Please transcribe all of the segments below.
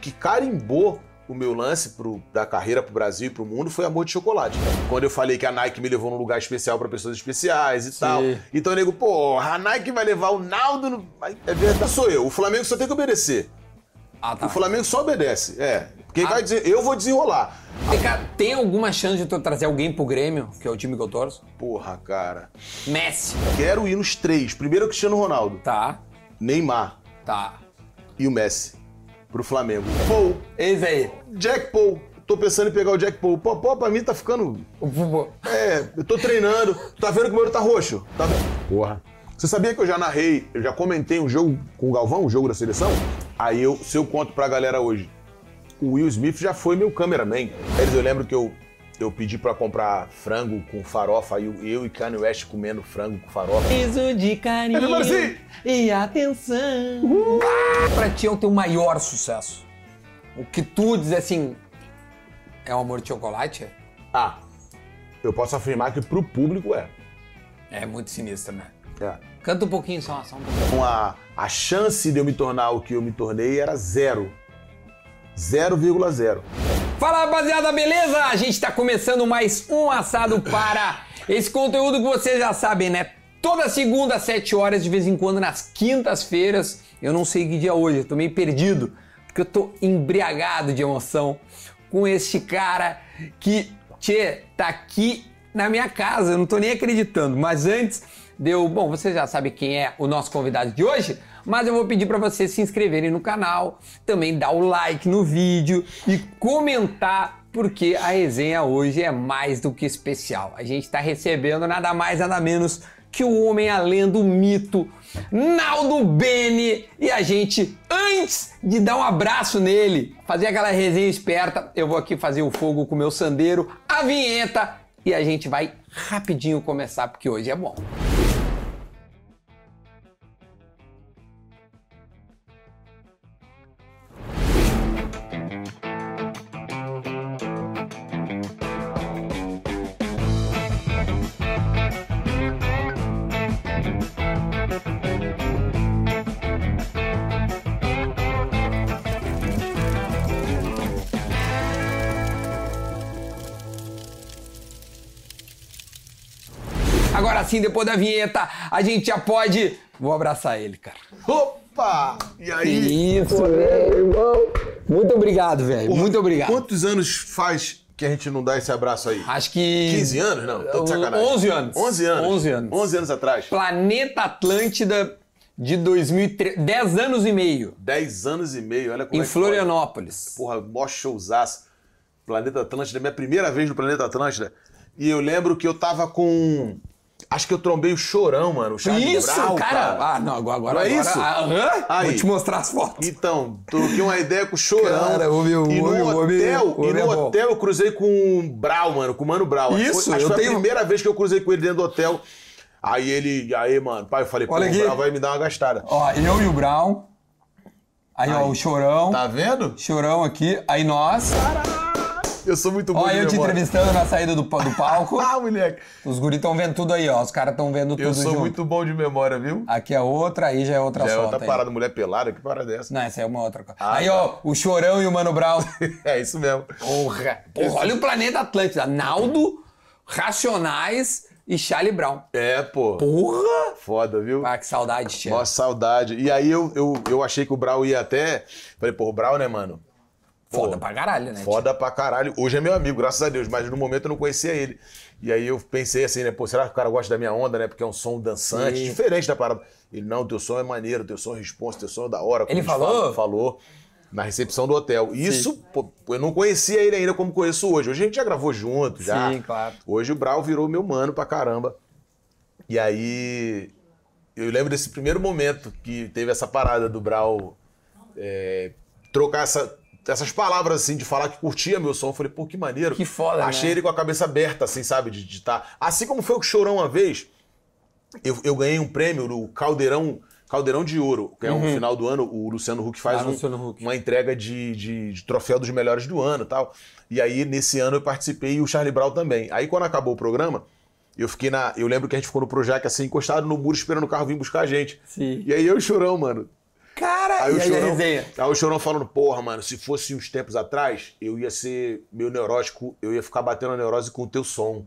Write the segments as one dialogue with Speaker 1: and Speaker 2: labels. Speaker 1: que carimbou o meu lance pro, da carreira pro Brasil e pro mundo foi Amor de Chocolate. cara. Quando eu falei que a Nike me levou num lugar especial pra pessoas especiais e tal. Então, nego, porra, a Nike vai levar o Naldo no... Mas É verdade, sou eu. O Flamengo só tem que obedecer.
Speaker 2: Ah, tá.
Speaker 1: O Flamengo só obedece, é. Quem vai dizer... Eu vou desenrolar.
Speaker 2: Tem, cara, tem alguma chance de tu trazer alguém pro Grêmio, que é o time que eu torço?
Speaker 1: Porra, cara.
Speaker 2: Messi.
Speaker 1: Quero ir nos três. Primeiro, Cristiano Ronaldo.
Speaker 2: Tá,
Speaker 1: Neymar.
Speaker 2: tá.
Speaker 1: e o Messi pro Flamengo. Paul,
Speaker 2: Esse aí.
Speaker 1: Jack Paul. Tô pensando em pegar o Jack Paul. Pô, pô, pra mim tá ficando.
Speaker 2: O Bubu.
Speaker 1: É, eu tô treinando. Tá vendo que o meu olho tá roxo? Tá... Porra. Você sabia que eu já narrei, eu já comentei um jogo com o Galvão, um jogo da seleção? Aí eu, se eu conto pra galera hoje, o Will Smith já foi meu cameraman. Eles, eu lembro que eu, eu pedi pra comprar frango com farofa, aí eu, eu e Kanye West comendo frango com farofa.
Speaker 2: Preciso de carinho
Speaker 1: Ele falou assim.
Speaker 2: e atenção. Pra ti é o teu maior sucesso. O que tu diz assim é o amor de chocolate?
Speaker 1: Ah, eu posso afirmar que pro público é.
Speaker 2: É muito sinistro, né?
Speaker 1: É.
Speaker 2: Canta um pouquinho só, só um pouquinho.
Speaker 1: Então, a, a chance de eu me tornar o que eu me tornei era zero. 0,0.
Speaker 2: Fala rapaziada, beleza? A gente tá começando mais um assado para esse conteúdo que vocês já sabem, né? Toda segunda às 7 horas, de vez em quando nas quintas-feiras. Eu não sei que dia é hoje, eu tô meio perdido, porque eu tô embriagado de emoção com este cara que, tchê, tá aqui na minha casa, eu não tô nem acreditando. Mas antes deu, bom, você já sabe quem é o nosso convidado de hoje, mas eu vou pedir para vocês se inscreverem no canal, também dar o like no vídeo e comentar porque a resenha hoje é mais do que especial. A gente tá recebendo nada mais nada menos que o homem a lenda, o mito, Naldo Bene, e a gente antes de dar um abraço nele, fazer aquela resenha esperta, eu vou aqui fazer o fogo com o meu sandeiro, a vinheta e a gente vai rapidinho começar porque hoje é bom. Agora sim, depois da vinheta, a gente já pode. Vou abraçar ele, cara.
Speaker 1: Opa! E aí?
Speaker 2: Isso, meu irmão. Muito obrigado, velho. Muito obrigado.
Speaker 1: Quantos anos faz que a gente não dá esse abraço aí?
Speaker 2: Acho que.
Speaker 1: 15 anos? Não, tô de sacanagem.
Speaker 2: 11 anos.
Speaker 1: 11 anos.
Speaker 2: 11 anos.
Speaker 1: 11 anos atrás.
Speaker 2: Planeta Atlântida de 2003. 10 anos e meio.
Speaker 1: 10 anos e meio, olha como
Speaker 2: Em
Speaker 1: é que
Speaker 2: Florianópolis.
Speaker 1: Porra, mó showzaço. Planeta Atlântida, minha primeira vez no Planeta Atlântida. E eu lembro que eu tava com. Acho que eu trombei o chorão, mano. O Charlie
Speaker 2: Isso,
Speaker 1: Brown,
Speaker 2: cara. Ah, não, agora. agora
Speaker 1: Não é
Speaker 2: agora-
Speaker 1: isso?
Speaker 2: Aham.
Speaker 1: Aí.
Speaker 2: Vou te mostrar as fotos.
Speaker 1: Então, troquei uma ideia com o Chorão.
Speaker 2: Cara, o meu-
Speaker 1: e
Speaker 2: o meu-
Speaker 1: no
Speaker 2: o meu-
Speaker 1: hotel,
Speaker 2: o
Speaker 1: e
Speaker 2: meu
Speaker 1: no
Speaker 2: é bom.
Speaker 1: hotel eu cruzei com o Brau, mano, com o Mano Brau.
Speaker 2: Isso,
Speaker 1: foi, acho
Speaker 2: eu
Speaker 1: que foi
Speaker 2: tenho-
Speaker 1: a primeira vez que eu cruzei com ele dentro do hotel. Aí ele, aí, mano, pai, eu falei, pô,
Speaker 2: Olha
Speaker 1: o
Speaker 2: aqui.
Speaker 1: Brau vai me dar uma gastada.
Speaker 2: Ó, eu e o Brown. Aí, ó, o Chorão.
Speaker 1: Tá vendo?
Speaker 2: Chorão aqui. Aí nós.
Speaker 1: Eu sou muito bom
Speaker 2: Ó,
Speaker 1: de
Speaker 2: eu te
Speaker 1: memória.
Speaker 2: entrevistando na saída do, pa- do palco.
Speaker 1: Ah, moleque.
Speaker 2: Os guris estão vendo tudo aí, ó. Os caras estão vendo tudo
Speaker 1: Eu sou
Speaker 2: junto.
Speaker 1: muito bom de memória, viu?
Speaker 2: Aqui é outra, aí já é outra
Speaker 1: Já é
Speaker 2: foto.
Speaker 1: outra
Speaker 2: aí.
Speaker 1: parada, mulher pelada, que parada é essa?
Speaker 2: Não, essa é uma outra coisa.
Speaker 1: Ah,
Speaker 2: aí,
Speaker 1: tá.
Speaker 2: ó, o Chorão e o Mano Brown.
Speaker 1: É isso mesmo.
Speaker 2: Porra. Porra, olha o planeta Atlântida. Naldo, Racionais e Charlie Brown.
Speaker 1: É, pô.
Speaker 2: Porra!
Speaker 1: Foda, viu?
Speaker 2: Ah, que saudade, tia.
Speaker 1: Nossa, saudade. E aí eu, eu, eu achei que o Brau ia até. Falei, pô, o Brau, né, mano?
Speaker 2: Foda
Speaker 1: Pô,
Speaker 2: pra caralho, né? tia?
Speaker 1: Foda pra caralho. Hoje é meu amigo, graças a Deus, mas no momento eu não conhecia ele. E aí eu pensei assim, né? Pô, será que o cara gosta da minha onda, né? Porque é um som dançante,
Speaker 2: Sim.
Speaker 1: diferente da parada. Ele, não, teu som é maneiro, teu som é responsa, teu som é da hora. como
Speaker 2: Ele
Speaker 1: eles
Speaker 2: falou?
Speaker 1: falam, falou. Na recepção do hotel. E Isso, pô, eu não conhecia ele ainda como conheço hoje. Hoje a gente já gravou junto, já.
Speaker 2: Sim, claro.
Speaker 1: Hoje o Brau virou meu mano pra caramba. E aí eu lembro desse primeiro momento que teve essa parada do Brau é, trocar essa- essas palavras assim, de falar que curtia meu som. Eu falei, pô, que maneiro.
Speaker 2: Que foda, né?
Speaker 1: Achei ele com a cabeça aberta, assim, sabe? De estar. Assim como foi o Chorão uma vez, eu, eu ganhei um prêmio no Caldeirão. Caldeirão de Ouro, que é no final do ano, o Luciano Huck faz
Speaker 2: Uhum. Ah,
Speaker 1: um-
Speaker 2: Luciano Huck.
Speaker 1: uma entrega de, de- de troféu dos melhores do ano e tal. E aí, nesse ano, eu participei e o Charlie Brown também. Aí, quando acabou o programa, eu fiquei na. Eu lembro que a gente ficou no Projac assim, encostado no muro, esperando o carro vir buscar a gente.
Speaker 2: Sim.
Speaker 1: E aí eu e o chorão, mano.
Speaker 2: Cara,
Speaker 1: Aí,
Speaker 2: e
Speaker 1: o
Speaker 2: aí a
Speaker 1: chorão,
Speaker 2: resenha.
Speaker 1: aí o Chorão falando, porra, mano, se fosse uns tempos atrás, eu ia ser meio neurótico, eu ia ficar batendo a neurose com o teu som.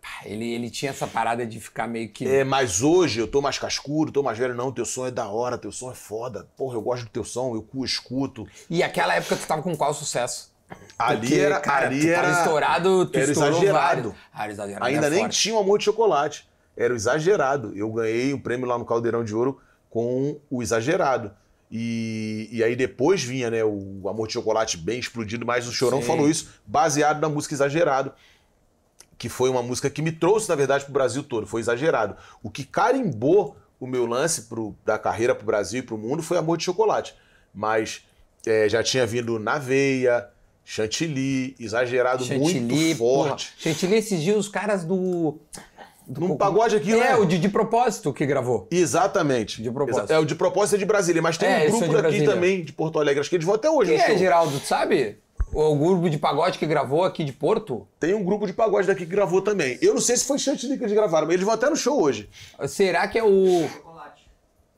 Speaker 2: Pá, Ah, Ele, ele tinha essa parada de ficar meio que.
Speaker 1: É, mas hoje eu tô mais cascudo, tô mais velho, não, teu som é da hora, teu som é foda. Porra, eu gosto do teu som, eu cu escuto.
Speaker 2: E aquela época tu tava com qual sucesso?
Speaker 1: Ali
Speaker 2: Porque,
Speaker 1: era,
Speaker 2: cara,
Speaker 1: ali
Speaker 2: tu tá
Speaker 1: era
Speaker 2: tava estourado, tu
Speaker 1: era
Speaker 2: estourou
Speaker 1: exagerado.
Speaker 2: vários. Ah, era exagerado.
Speaker 1: Ainda
Speaker 2: é
Speaker 1: nem
Speaker 2: forte.
Speaker 1: tinha o amor de chocolate. Era o exagerado. Eu ganhei um prêmio lá no Caldeirão de Ouro com o exagerado. E, e aí depois vinha, né, o amor de chocolate bem explodido, mas o Chorão
Speaker 2: Sim.
Speaker 1: falou isso baseado na música Exagerado, que foi uma música que me trouxe, na verdade, pro Brasil todo. Foi exagerado. O que carimbou o meu lance pro, da carreira pro Brasil e pro mundo foi amor de chocolate. Mas é, já tinha vindo na veia. Chantilly, exagerado
Speaker 2: Chantilly,
Speaker 1: muito
Speaker 2: porra.
Speaker 1: forte.
Speaker 2: Chantilly, esses dias os caras do. do
Speaker 1: Num
Speaker 2: Coco-
Speaker 1: pagode aqui,
Speaker 2: É,
Speaker 1: né?
Speaker 2: o de, de propósito que gravou.
Speaker 1: Exatamente.
Speaker 2: De propósito.
Speaker 1: Exa- É, o de propósito é de Brasília, mas tem
Speaker 2: É, esse
Speaker 1: um
Speaker 2: é de
Speaker 1: grupo daqui
Speaker 2: Brasília.
Speaker 1: também, de Porto Alegre, acho que eles vão até hoje.
Speaker 2: Quem
Speaker 1: no
Speaker 2: é,
Speaker 1: show.
Speaker 2: Geraldo, tu sabe? O grupo de pagode que gravou aqui de Porto?
Speaker 1: Tem um grupo de pagode daqui que gravou também. Eu não sei se foi Chantilly que eles gravaram, mas eles vão até no show hoje.
Speaker 2: Será que é o.
Speaker 3: Chocolate.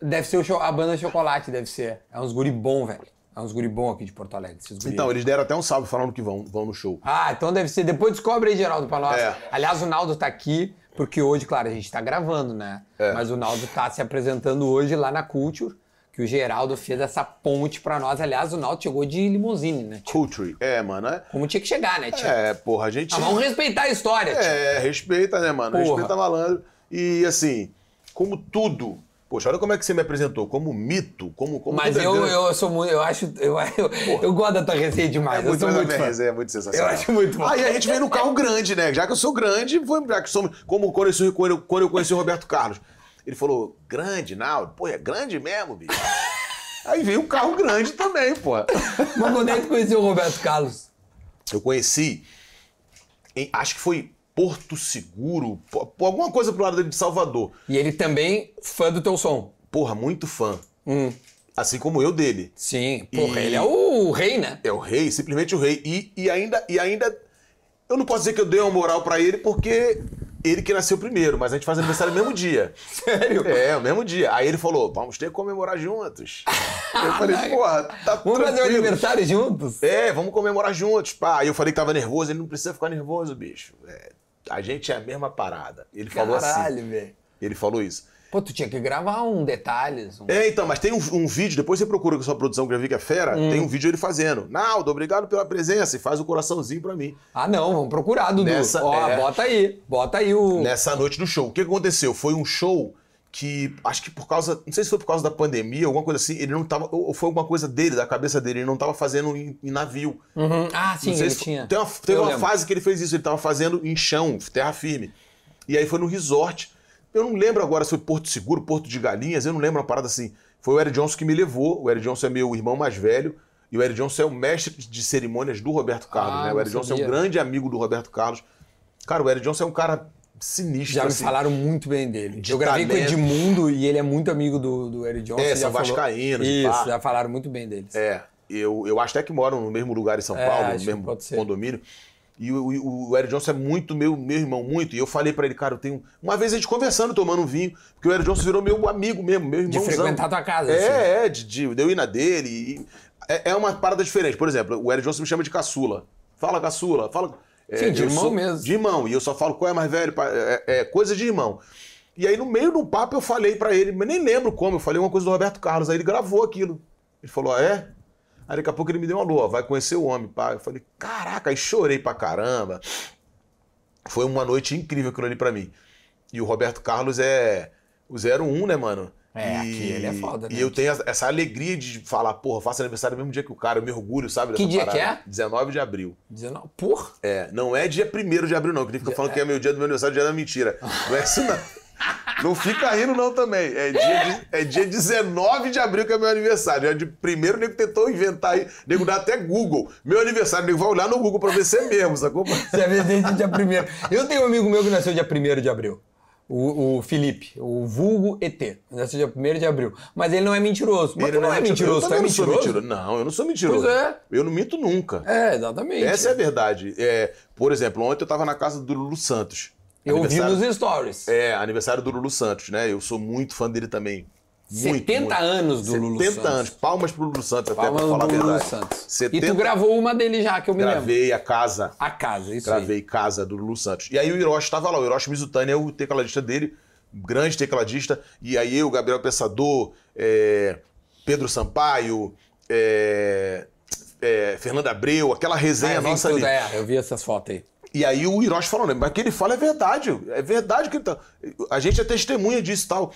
Speaker 2: Deve ser o cho- a banda Chocolate, deve ser. É uns guri bom, velho. É uns guri bom aqui de Porto Alegre, esses guri.
Speaker 1: Então, eles deram até um salve falando que vão, vão no show.
Speaker 2: Ah, então deve ser. Depois descobre aí, Geraldo, pra nós.
Speaker 1: É.
Speaker 2: Aliás, o Naldo tá aqui, porque hoje, claro, a gente tá gravando, né?
Speaker 1: É.
Speaker 2: Mas o Naldo tá se apresentando hoje lá na Culture, que o Geraldo fez essa ponte pra nós. Aliás, o Naldo chegou de limousine, né? tio?
Speaker 1: Culture. É, mano. É,
Speaker 2: Como tinha que chegar, né, tio?
Speaker 1: é porra, a gente.
Speaker 2: Ah, vamos respeitar a história, tio.
Speaker 1: É, respeita, né, mano?
Speaker 2: Porra.
Speaker 1: Respeita malandro. E assim, como tudo. Poxa, olha como é que você me apresentou. Como mito, como. como
Speaker 2: Mas
Speaker 1: tudo é
Speaker 2: eu,
Speaker 1: grande.
Speaker 2: eu sou muito. Eu acho. Eu, eu, eu gosto da tua resenha demais.
Speaker 1: É muito,
Speaker 2: eu sou
Speaker 1: legal,
Speaker 2: muito
Speaker 1: né?
Speaker 2: fã.
Speaker 1: Resenha é muito sensacional.
Speaker 2: Eu acho muito bom.
Speaker 1: Aí a gente veio no carro grande, né? Já que eu sou grande, foi, já que somos, como quando eu, sou- quando eu- quando eu conheci o Roberto Carlos. Ele falou, grande, Naldo? Pô, é grande mesmo, bicho. Aí veio um carro grande também, pô.
Speaker 2: Mas quando é que tu conheceu o Roberto Carlos?
Speaker 1: Eu conheci, em- acho que foi Porto Seguro, po- po- alguma coisa pro lado de Salvador.
Speaker 2: E ele também, fã do teu som.
Speaker 1: Porra, muito fã.
Speaker 2: Hum.
Speaker 1: Assim como eu dele.
Speaker 2: Sim. Porra,
Speaker 1: E-
Speaker 2: ele é o rei, né?
Speaker 1: É o rei, simplesmente o rei. E, e ainda, e ainda. Eu não posso dizer que eu dei uma moral pra ele, porque ele que nasceu primeiro, mas a gente faz aniversário no mesmo dia.
Speaker 2: Sério?
Speaker 1: É, o mesmo dia. Aí ele falou: vamos ter que comemorar juntos. Eu falei,
Speaker 2: Caralho.
Speaker 1: porra, tá
Speaker 2: Vamos fazer o
Speaker 1: tranquilo.
Speaker 2: aniversário juntos?
Speaker 1: É, vamos comemorar juntos, pá. Aí eu falei que tava nervoso, ele não precisa ficar nervoso, bicho. É, a gente é a mesma parada. Ele falou assim.
Speaker 2: Caralho, velho.
Speaker 1: Ele falou isso.
Speaker 2: Pô, tu tinha que gravar um detalhes. um-
Speaker 1: É, então, mas tem um, um vídeo, depois você procura com a sua produção que eu vi que é fera,
Speaker 2: Hum.
Speaker 1: tem um vídeo ele fazendo. Naldo, obrigado pela presença e faz o coraçãozinho pra mim.
Speaker 2: Ah, não, vamos procurar, Dudu.
Speaker 1: Nessa-
Speaker 2: Ó,
Speaker 1: é. Né?
Speaker 2: bota aí. Bota aí o.
Speaker 1: nessa noite do show. O que aconteceu? Foi um show que acho que por causa, não sei se foi por causa da pandemia, alguma coisa assim, ele não tava, ou ou foi alguma coisa dele, da cabeça dele, ele não tava fazendo em, em navio.
Speaker 2: Uhum. Ah, sim,
Speaker 1: não sei
Speaker 2: ele
Speaker 1: se- então,
Speaker 2: tinha.
Speaker 1: Tem uma, teve
Speaker 2: Eu
Speaker 1: uma
Speaker 2: lembro.
Speaker 1: fase que ele fez isso, ele tava fazendo em chão, terra firme. E aí foi no resort. Eu não lembro agora se foi Porto Seguro, Porto de Galinhas, eu não lembro uma parada assim. Foi o Eric Johnson que me levou, o Eric Johnson é meu irmão mais velho, e o Eric Johnson é o mestre de cerimônias do Roberto Carlos,
Speaker 2: Ah,
Speaker 1: né? O
Speaker 2: não
Speaker 1: Eric Johnson é
Speaker 2: sabia.
Speaker 1: um grande amigo do Roberto Carlos. Cara, o Eric Johnson é um cara sinistro,
Speaker 2: Já me
Speaker 1: assim.
Speaker 2: falaram muito bem dele.
Speaker 1: De
Speaker 2: Eu gravei com o
Speaker 1: talento.
Speaker 2: Edmundo e ele é muito amigo do, do Eric Johnson.
Speaker 1: É,
Speaker 2: já
Speaker 1: são
Speaker 2: falou-
Speaker 1: vascaínos e
Speaker 2: Isso,
Speaker 1: pá.
Speaker 2: já falaram muito bem deles.
Speaker 1: É, eu, eu acho até que moram no mesmo lugar em São
Speaker 2: É,
Speaker 1: Paulo,
Speaker 2: acho
Speaker 1: no
Speaker 2: que
Speaker 1: mesmo
Speaker 2: pode ser.
Speaker 1: condomínio. E o, o, o Eric Johnson é muito meu, meu irmão, muito. E eu falei pra ele, cara, eu tenho. Uma vez a gente conversando, tomando um vinho, porque o Eric Johnson virou meu amigo mesmo, meu
Speaker 2: De
Speaker 1: irmãozão.
Speaker 2: frequentar tua casa. assim.
Speaker 1: É, é, de, de, de eu ir na dele. e- é, é uma parada diferente. Por exemplo, o Eric Johnson me chama de caçula. Fala, caçula, fala. É,
Speaker 2: Sim, de
Speaker 1: eu
Speaker 2: irmão mesmo.
Speaker 1: De irmão. E eu só falo qual é mais velho. pá, É, é coisa de irmão. E aí, no meio do papo, eu falei pra ele, mas nem lembro como, eu falei uma coisa do Roberto Carlos. Aí ele gravou aquilo. Ele falou, ah, é? Aí daqui a pouco ele me deu uma lua, vai conhecer o homem, pá. Eu falei, caraca, aí chorei pra caramba. Foi uma noite incrível aquilo ali pra mim. E o Roberto Carlos é o 01, né, mano?
Speaker 2: É, aqui ele é foda, né?
Speaker 1: E eu tenho essa- essa alegria de falar, porra, faço aniversário no mesmo dia que o cara, eu me orgulho, sabe?
Speaker 2: Que
Speaker 1: dessa
Speaker 2: dia que é?
Speaker 1: parada. 19 de abril.
Speaker 2: 19. Porra!
Speaker 1: É, não é dia 1 de abril, não, que ele fica falando que é meu dia do meu aniversário, dia da mentira. Não é isso, não. Não fica rindo, não, também. É dia, de- é dia 19 de abril que é meu aniversário. Dia de primeiro, o nego tentou inventar aí. O nego dá até Google. Meu aniversário, o nego vai olhar no Google pra ver se é mesmo, sacou?
Speaker 2: Você é desde dia 1 Eu tenho um amigo meu que nasceu dia 1 de abril. O, o Felipe, o vulgo ET. Nasceu dia 1 de abril. Mas ele não é mentiroso. Mas tu não, é mentiroso,
Speaker 1: eu
Speaker 2: tu é
Speaker 1: também não sou
Speaker 2: mentiroso?
Speaker 1: mentiroso. Não, eu não sou mentiroso.
Speaker 2: Pois é.
Speaker 1: Eu não minto nunca.
Speaker 2: É, exatamente.
Speaker 1: Essa é a verdade. É, por exemplo, ontem eu tava na casa do Lulu Santos.
Speaker 2: Eu vi
Speaker 1: Aniversário-
Speaker 2: nos stories.
Speaker 1: É, aniversário do Lulu Santos, né? Eu sou muito fã dele também. Muito,
Speaker 2: 70
Speaker 1: muito.
Speaker 2: anos do Lulu
Speaker 1: 70
Speaker 2: Santos.
Speaker 1: anos. Palmas pro Lulu Santos, até
Speaker 2: Palmas
Speaker 1: pra falar
Speaker 2: do
Speaker 1: a
Speaker 2: Lulu
Speaker 1: verdade.
Speaker 2: Santos.
Speaker 1: 70
Speaker 2: E tu gravou uma dele já, que eu me lembro.
Speaker 1: Gravei a casa.
Speaker 2: A casa, isso aí.
Speaker 1: Gravei Casa do Lulu Santos. E aí o Hiroshi estava lá, o Hiroshi Mizutani é o tecladista dele, grande tecladista. E aí eu, Gabriel Pensador, é, Pedro Sampaio, é, é, Fernanda Abreu, aquela resenha
Speaker 2: eu vi
Speaker 1: nossa
Speaker 2: tudo,
Speaker 1: ali.
Speaker 2: é, eu vi essas fotos aí.
Speaker 1: E aí o Hiroshi falando, mas o que ele fala é verdade, é verdade que ele tá. A gente é testemunha disso e tal.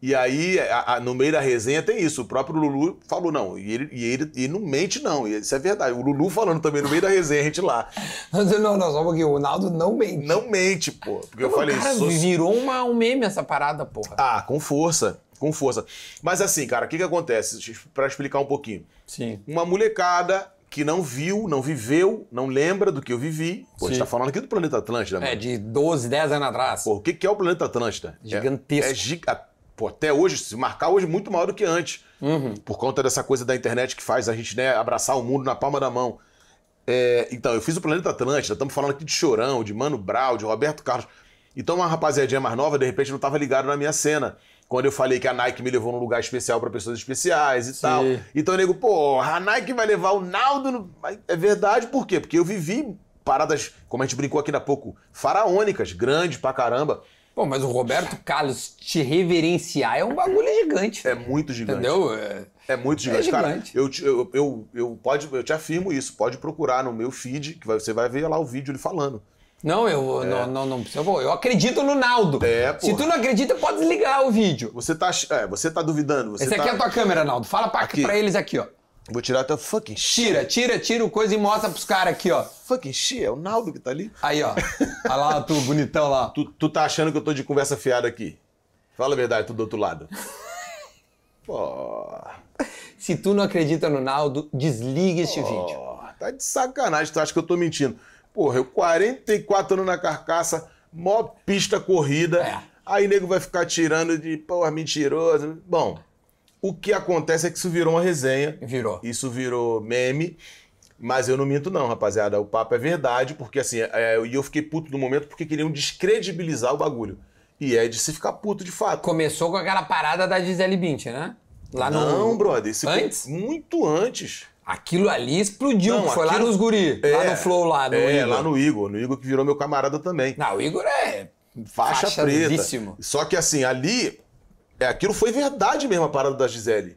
Speaker 1: E aí, a- a- no meio da resenha tem isso, o próprio Lulu falou não, e ele, e ele, e não mente não, e isso é verdade. O Lulu falando também no meio da resenha, a gente lá,
Speaker 3: Não, não, só um pouquinho. O Naldo não mente.
Speaker 1: não mente, pô. Porque eu
Speaker 2: Pô,
Speaker 1: falei,
Speaker 2: cara,
Speaker 1: sou...
Speaker 2: virou uma, um meme essa parada, porra.
Speaker 1: Ah, com força, com força. Mas assim, cara, o que que acontece? Pra explicar um pouquinho.
Speaker 2: Sim.
Speaker 1: Uma molecada que não viu, não viveu, não lembra do que eu vivi. Pô, a gente
Speaker 2: Sim.
Speaker 1: tá falando aqui do planeta Atlântida, mano.
Speaker 2: É, de 12, 10 anos atrás.
Speaker 1: Pô, o que, que é o planeta Atlântida? É-
Speaker 2: Gigantesco.
Speaker 1: É, giga- ah, Pô, até hoje, se marcar hoje, muito maior do que antes.
Speaker 2: Uhum.
Speaker 1: Por conta dessa coisa da internet que faz a gente né, abraçar o mundo na palma da mão. É, então, eu fiz o Planeta Atlântida, estamos falando aqui de Chorão, de Mano Brau, de Roberto Carlos. Então, uma rapaziadinha mais nova, de repente, não estava ligado na minha cena. Quando eu falei que a Nike me levou num lugar especial para pessoas especiais e tal. Então, eu nego, pô, a Nike vai levar o Naldo. No... Mas É verdade, por quê? Porque eu vivi paradas, como a gente brincou aqui há pouco, faraônicas, grandes pra caramba.
Speaker 2: Pô, mas o Roberto Carlos te reverenciar é um bagulho gigante.
Speaker 1: É muito gigante.
Speaker 2: entendeu? É,
Speaker 1: É muito gigante.
Speaker 2: É
Speaker 1: Cara,
Speaker 2: gigante.
Speaker 1: eu, te- eu, eu, eu, pode, eu te afirmo isso. Pode procurar no meu feed, que vai- você vai ver lá o vídeo ele falando.
Speaker 2: Não, eu não, não, não precisa. Eu acredito no Naldo.
Speaker 1: É, pô.
Speaker 2: Se tu não acredita, pode desligar o vídeo.
Speaker 1: Você tá, ach- é, você tá duvidando. Você
Speaker 2: Essa
Speaker 1: tá...
Speaker 2: aqui é a tua câmera, Naldo. Fala pra,
Speaker 1: Aqui.
Speaker 2: pra eles aqui, ó.
Speaker 1: Vou tirar até fucking shit.
Speaker 2: Tira, tira, tira o coisa e mostra pros caras aqui, ó.
Speaker 1: Fucking shit, é o Naldo que tá ali.
Speaker 2: Aí, ó. Olha lá tu, bonitão lá.
Speaker 1: Tu, tu tá achando que eu tô de conversa fiada aqui? Fala a verdade, tu do outro lado. Pô,
Speaker 2: Se tu não acredita no Naldo, desliga este vídeo.
Speaker 1: tá de sacanagem, tu acha que eu tô mentindo. Porra, eu 44 anos na carcaça, mó pista corrida.
Speaker 2: É.
Speaker 1: Aí nego vai ficar tirando de, porra, mentiroso. Bom, o que acontece é que isso virou uma resenha.
Speaker 2: Virou.
Speaker 1: Isso virou meme. Mas eu não minto, não, rapaziada. O papo é verdade, porque assim, é, e eu fiquei puto no momento porque queriam descredibilizar o bagulho. E é de se ficar puto de fato.
Speaker 2: Começou com aquela parada da Gisele Bündchen, né? Lá no...
Speaker 1: Não, brother. Isso
Speaker 2: Antes?
Speaker 1: Muito antes.
Speaker 2: Aquilo ali explodiu,
Speaker 1: Não,
Speaker 2: que foi lá
Speaker 1: aquilo-
Speaker 2: nos guri, lá
Speaker 1: É.
Speaker 2: no Flow, lá no
Speaker 1: é,
Speaker 2: Igor.
Speaker 1: lá no Igor. No Igor que virou meu camarada também.
Speaker 2: Não, o Igor é
Speaker 1: Faixa, preta.
Speaker 2: víssimo.
Speaker 1: Só que assim, ali, é, aquilo foi verdade mesmo a parada da Gisele.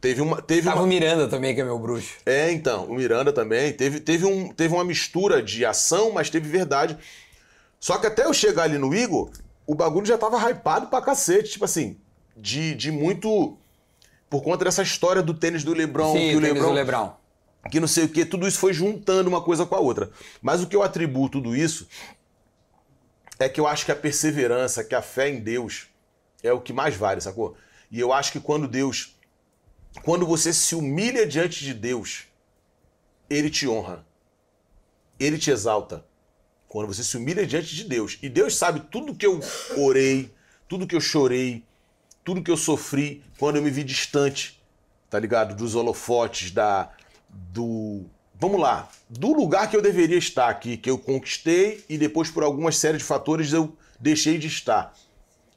Speaker 1: Teve uma. Teve
Speaker 2: Tava
Speaker 1: uma...
Speaker 2: o Miranda também, que é meu bruxo.
Speaker 1: É, então, o Miranda também. Teve, teve, um, teve uma mistura de ação, mas teve verdade. Só que até eu chegar ali no Igor, o bagulho já tava hypado pra cacete. Tipo assim, de, de muito. Por conta dessa história do tênis do Lebron,
Speaker 2: Sim,
Speaker 1: que o
Speaker 2: o tênis do
Speaker 1: Lebron
Speaker 2: Lebrão.
Speaker 1: que não sei o que, tudo isso foi juntando uma coisa com a outra. Mas o que eu atribuo tudo isso é que eu acho que a perseverança, que a fé em Deus é o que mais vale, sacou? E eu acho que quando Deus, quando você se humilha diante de Deus, ele te honra. Ele te exalta. Quando você se humilha diante de Deus. E Deus sabe tudo que eu orei, tudo que eu chorei, tudo que eu sofri quando eu me vi distante, tá ligado? Dos holofotes, da. do. Vamos lá, do lugar que eu deveria estar aqui, que eu conquistei e depois, por algumas série de fatores, eu deixei de estar.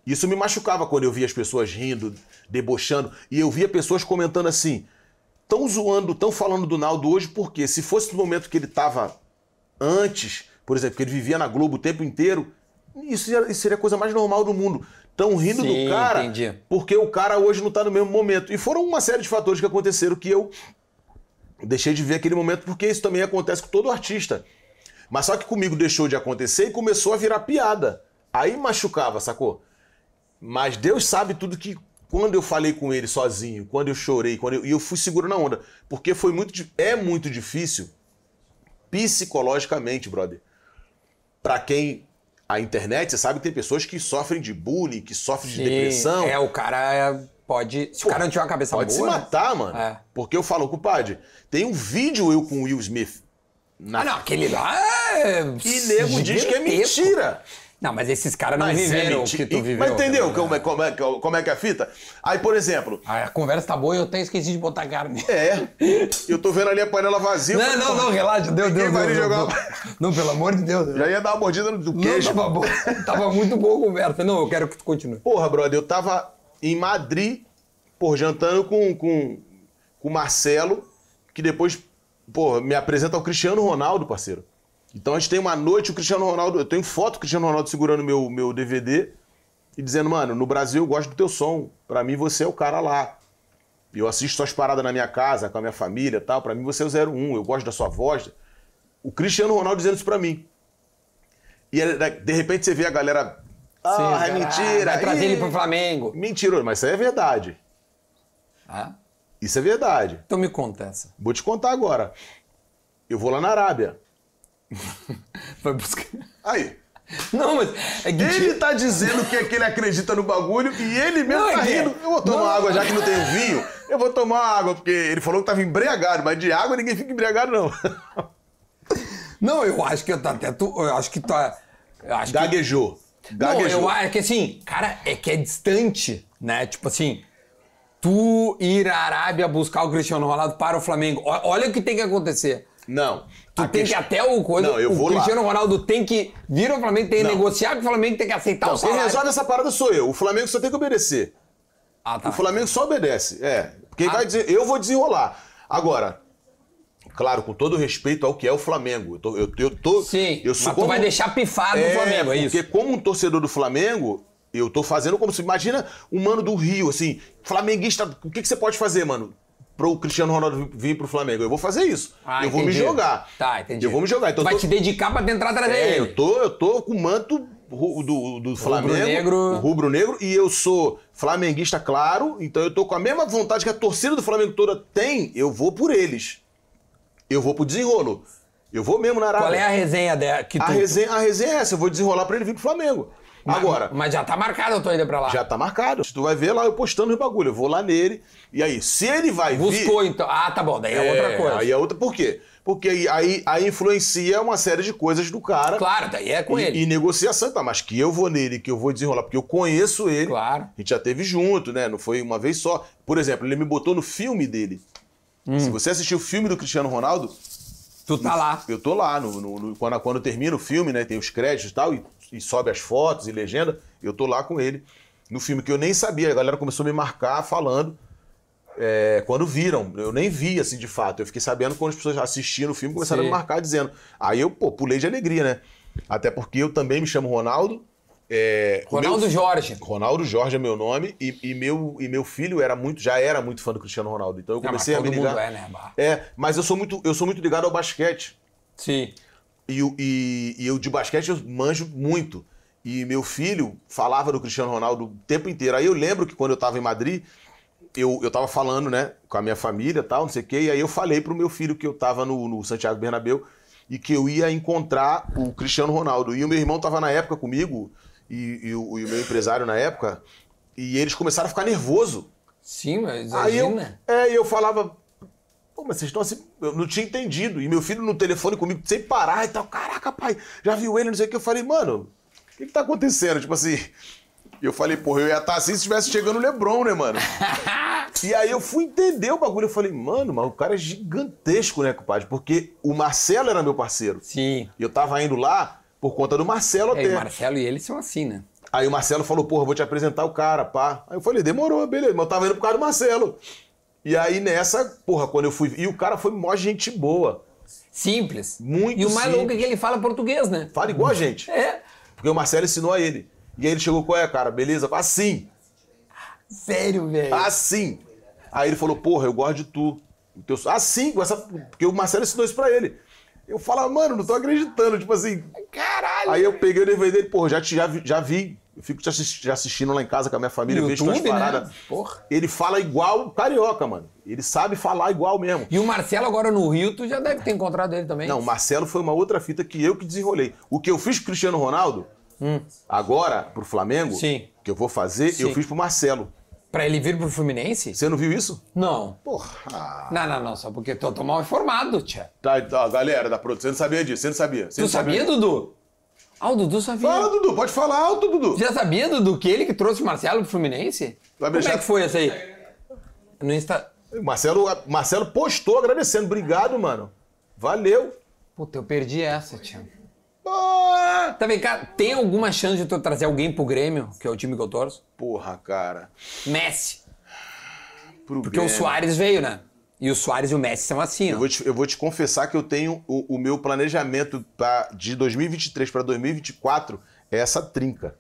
Speaker 1: Isso me machucava quando eu via as pessoas rindo, debochando, e eu via pessoas comentando assim: tão zoando, tão falando do Naldo hoje, porque se fosse no momento que ele tava antes, por exemplo, que ele vivia na Globo o tempo inteiro, isso, ia- isso seria a coisa mais normal do mundo. Tão rindo
Speaker 2: Sim,
Speaker 1: do cara,
Speaker 2: entendi.
Speaker 1: porque o cara hoje não tá no mesmo momento. E foram uma série de fatores que aconteceram que eu deixei de ver aquele momento, porque isso também acontece com todo artista. Mas só que comigo deixou de acontecer e começou a virar piada. Aí machucava, sacou? Mas Deus sabe tudo que quando eu falei com ele sozinho, quando eu chorei, quando eu, e eu fui seguro na onda, porque foi muito di- é muito difícil psicologicamente, brother. Pra quem a internet, você sabe que tem pessoas que sofrem de bullying, que sofrem de
Speaker 2: Sim,
Speaker 1: depressão,
Speaker 2: É, o cara é- pode... Se o cara não tiver uma cabeça
Speaker 1: pode
Speaker 2: boa...
Speaker 1: se
Speaker 2: né?
Speaker 1: matar, mano.
Speaker 2: É.
Speaker 1: Porque eu falo, compadre, tem um vídeo eu com o Will Smith na
Speaker 2: Ah, não, aquele lá é...
Speaker 1: e nego diz que é
Speaker 2: gigantesco.
Speaker 1: mentira.
Speaker 2: Não, mas esses caras não
Speaker 1: Mas
Speaker 2: viveram
Speaker 1: é
Speaker 2: o
Speaker 1: menti-
Speaker 2: que tu
Speaker 1: e-
Speaker 2: viveu.
Speaker 1: Mas entendeu
Speaker 2: né?
Speaker 1: como é, como, é, como é que é a fita? Aí, por exemplo,
Speaker 2: A conversa tá boa e eu até esqueci de botar carne.
Speaker 1: é, eu tô vendo ali a panela vazia.
Speaker 2: Não, não, não, relaxa. Deu, deu,
Speaker 1: Ninguém vai
Speaker 2: deu,
Speaker 1: ali
Speaker 2: deu,
Speaker 1: jogar-
Speaker 2: deu. Não, pelo amor de Deus.
Speaker 1: Já ia dar uma mordida no
Speaker 2: Não,
Speaker 1: queijo.
Speaker 2: tava, bom, tava muito boa a conversa. Não, eu quero que tu continue.
Speaker 1: Porra, brother, eu tava em Madrid pô, jantando com, com, com o Marcelo, que depois, pô, me apresenta ao Cristiano Ronaldo, parceiro. Então a gente tem uma noite, o Cristiano Ronaldo. Eu tenho foto do Cristiano Ronaldo segurando meu, meu DVD e dizendo, mano, no Brasil eu gosto do teu som. Pra mim você é o cara lá. E eu assisto suas paradas na minha casa, com a minha família e tal. Pra mim você é o 01, eu gosto da sua voz. O Cristiano Ronaldo dizendo isso pra mim. E era- de repente você vê a galera. Ah, é
Speaker 2: cara,
Speaker 1: mentira.
Speaker 2: Vai trazer
Speaker 1: ih,
Speaker 2: ele pro Flamengo.
Speaker 1: Mentira, mas isso aí é verdade.
Speaker 2: Ah,
Speaker 1: Isso é verdade.
Speaker 2: então me conta essa.
Speaker 1: Vou te contar agora. Eu vou lá na Arábia.
Speaker 2: Vai buscar.
Speaker 1: Aí.
Speaker 2: Não, mas é que
Speaker 1: Ele
Speaker 2: tinha-
Speaker 1: tá dizendo que, é que ele acredita no bagulho e ele mesmo
Speaker 2: Não, é
Speaker 1: tá
Speaker 2: que-
Speaker 1: rindo. Eu vou tomar
Speaker 2: não.
Speaker 1: água, já que não tem vinho, eu vou tomar água, porque ele falou que tava embriagado, mas de água ninguém fica embriagado, não.
Speaker 2: Não, eu acho que eu tá até. tu- Eu acho que tá. Eu acho que
Speaker 1: Gaguejou.
Speaker 2: Não,
Speaker 1: Gaguejou.
Speaker 2: eu acho que assim, cara, é que é distante, né? Tipo assim, tu ir à Arábia buscar o Cristiano Ronaldo para o Flamengo. O- olha o que tem que acontecer.
Speaker 1: Não.
Speaker 2: Tu
Speaker 1: A
Speaker 2: tem
Speaker 1: questão-
Speaker 2: que até o coisa.
Speaker 1: Não, eu
Speaker 2: o
Speaker 1: vou lá.
Speaker 2: Cristiano Ronaldo tem que vir ao Flamengo, tem que
Speaker 1: Não.
Speaker 2: negociar com o Flamengo, tem que aceitar o
Speaker 1: Quem
Speaker 2: salário.
Speaker 1: resolve essa parada sou eu. O Flamengo só tem que obedecer.
Speaker 2: Ah, tá.
Speaker 1: O
Speaker 2: Ah.
Speaker 1: Flamengo só obedece. É. Quem vai dizer, eu vou desenrolar. Agora, claro, com todo respeito ao que é o Flamengo. Eu tô. Eu, eu tô
Speaker 2: Sim,
Speaker 1: eu
Speaker 2: mas tu vai deixar pifado o Flamengo, é isso.
Speaker 1: Porque como um torcedor do Flamengo, eu tô fazendo como se. Imagina um mano do Rio, assim, flamenguista, o que, que você pode fazer, mano? Pro Cristiano Ronaldo vir pro Flamengo. Eu vou fazer isso.
Speaker 2: Ah,
Speaker 1: eu vou me
Speaker 2: entendi.
Speaker 1: jogar.
Speaker 2: Tá, entendi.
Speaker 1: Eu vou me jogar. Então,
Speaker 2: vai
Speaker 1: eu tô-
Speaker 2: te dedicar pra tentar trazer
Speaker 1: é,
Speaker 2: ele.
Speaker 1: eu tô, eu tô com o manto ru- do, do Flamengo,
Speaker 2: Rubro-negro.
Speaker 1: o rubro-negro, e eu sou flamenguista, claro, então eu tô com a mesma vontade que a torcida do Flamengo toda tem, eu vou por eles. Eu vou pro desenrolo. Eu vou mesmo na Arábia.
Speaker 2: Qual é a resenha dela? Que tu...
Speaker 1: a, resenha, a resenha é essa, eu vou desenrolar pra ele vir pro Flamengo. Agora,
Speaker 2: Então, Mas já tá marcado eu tô indo pra lá.
Speaker 1: já tá marcado. Tu vai ver lá eu postando os bagulho, eu vou lá nele, e aí, se ele vai vir...
Speaker 2: Buscou, então. Ah, tá bom, daí é, outra coisa.
Speaker 1: Aí é outra, por quê? Porque aí, aí, aí influencia uma série de coisas do cara.
Speaker 2: Claro, daí é com
Speaker 1: e,
Speaker 2: ele.
Speaker 1: e negociação, tá? Mas que eu vou nele, que eu vou desenrolar, porque eu conheço ele.
Speaker 2: Claro.
Speaker 1: A gente já teve junto, né? Não foi uma vez só. Por exemplo, ele me botou no filme dele.
Speaker 2: Hum.
Speaker 1: Se você assistir o filme do Cristiano Ronaldo,
Speaker 2: Tu tá lá.
Speaker 1: eu tô lá. No, no- no- quando, quando termina o filme, né? Tem os créditos e tal, e, e sobe as fotos e legenda. Eu tô lá com ele. No filme que eu nem sabia, a galera começou a me marcar falando. É, quando viram, eu nem vi assim de fato. Eu fiquei sabendo quando as pessoas assistiram o filme começaram
Speaker 2: Sim.
Speaker 1: a me marcar dizendo. Aí eu, pô, pulei de alegria, né? Até porque eu também me chamo Ronaldo. é, o
Speaker 2: Ronaldo
Speaker 1: meu-
Speaker 2: Jorge. Ah,
Speaker 1: Ronaldo Jorge é meu nome e, e meu, e meu filho era muito, já era muito fã do Cristiano Ronaldo. Então eu
Speaker 2: Não, mas
Speaker 1: comecei
Speaker 2: todo
Speaker 1: a me
Speaker 2: mundo
Speaker 1: ligar.
Speaker 2: é, né? Bah.
Speaker 1: É, mas eu sou muito, eu sou muito ligado ao basquete.
Speaker 2: Sim.
Speaker 1: E, o- e- e eu de basquete eu manjo muito. E meu filho falava do Cristiano Ronaldo o tempo inteiro. Aí eu lembro que quando eu estava em Madrid, eu, eu tava falando, né, com a minha família e tal, não sei o quê. E aí eu falei pro meu filho que eu tava no, no Santiago Bernabéu e que eu ia encontrar o Cristiano Ronaldo. E o meu irmão tava na época comigo, e, e o, e o meu empresário na época, e eles começaram a ficar nervoso.
Speaker 2: Sim, mas
Speaker 1: Aí eu,
Speaker 2: imagina.
Speaker 1: é, e eu falava, pô, mas vocês estão assim. Eu não tinha entendido. E meu filho no telefone comigo, sem parar e tal. Caraca, pai, já viu ele, não sei o que. Eu falei, mano, o que, que tá acontecendo? Tipo assim. E eu falei, porra, eu ia estar assim se estivesse chegando o Lebron, né, mano? e aí eu fui entender o bagulho. Eu falei, mano, mas o cara é gigantesco, né, compadre? Porque o Marcelo era meu parceiro.
Speaker 2: Sim.
Speaker 1: E eu tava indo lá por conta do Marcelo
Speaker 2: É,
Speaker 1: até.
Speaker 2: e o Marcelo e ele são assim, né?
Speaker 1: Aí o Marcelo falou, porra, vou te apresentar o cara, pá. Aí eu falei, demorou, beleza, mas eu tava indo por causa do Marcelo. E aí nessa, porra, quando eu fui. E o cara foi mó gente boa.
Speaker 2: Simples.
Speaker 1: Muito
Speaker 2: E o mais
Speaker 1: simples.
Speaker 2: louco é que ele fala português, né?
Speaker 1: Fala igual a gente.
Speaker 2: É.
Speaker 1: Porque o Marcelo ensinou a ele. E aí ele chegou, qual é, cara? Beleza? Assim.
Speaker 2: Sério, velho.
Speaker 1: Assim. Aí ele falou, porra, eu gosto de tu. O teu... Assim, com essa. Porque o Marcelo ensinou isso pra ele. Eu falava, mano, não tô acreditando. Tipo assim.
Speaker 2: Caralho.
Speaker 1: Aí eu peguei o DVD dele, porra, já, te- já, vi- já vi. Eu fico te assisti- já assistindo lá em casa com a minha família, eu vejo tuas
Speaker 2: YouTube, né?
Speaker 1: paradas.
Speaker 2: Porra.
Speaker 1: Ele fala igual carioca, mano. Ele sabe falar igual mesmo.
Speaker 2: E o Marcelo agora no Rio, tu já deve ter encontrado ele também.
Speaker 1: Não, o Marcelo foi uma outra fita que eu que desenrolei. O que eu fiz com o Cristiano Ronaldo, agora, pro Flamengo,
Speaker 2: Hum. Sim.
Speaker 1: que eu vou fazer, eu
Speaker 2: Sim.
Speaker 1: fiz pro Marcelo.
Speaker 2: Pra ele vir pro Fluminense?
Speaker 1: Você não viu isso?
Speaker 2: Não.
Speaker 1: Porra!
Speaker 2: Não, não, não. Só porque eu tô, tô mal informado, tia.
Speaker 1: Tá, tá, galera da produção, você não sabia disso, você não sabia. Você
Speaker 2: Tu
Speaker 1: não
Speaker 2: sabia, Dudu? Ah, o Dudu sabia.
Speaker 1: Fala, Dudu, pode falar alto, Dudu.
Speaker 2: Já sabia, Dudu, que ele que trouxe o Marcelo pro Fluminense?
Speaker 1: Vai
Speaker 2: Como
Speaker 1: deixar-
Speaker 2: é que foi essa aí? No Insta...
Speaker 1: Marcelo, Marcelo postou agradecendo. Obrigado, mano. Valeu.
Speaker 2: Puta, eu perdi essa, tia.
Speaker 1: Ah!
Speaker 2: Tá vem cá, tem alguma chance de tu trazer alguém pro Grêmio, que é o time que eu torço?
Speaker 1: Porra, cara.
Speaker 2: Messi.
Speaker 1: pro
Speaker 2: Porque é o
Speaker 1: Grêmio.
Speaker 2: Soares veio, né? E o Soares e o Messi são assim,
Speaker 1: Eu
Speaker 2: ó.
Speaker 1: vou, te, eu vou te confessar que eu tenho o, o meu planejamento pra, de 2023 para 2024 é essa trinca.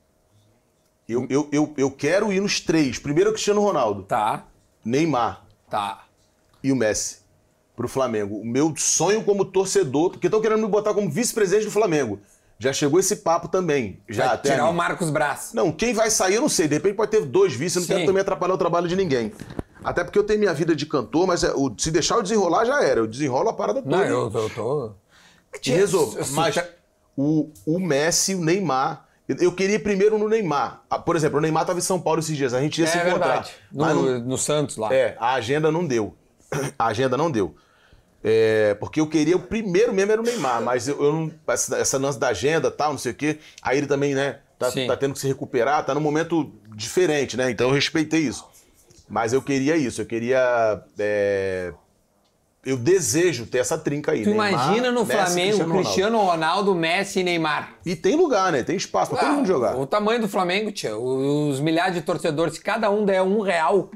Speaker 1: Eu, eu, eu, eu quero ir nos três. Primeiro o Cristiano Ronaldo,
Speaker 2: Tá,
Speaker 1: Neymar
Speaker 2: tá.
Speaker 1: e o Messi pro Flamengo. O meu sonho como torcedor, porque estão querendo me botar como vice-presidente do Flamengo. Já chegou esse papo também. Já
Speaker 2: Vai
Speaker 1: até
Speaker 2: tirar
Speaker 1: ali.
Speaker 2: o Marcos Braz.
Speaker 1: Não, quem vai sair eu não sei. De repente pode ter dois vices, eu não
Speaker 2: Sim.
Speaker 1: quero também atrapalhar o trabalho de ninguém. Até porque eu tenho minha vida de cantor, mas é, o- se deixar eu desenrolar já era. Eu desenrolo a parada toda.
Speaker 2: Não, eu, eu tô.
Speaker 1: E
Speaker 2: É,
Speaker 1: resolvo.
Speaker 2: assim,
Speaker 1: Mas
Speaker 2: tá-
Speaker 1: o, o Messi, o Neymar. eu- Eu queria ir primeiro no Neymar. Ah, Por exemplo, o Neymar estava em São Paulo esses dias, a gente ia se
Speaker 2: é
Speaker 1: encontrar.
Speaker 2: verdade.
Speaker 1: mas não-
Speaker 2: No, no Santos lá.
Speaker 1: é, a agenda não deu. A agenda não deu. É, porque eu queria, o primeiro mesmo era o Neymar, mas eu, eu não. Essa, essa lance da agenda tal, não sei o quê. Aí ele também, né, tá,
Speaker 2: Sim.
Speaker 1: tá tendo que se recuperar, tá num momento diferente, né? Então eu respeitei isso. Mas eu queria isso, eu queria. é, eu desejo ter essa trinca aí.
Speaker 2: Tu
Speaker 1: Neymar,
Speaker 2: imagina no
Speaker 1: Messi,
Speaker 2: Flamengo, Cristiano,
Speaker 1: Ronaldo.
Speaker 2: Ronaldo, Messi e Neymar.
Speaker 1: E tem lugar, né? Tem espaço pra todo mundo jogar.
Speaker 2: Ah, O tamanho do Flamengo, tia. Os milhares de torcedores, se cada um der um real,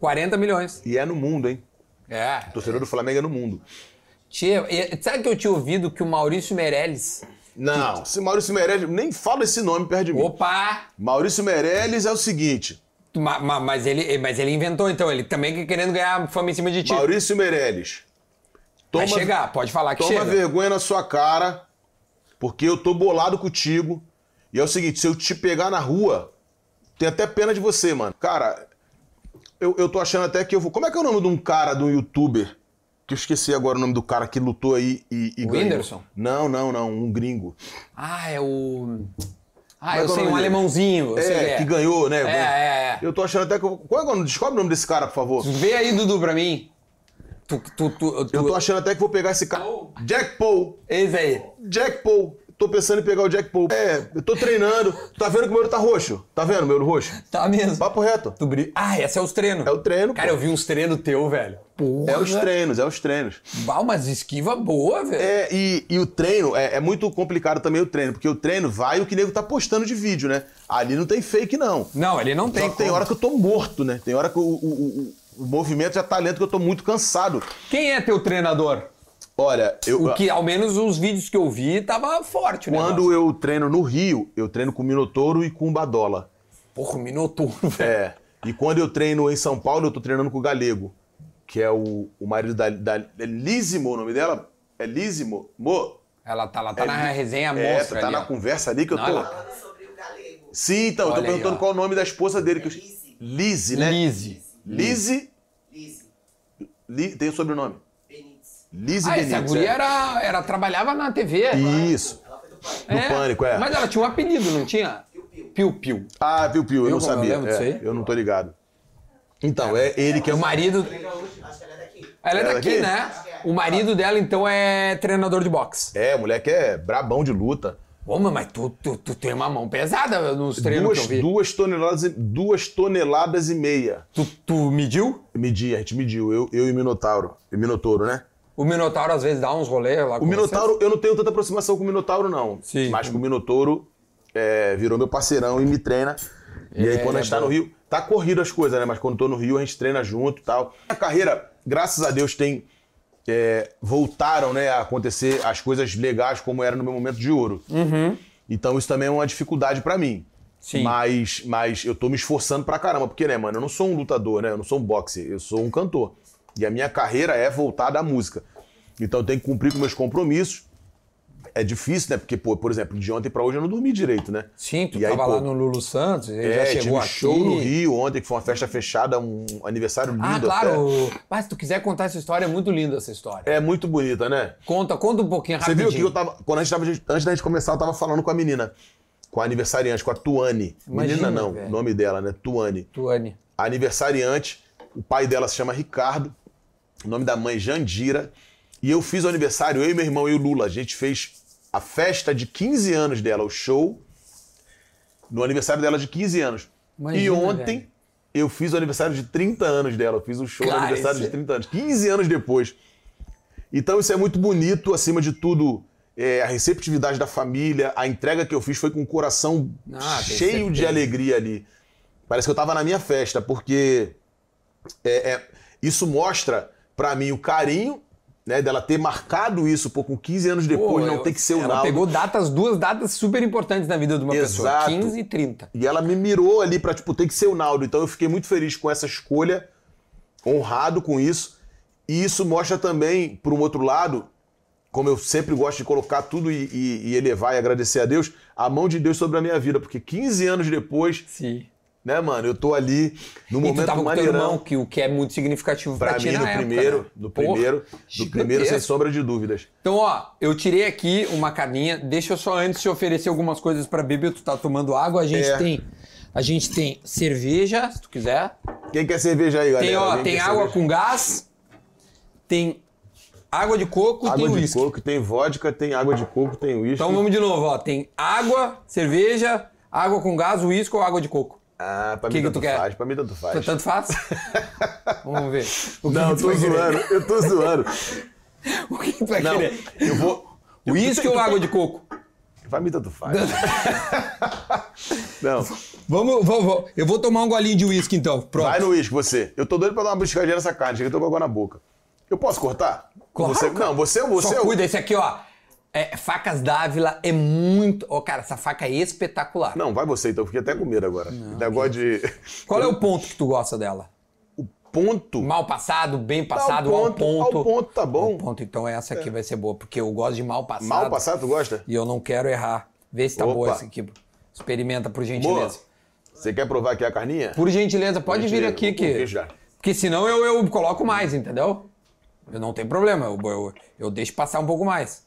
Speaker 2: 40 milhões.
Speaker 1: E é no mundo, hein?
Speaker 2: É.
Speaker 1: O torcedor do Flamengo é no mundo.
Speaker 2: Tia, e- sabe que eu tinha ouvido que o Maurício Meirelles.
Speaker 1: Não, se Maurício Meirelles, nem fala esse nome perto de mim.
Speaker 2: Opa!
Speaker 1: Maurício Meirelles é o seguinte:
Speaker 2: Ma- ma- mas, ele, mas ele inventou, então. Ele também querendo ganhar fama em cima de ti.
Speaker 1: Maurício Meirelles, toma,
Speaker 2: Vai chegar, pode falar que
Speaker 1: toma
Speaker 2: chega.
Speaker 1: vergonha na sua cara, porque eu tô bolado contigo. E é o seguinte: se eu te pegar na rua, tem até pena de você, mano. Cara, eu, eu tô achando até que eu vou. Como é que é o nome de um cara, de um youtuber? Que eu esqueci agora o nome do cara que lutou aí e, e
Speaker 2: O
Speaker 1: ganhou.
Speaker 2: Whindersson?
Speaker 1: Não, não, não, um gringo.
Speaker 2: Ah, é o.
Speaker 1: Como
Speaker 2: Ah,
Speaker 1: é
Speaker 2: eu
Speaker 1: que é o
Speaker 2: sei,
Speaker 1: nome
Speaker 2: um
Speaker 1: dele?
Speaker 2: alemãozinho. Eu sei
Speaker 1: É,
Speaker 2: quem
Speaker 1: que ganhou, né?
Speaker 2: É, é, é.
Speaker 1: Eu tô achando até que. eu- Qual é o nome? Descobre o nome desse cara, por favor.
Speaker 2: Vê aí, Dudu, pra mim. Tu, tu, tu, tu-
Speaker 1: Eu tô achando até que vou pegar esse cara. Jack Paul.
Speaker 2: Esse aí.
Speaker 1: Jack Paul. Tô pensando em pegar o Jack Paul. É, eu tô treinando. Tá vendo que o meu olho tá roxo? Tá vendo meu olho roxo?
Speaker 2: Tá mesmo.
Speaker 1: Papo reto.
Speaker 2: Tu brilha. Ah, esse é os treinos.
Speaker 1: É o treino.
Speaker 2: Cara,
Speaker 1: pô.
Speaker 2: eu vi uns treinos teu, velho. Porra.
Speaker 1: É os treinos, é os treinos.
Speaker 2: Bah, umas esquiva boa, velho.
Speaker 1: É, e, e o treino, é, é muito complicado também o treino, porque o treino vai o que o nego tá postando de vídeo, né? Ali não tem fake, não.
Speaker 2: Não, ele não
Speaker 1: Só
Speaker 2: tem.
Speaker 1: que tem
Speaker 2: como.
Speaker 1: hora que eu tô morto, né? Tem hora que o, o- o- o movimento já tá lento, que eu tô muito cansado.
Speaker 2: Quem é teu treinador?
Speaker 1: Olha, eu.
Speaker 2: O que, ao menos os vídeos que eu vi, tava forte, né?
Speaker 1: Quando eu treino no Rio, eu treino com o Minotouro e com o Badola.
Speaker 2: Porra, o Minotouro, velho.
Speaker 1: É. E quando eu treino em São Paulo, eu tô treinando com o Galego, que é o, o marido da, da. É Lísimo o nome dela? É Lísimo? Mo?
Speaker 2: Ela tá, ela tá na
Speaker 1: Li-
Speaker 2: resenha
Speaker 1: é,
Speaker 2: monstra
Speaker 1: tá
Speaker 2: ali,
Speaker 1: na
Speaker 2: ó.
Speaker 1: conversa ali que eu
Speaker 2: Não,
Speaker 1: tô.
Speaker 2: ela-
Speaker 4: falando sobre o galego.
Speaker 1: Sim, então, eu
Speaker 2: Olha
Speaker 1: tô
Speaker 2: aí,
Speaker 1: perguntando
Speaker 2: ó.
Speaker 1: qual o nome da esposa dele. Que eu...
Speaker 4: Lizzy.
Speaker 1: Lizzy, né?
Speaker 2: Lizzy.
Speaker 1: Lizzy.
Speaker 4: Lise,
Speaker 1: Li- Tem o sobrenome.
Speaker 4: Benítez.
Speaker 1: Lizzy
Speaker 2: Ah,
Speaker 1: Benítez.
Speaker 2: essa guria
Speaker 1: é.
Speaker 2: era, era, trabalhava na TV.
Speaker 1: Isso.
Speaker 4: Ela foi do pai.
Speaker 1: Do Pânico, é.
Speaker 2: Mas ela tinha um apelido, não tinha?
Speaker 4: Piu-piu.
Speaker 2: Piu-piu.
Speaker 1: Ah, viu, Pio? Eu,
Speaker 2: Eu
Speaker 1: não
Speaker 2: como eu
Speaker 1: sabia.
Speaker 2: lembro disso
Speaker 1: É,
Speaker 2: aí?
Speaker 1: eu não tô ligado. Então, é ele que é
Speaker 2: O marido...
Speaker 4: Ela é gaúcha, Acho que ela é daqui.
Speaker 2: Ela é
Speaker 1: Ela
Speaker 2: daqui,
Speaker 1: daqui?
Speaker 2: né? O marido dela, então, é treinador de boxe.
Speaker 1: É, o moleque é brabão de luta.
Speaker 2: Ô, mas- mas tu, tu, tu tem uma mão pesada nos treinos
Speaker 1: Duas,
Speaker 2: que eu vi.
Speaker 1: duas toneladas, e- duas toneladas e meia.
Speaker 2: Tu, tu mediu?
Speaker 1: Medi, a gente mediu, eu, eu e o Minotauro. E Minotouro, né?
Speaker 2: O Minotauro às vezes dá uns rolês lá
Speaker 1: O Minotauro, eu não tenho tanta aproximação com o Minotauro, não.
Speaker 2: Sim.
Speaker 1: Mas com o Minotouro é, virou meu parceirão e me treina. E aí,
Speaker 2: É,
Speaker 1: quando a
Speaker 2: é
Speaker 1: gente tá
Speaker 2: bom.
Speaker 1: no Rio, tá corrido as coisas, né? Mas quando tô no Rio, a gente treina junto e tal. A carreira, graças a Deus, tem. é, voltaram né, a acontecer as coisas legais como era no meu momento de ouro.
Speaker 2: Uhum.
Speaker 1: Então isso também é uma dificuldade pra mim.
Speaker 2: Sim.
Speaker 1: Mas, mas eu tô me esforçando pra caramba, porque, né, mano, eu não sou um lutador, né? Eu não sou um boxer, eu sou um cantor. E a minha carreira é voltada à música. Então eu tenho que cumprir com meus compromissos. É difícil, né? Porque, pô, por exemplo, de ontem pra hoje eu não dormi direito, né?
Speaker 2: Sim, tu
Speaker 1: E aí,
Speaker 2: tava lá
Speaker 1: pô,
Speaker 2: no Lulu Santos, ele já
Speaker 1: é,
Speaker 2: chegou
Speaker 1: tive
Speaker 2: aqui.
Speaker 1: show no Rio ontem, que foi uma festa fechada, um aniversário lindo
Speaker 2: Ah,
Speaker 1: até.
Speaker 2: claro. Mas se tu quiser contar essa história, é muito linda essa história.
Speaker 1: É muito bonita, né?
Speaker 2: Conta, conta um pouquinho
Speaker 1: Você
Speaker 2: rapidinho.
Speaker 1: viu que eu tava. Quando a gente tava. Antes da gente começar, eu tava falando com a menina. Com a aniversariante, com a Tuane.
Speaker 2: Imagina,
Speaker 1: menina não,
Speaker 2: velho.
Speaker 1: o nome dela, né? Tuane.
Speaker 2: Tu, Anne.
Speaker 1: A aniversariante, o pai dela se chama Ricardo, o nome da mãe é Jandira. E eu fiz o aniversário, eu e meu irmão e o Lula. A gente fez a festa de 15 anos dela, o show, no aniversário dela de 15 anos. e
Speaker 2: Imagina,
Speaker 1: ontem
Speaker 2: velho.
Speaker 1: eu fiz o aniversário de 30 anos dela. Eu fiz o show
Speaker 2: Cara,
Speaker 1: no aniversário
Speaker 2: isso
Speaker 1: de
Speaker 2: é-
Speaker 1: 30 anos, 15 anos depois. Então isso é muito bonito, acima de tudo. é, a receptividade da família, a entrega que eu fiz foi com o coração
Speaker 2: Ah, tem
Speaker 1: cheio de
Speaker 2: certeza.
Speaker 1: alegria ali. Parece que eu tava na minha festa, porque é, é, isso mostra pra mim o carinho, né, dela ter marcado isso pô, com 15 anos depois,
Speaker 2: Pô,
Speaker 1: não
Speaker 2: eu-
Speaker 1: ter que ser o
Speaker 2: ela
Speaker 1: Naldo.
Speaker 2: pegou datas, duas datas super importantes na vida de uma pessoa,
Speaker 1: Exato.
Speaker 2: 15 e 30.
Speaker 1: E ela me mirou ali pra, tipo, ter que ser o Naldo. Então eu fiquei muito feliz com essa escolha, honrado com isso. E isso mostra também, por um outro lado, como eu sempre gosto de colocar tudo e, e- e elevar e agradecer a Deus, a mão de Deus sobre a minha vida. Porque 15 anos depois,
Speaker 2: Sim.
Speaker 1: né, mano, eu tô ali no
Speaker 2: E tu
Speaker 1: Um momento
Speaker 2: tava com teu
Speaker 1: maneirão.
Speaker 2: irmão, que o que é muito significativo pra,
Speaker 1: Pra
Speaker 2: ti
Speaker 1: mim,
Speaker 2: na
Speaker 1: no
Speaker 2: época,
Speaker 1: primeiro,
Speaker 2: né?
Speaker 1: no
Speaker 2: Porra,
Speaker 1: primeiro, do
Speaker 2: gigantesco.
Speaker 1: primeiro, sem sombra de dúvidas.
Speaker 2: Então, ó, eu tirei aqui uma carinha. Deixa eu só antes te oferecer algumas coisas pra beber. Tu tá tomando água, a gente
Speaker 1: É.
Speaker 2: tem. A gente tem cerveja, se tu quiser.
Speaker 1: Quem quer cerveja aí, galera?
Speaker 2: Tem, ó,
Speaker 1: Alguém
Speaker 2: tem
Speaker 1: quer
Speaker 2: água
Speaker 1: cerveja?
Speaker 2: com gás, tem água de coco e
Speaker 1: água
Speaker 2: tem
Speaker 1: de
Speaker 2: uísque.
Speaker 1: coco, tem vodka, tem água de coco, tem uísque.
Speaker 2: Então vamos de novo, ó. Tem água, cerveja, água com gás, uísque ou água de coco?
Speaker 1: Ah, pra
Speaker 2: Que
Speaker 1: mim
Speaker 2: que
Speaker 1: tanto
Speaker 2: tu quer? tá-
Speaker 1: faz, pra mim tanto faz.
Speaker 2: Tanto faz? vamos ver. O que
Speaker 1: Não,
Speaker 2: que
Speaker 1: eu
Speaker 2: tu
Speaker 1: tô
Speaker 2: vai querer?
Speaker 1: zoando, eu tô zoando.
Speaker 2: O que que tu vai
Speaker 1: Não,
Speaker 2: querer?
Speaker 1: eu vou.
Speaker 2: Uísque ou água de coco?
Speaker 1: Pra mim tanto faz. Não,
Speaker 2: Vamos, vamos, vamos. Eu vou tomar um golinho de uísque então. Pronto.
Speaker 1: vai no uísque você. Eu tô doido pra dar uma biscadinha nessa carne, chega, eu tô com um água na boca. Eu posso cortar?
Speaker 2: Claro,
Speaker 1: você,
Speaker 2: cara.
Speaker 1: não, você é você. é
Speaker 2: Só
Speaker 1: o-
Speaker 2: cuida, esse aqui, ó. É, facas Dávila é muito. Ó, cara, essa faca é espetacular.
Speaker 1: Não, vai você, então eu fiquei até com medo agora. Negócio de.
Speaker 2: Qual é o ponto que tu gosta dela?
Speaker 1: O ponto.
Speaker 2: Mal passado, bem
Speaker 1: Tá, o
Speaker 2: passado, ao
Speaker 1: ponto,
Speaker 2: ponto.
Speaker 1: ao ponto, tá bom.
Speaker 2: Ao ponto, então essa aqui vai ser boa, porque eu gosto de mal passado.
Speaker 1: Mal passado, tu gosta?
Speaker 2: E eu não quero errar. Vê se tá
Speaker 1: Opa.
Speaker 2: boa essa aqui. Experimenta,
Speaker 1: Boa.
Speaker 2: por gentileza.
Speaker 1: Você quer provar aqui a carninha?
Speaker 2: Por gentileza, pode vir
Speaker 1: gentileza.
Speaker 2: aqui
Speaker 1: Vou
Speaker 2: que.
Speaker 1: ver já.
Speaker 2: Porque senão eu, eu coloco mais, entendeu? Eu não tenho problema, eu, eu, eu deixo passar um pouco mais.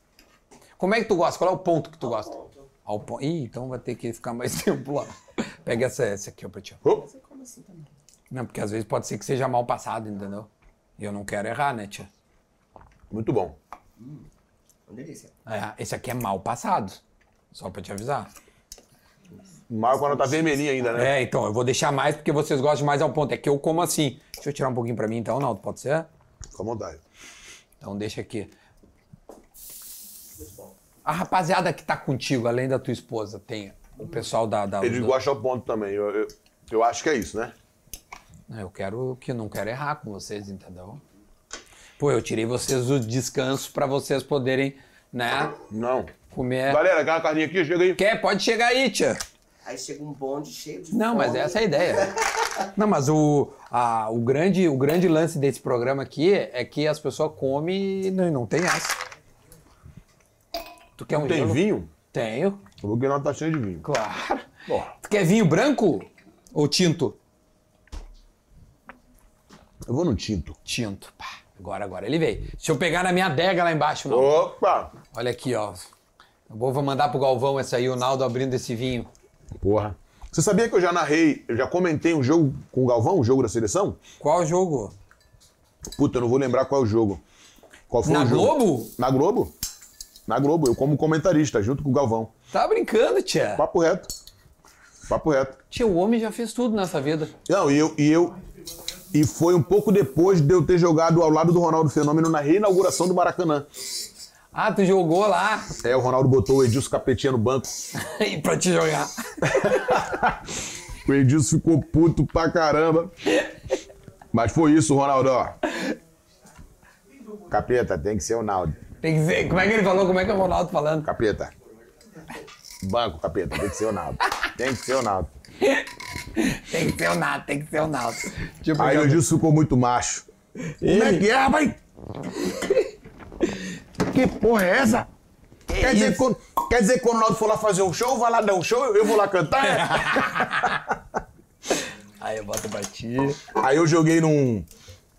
Speaker 2: Como é que tu gosta? Qual é o ponto que tu gosta?
Speaker 4: ponto.
Speaker 2: Ao pon- Ih, então vai ter que ficar mais tempo lá. Pega essa, essa aqui, ó, pra ti.
Speaker 1: Ô,
Speaker 4: Você como assim também?
Speaker 2: Não, porque às vezes pode ser que seja mal passado, entendeu? E eu não quero errar, né, tia?
Speaker 1: muito bom.
Speaker 4: Uma delícia.
Speaker 2: É, esse aqui é mal passado. Só pra te avisar.
Speaker 1: Mal quando tá vermelhinha ainda, né?
Speaker 2: É, então, eu vou deixar mais porque vocês gostam mais ao ponto. É que eu como assim. Deixa eu tirar um pouquinho pra mim então, Naldo, pode ser?
Speaker 1: Fica à vontade.
Speaker 2: Então deixa aqui.
Speaker 4: Muito bom.
Speaker 2: A rapaziada que tá contigo, além da tua esposa, tem o pessoal da. da
Speaker 1: Eles
Speaker 2: do-
Speaker 1: gostam ao ponto também. Eu, eu, eu acho que é isso, né?
Speaker 2: Ah, Eu quero que não quero errar com vocês, entendeu? Pô, eu tirei vocês do descanso pra vocês poderem, né,
Speaker 1: Não.
Speaker 2: comer.
Speaker 1: Galera, quer uma carninha aqui? Chega aí.
Speaker 2: É. Quer? Pode chegar aí, tia.
Speaker 4: Aí chega um bonde cheio de
Speaker 2: Não, mas
Speaker 4: fome.
Speaker 2: essa é a ideia. Não, mas o, a- o, grande, o grande lance desse programa aqui é que as pessoas comem e não, não tem essa. Tu quer um
Speaker 1: Tem
Speaker 2: gelo?
Speaker 1: vinho?
Speaker 2: Tenho,
Speaker 1: Eu vou querer uma taxinha de vinho.
Speaker 2: claro.
Speaker 1: Bom.
Speaker 2: Tu quer vinho branco ou tinto?
Speaker 1: Eu vou no tinto.
Speaker 2: Tinto. Pá, agora, agora ele veio. Deixa eu pegar na minha adega lá embaixo, não.
Speaker 1: Opa!
Speaker 2: Olha aqui, ó. Eu vou vou mandar pro Galvão essa aí, o Naldo abrindo esse vinho.
Speaker 1: Porra. Você sabia que eu já narrei, eu já comentei um jogo com o Galvão, um jogo da seleção?
Speaker 2: Qual jogo?
Speaker 1: Puta, eu não vou lembrar qual é o jogo. Qual foi
Speaker 2: Na
Speaker 1: o jogo?
Speaker 2: Globo?
Speaker 1: Na Globo? Na Globo, eu como comentarista, junto com o Galvão.
Speaker 2: Tá brincando, tia.
Speaker 1: Papo reto. Papo reto.
Speaker 2: Tia, o homem já fez tudo nessa vida.
Speaker 1: Não, e eu. E, eu, e foi um pouco depois de eu ter jogado ao lado do Ronaldo Fenômeno na reinauguração do Maracanã.
Speaker 2: Ah, tu jogou lá
Speaker 1: É, o Ronaldo botou o Edilson Capetinha no banco.
Speaker 2: E pra te jogar.
Speaker 1: O Edilson ficou puto pra caramba. Mas foi isso, Ronaldo, ó. Capeta, tem que ser o Naldo.
Speaker 2: Tem que dizer, como é que ele falou? Como é que é o Ronaldo falando?
Speaker 1: Capeta. Banco, capeta, tem que ser o Naldo. Tem que ser o Naldo.
Speaker 2: Tem que ser o Naldo, tem que ser o Naldo. Tipo,
Speaker 1: Aí o
Speaker 2: eu...
Speaker 1: Edilson ficou muito macho. Como é que é, rapaz? Que porra é essa? Quer dizer, quando, quer dizer que quando o Naldo for lá fazer um show, vai lá dar um show, eu vou lá cantar? é?
Speaker 2: Aí eu boto pra ti.
Speaker 1: Aí eu joguei num.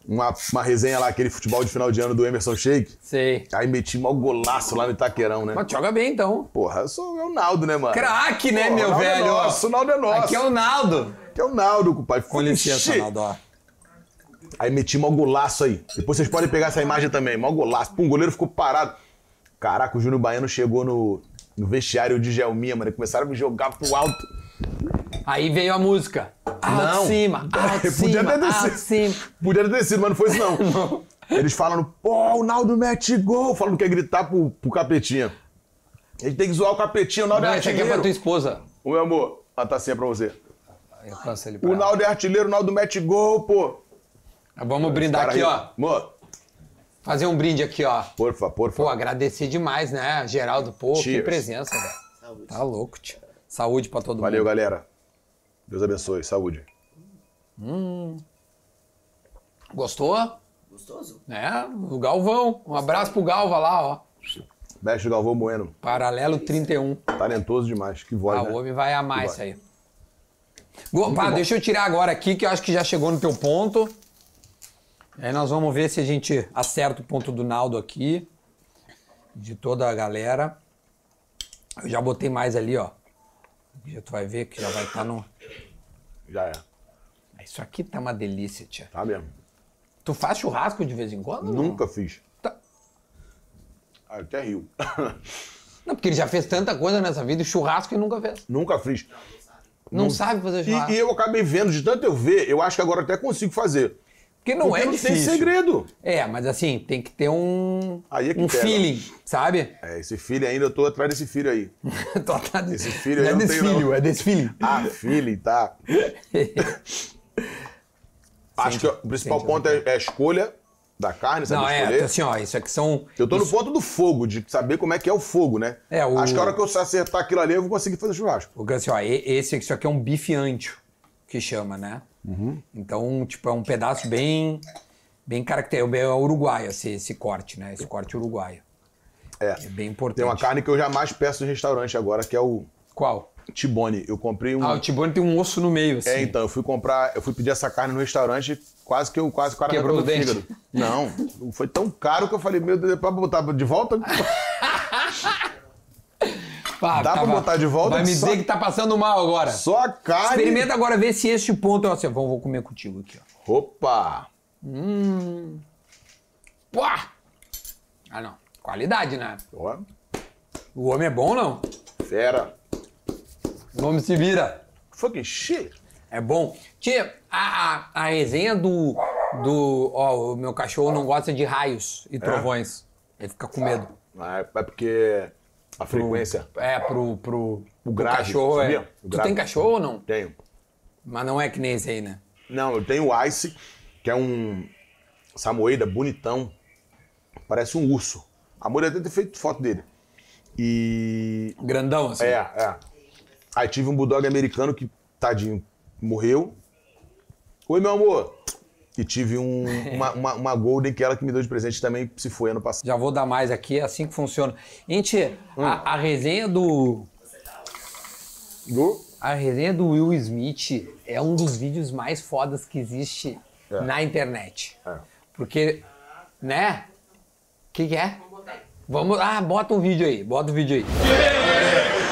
Speaker 1: Uma, uma resenha lá, aquele futebol de final de ano do Emerson Shake.
Speaker 2: Sei.
Speaker 1: Aí meti mal golaço lá no Itaquerão, né?
Speaker 2: Mas tu joga bem, então.
Speaker 1: Porra, eu sou é o Naldo, né, mano?
Speaker 2: Craque, né,
Speaker 1: Pô,
Speaker 2: meu
Speaker 1: Naldo
Speaker 2: velho?
Speaker 1: É nosso, o Naldo é nosso.
Speaker 2: Aqui é o Naldo.
Speaker 1: Aqui é o Naldo, compadre.
Speaker 2: Com licença,
Speaker 1: Ixi.
Speaker 2: Naldo, ó.
Speaker 1: Aí meti mal golaço aí. Depois vocês podem pegar essa imagem também. Mal golaço. Pum, o goleiro ficou parado. Caraca, o Júnior Baiano chegou no, no vestiário de Gelminha, mano. Começaram a me jogar pro alto.
Speaker 2: Aí veio a música. Alto
Speaker 1: Não.
Speaker 2: de cima, alto de
Speaker 1: Podia
Speaker 2: cima,
Speaker 1: até descer.
Speaker 2: alto de cima.
Speaker 1: Podia ter sido, mas não foi isso, não. Eles falando, pô, o Naldo mete gol. Falando que ia gritar pro, pro capetinha. A gente tem que zoar o capetinha, o Naldo
Speaker 2: Não,
Speaker 1: é
Speaker 2: essa aqui é pra
Speaker 1: artilheiro.
Speaker 2: tua esposa.
Speaker 1: Ô, meu amor, uma tacinha pra você.
Speaker 2: Eu passo ele pra
Speaker 1: O
Speaker 2: ela.
Speaker 1: Naldo é artilheiro, o Naldo mete gol, pô.
Speaker 2: Vamos brindar aqui, ó.
Speaker 1: Amor,
Speaker 2: Fazer um brinde aqui, ó.
Speaker 1: por favor, por
Speaker 2: Pô,
Speaker 1: favor.
Speaker 2: agradecer demais, né? Geraldo, pô, que
Speaker 1: Cheers.
Speaker 2: presença, velho.
Speaker 4: Saúde.
Speaker 2: Tá louco, tio. Saúde pra todo
Speaker 1: Valeu,
Speaker 2: mundo.
Speaker 1: galera. Deus abençoe. Saúde.
Speaker 2: Gostou?
Speaker 4: Gostoso?
Speaker 2: É, o Galvão. Um abraço pro Galva lá, ó.
Speaker 1: Mestre Galvão Bueno,
Speaker 2: Paralelo 31.
Speaker 1: talentoso demais. Que voz,
Speaker 2: Ah,
Speaker 1: né?
Speaker 2: o homem vai amar
Speaker 1: Que
Speaker 2: isso aí. Go- Pá, deixa eu tirar agora aqui, que eu acho que já chegou no teu ponto. Aí nós vamos ver se a gente acerta o ponto do Naldo aqui. De toda a galera. Eu já botei mais ali, ó. Já tu vai ver que já vai estar no.
Speaker 1: Já é.
Speaker 2: Isso aqui tá uma delícia, tia.
Speaker 1: Tá mesmo.
Speaker 2: Tu faz churrasco de vez em quando? não?
Speaker 1: Nunca fiz.
Speaker 2: Tá.
Speaker 1: Ah, eu até rio.
Speaker 2: Não, porque ele já fez tanta coisa nessa vida, e churrasco ele nunca fez.
Speaker 1: Nunca fiz.
Speaker 2: Não, sabe fazer churrasco.
Speaker 1: E, e eu acabei vendo, de tanto eu ver, eu acho que agora eu até consigo fazer.
Speaker 2: Porque não
Speaker 1: Porque
Speaker 2: é
Speaker 1: não
Speaker 2: difícil.
Speaker 1: tem segredo.
Speaker 2: É, mas assim, tem que ter um,
Speaker 1: Aí é que
Speaker 2: um
Speaker 1: pega.
Speaker 2: feeling, sabe?
Speaker 1: É, esse filho ainda, eu tô atrás desse filho aí.
Speaker 2: Tô atrás de-
Speaker 1: Esse filho
Speaker 2: não
Speaker 1: aí
Speaker 2: é
Speaker 1: eu não
Speaker 2: desse
Speaker 1: tenho,
Speaker 2: filho,
Speaker 1: não.
Speaker 2: é desse filho.
Speaker 1: Ah, filho, tá. Acho que o principal
Speaker 2: sente,
Speaker 1: ponto é, é a escolha da carne, sabe
Speaker 2: não, é,
Speaker 1: escolher.
Speaker 2: assim, ó, isso aqui são.
Speaker 1: Eu tô no ponto do fogo, de saber como é que é o fogo, né?
Speaker 2: É, o-
Speaker 1: Acho que a hora que eu acertar aquilo ali, eu vou conseguir fazer churrasco.
Speaker 2: Porque assim, ó, e- esse isso aqui é um bife antio, que chama, né?
Speaker 1: Uhum.
Speaker 2: Então, tipo, é um pedaço bem. Bem característico. É uruguaio esse, esse corte, né? Esse corte uruguaio.
Speaker 1: É.
Speaker 2: É bem importante.
Speaker 1: Tem uma carne que eu jamais peço em restaurante agora, que é o
Speaker 2: Qual?
Speaker 1: tibone. Eu comprei um...
Speaker 2: Ah, o tibone tem um osso no meio, assim.
Speaker 1: É, então, eu fui comprar, eu fui pedir essa carne no restaurante, quase que eu quase o cara
Speaker 2: Quebrou
Speaker 1: quebrou
Speaker 2: o
Speaker 1: meu
Speaker 2: dente.
Speaker 1: fígado. Não, foi tão caro que eu falei, meu Deus, é pra botar de volta?
Speaker 2: Pá,
Speaker 1: Dá pra botar de volta?
Speaker 2: Vai me
Speaker 1: Só-
Speaker 2: dizer que tá passando mal agora.
Speaker 1: Só a carne.
Speaker 2: Experimenta agora ver se este ponto. Ó, assim, vou, vou comer contigo aqui, ó.
Speaker 1: Opa!
Speaker 2: Uá! Ah, não. Qualidade, né?
Speaker 1: Ó,
Speaker 2: O homem é bom, não?
Speaker 1: fera.
Speaker 2: O homem se vira.
Speaker 1: Fucking shit.
Speaker 2: É bom. Tia, a, a, a resenha do. do ó, o meu cachorro não gosta de raios
Speaker 1: É?
Speaker 2: e trovões. Ele fica com medo.
Speaker 1: Ah, É porque a frequência.
Speaker 2: É, pro. pro pro
Speaker 1: grave,
Speaker 2: cachorro,
Speaker 1: sabia?
Speaker 2: é.
Speaker 1: O
Speaker 2: Tu
Speaker 1: grave.
Speaker 2: tem cachorro ou não?
Speaker 1: Tenho.
Speaker 2: Mas não é que nem esse aí, né?
Speaker 1: Não, eu tenho o Ice, que é um Samoeda bonitão. Parece um urso. A mulher deve ter feito foto dele. E
Speaker 2: Grandão, assim.
Speaker 1: É, é. Aí tive um bulldog americano que, tadinho, morreu. Oi, meu amor. E tive um- uma, uma, uma Golden que ela que me deu de presente também, se foi ano passado.
Speaker 2: Já vou dar mais aqui, é assim que funciona. Gente,
Speaker 1: Hum.
Speaker 2: a, a resenha do. A resenha do Will Smith é um dos vídeos mais fodas que existe
Speaker 1: É.
Speaker 2: na internet.
Speaker 1: É.
Speaker 2: Porque, né? O que, que é? Vamos. Ah, bota um vídeo aí, bota um vídeo aí.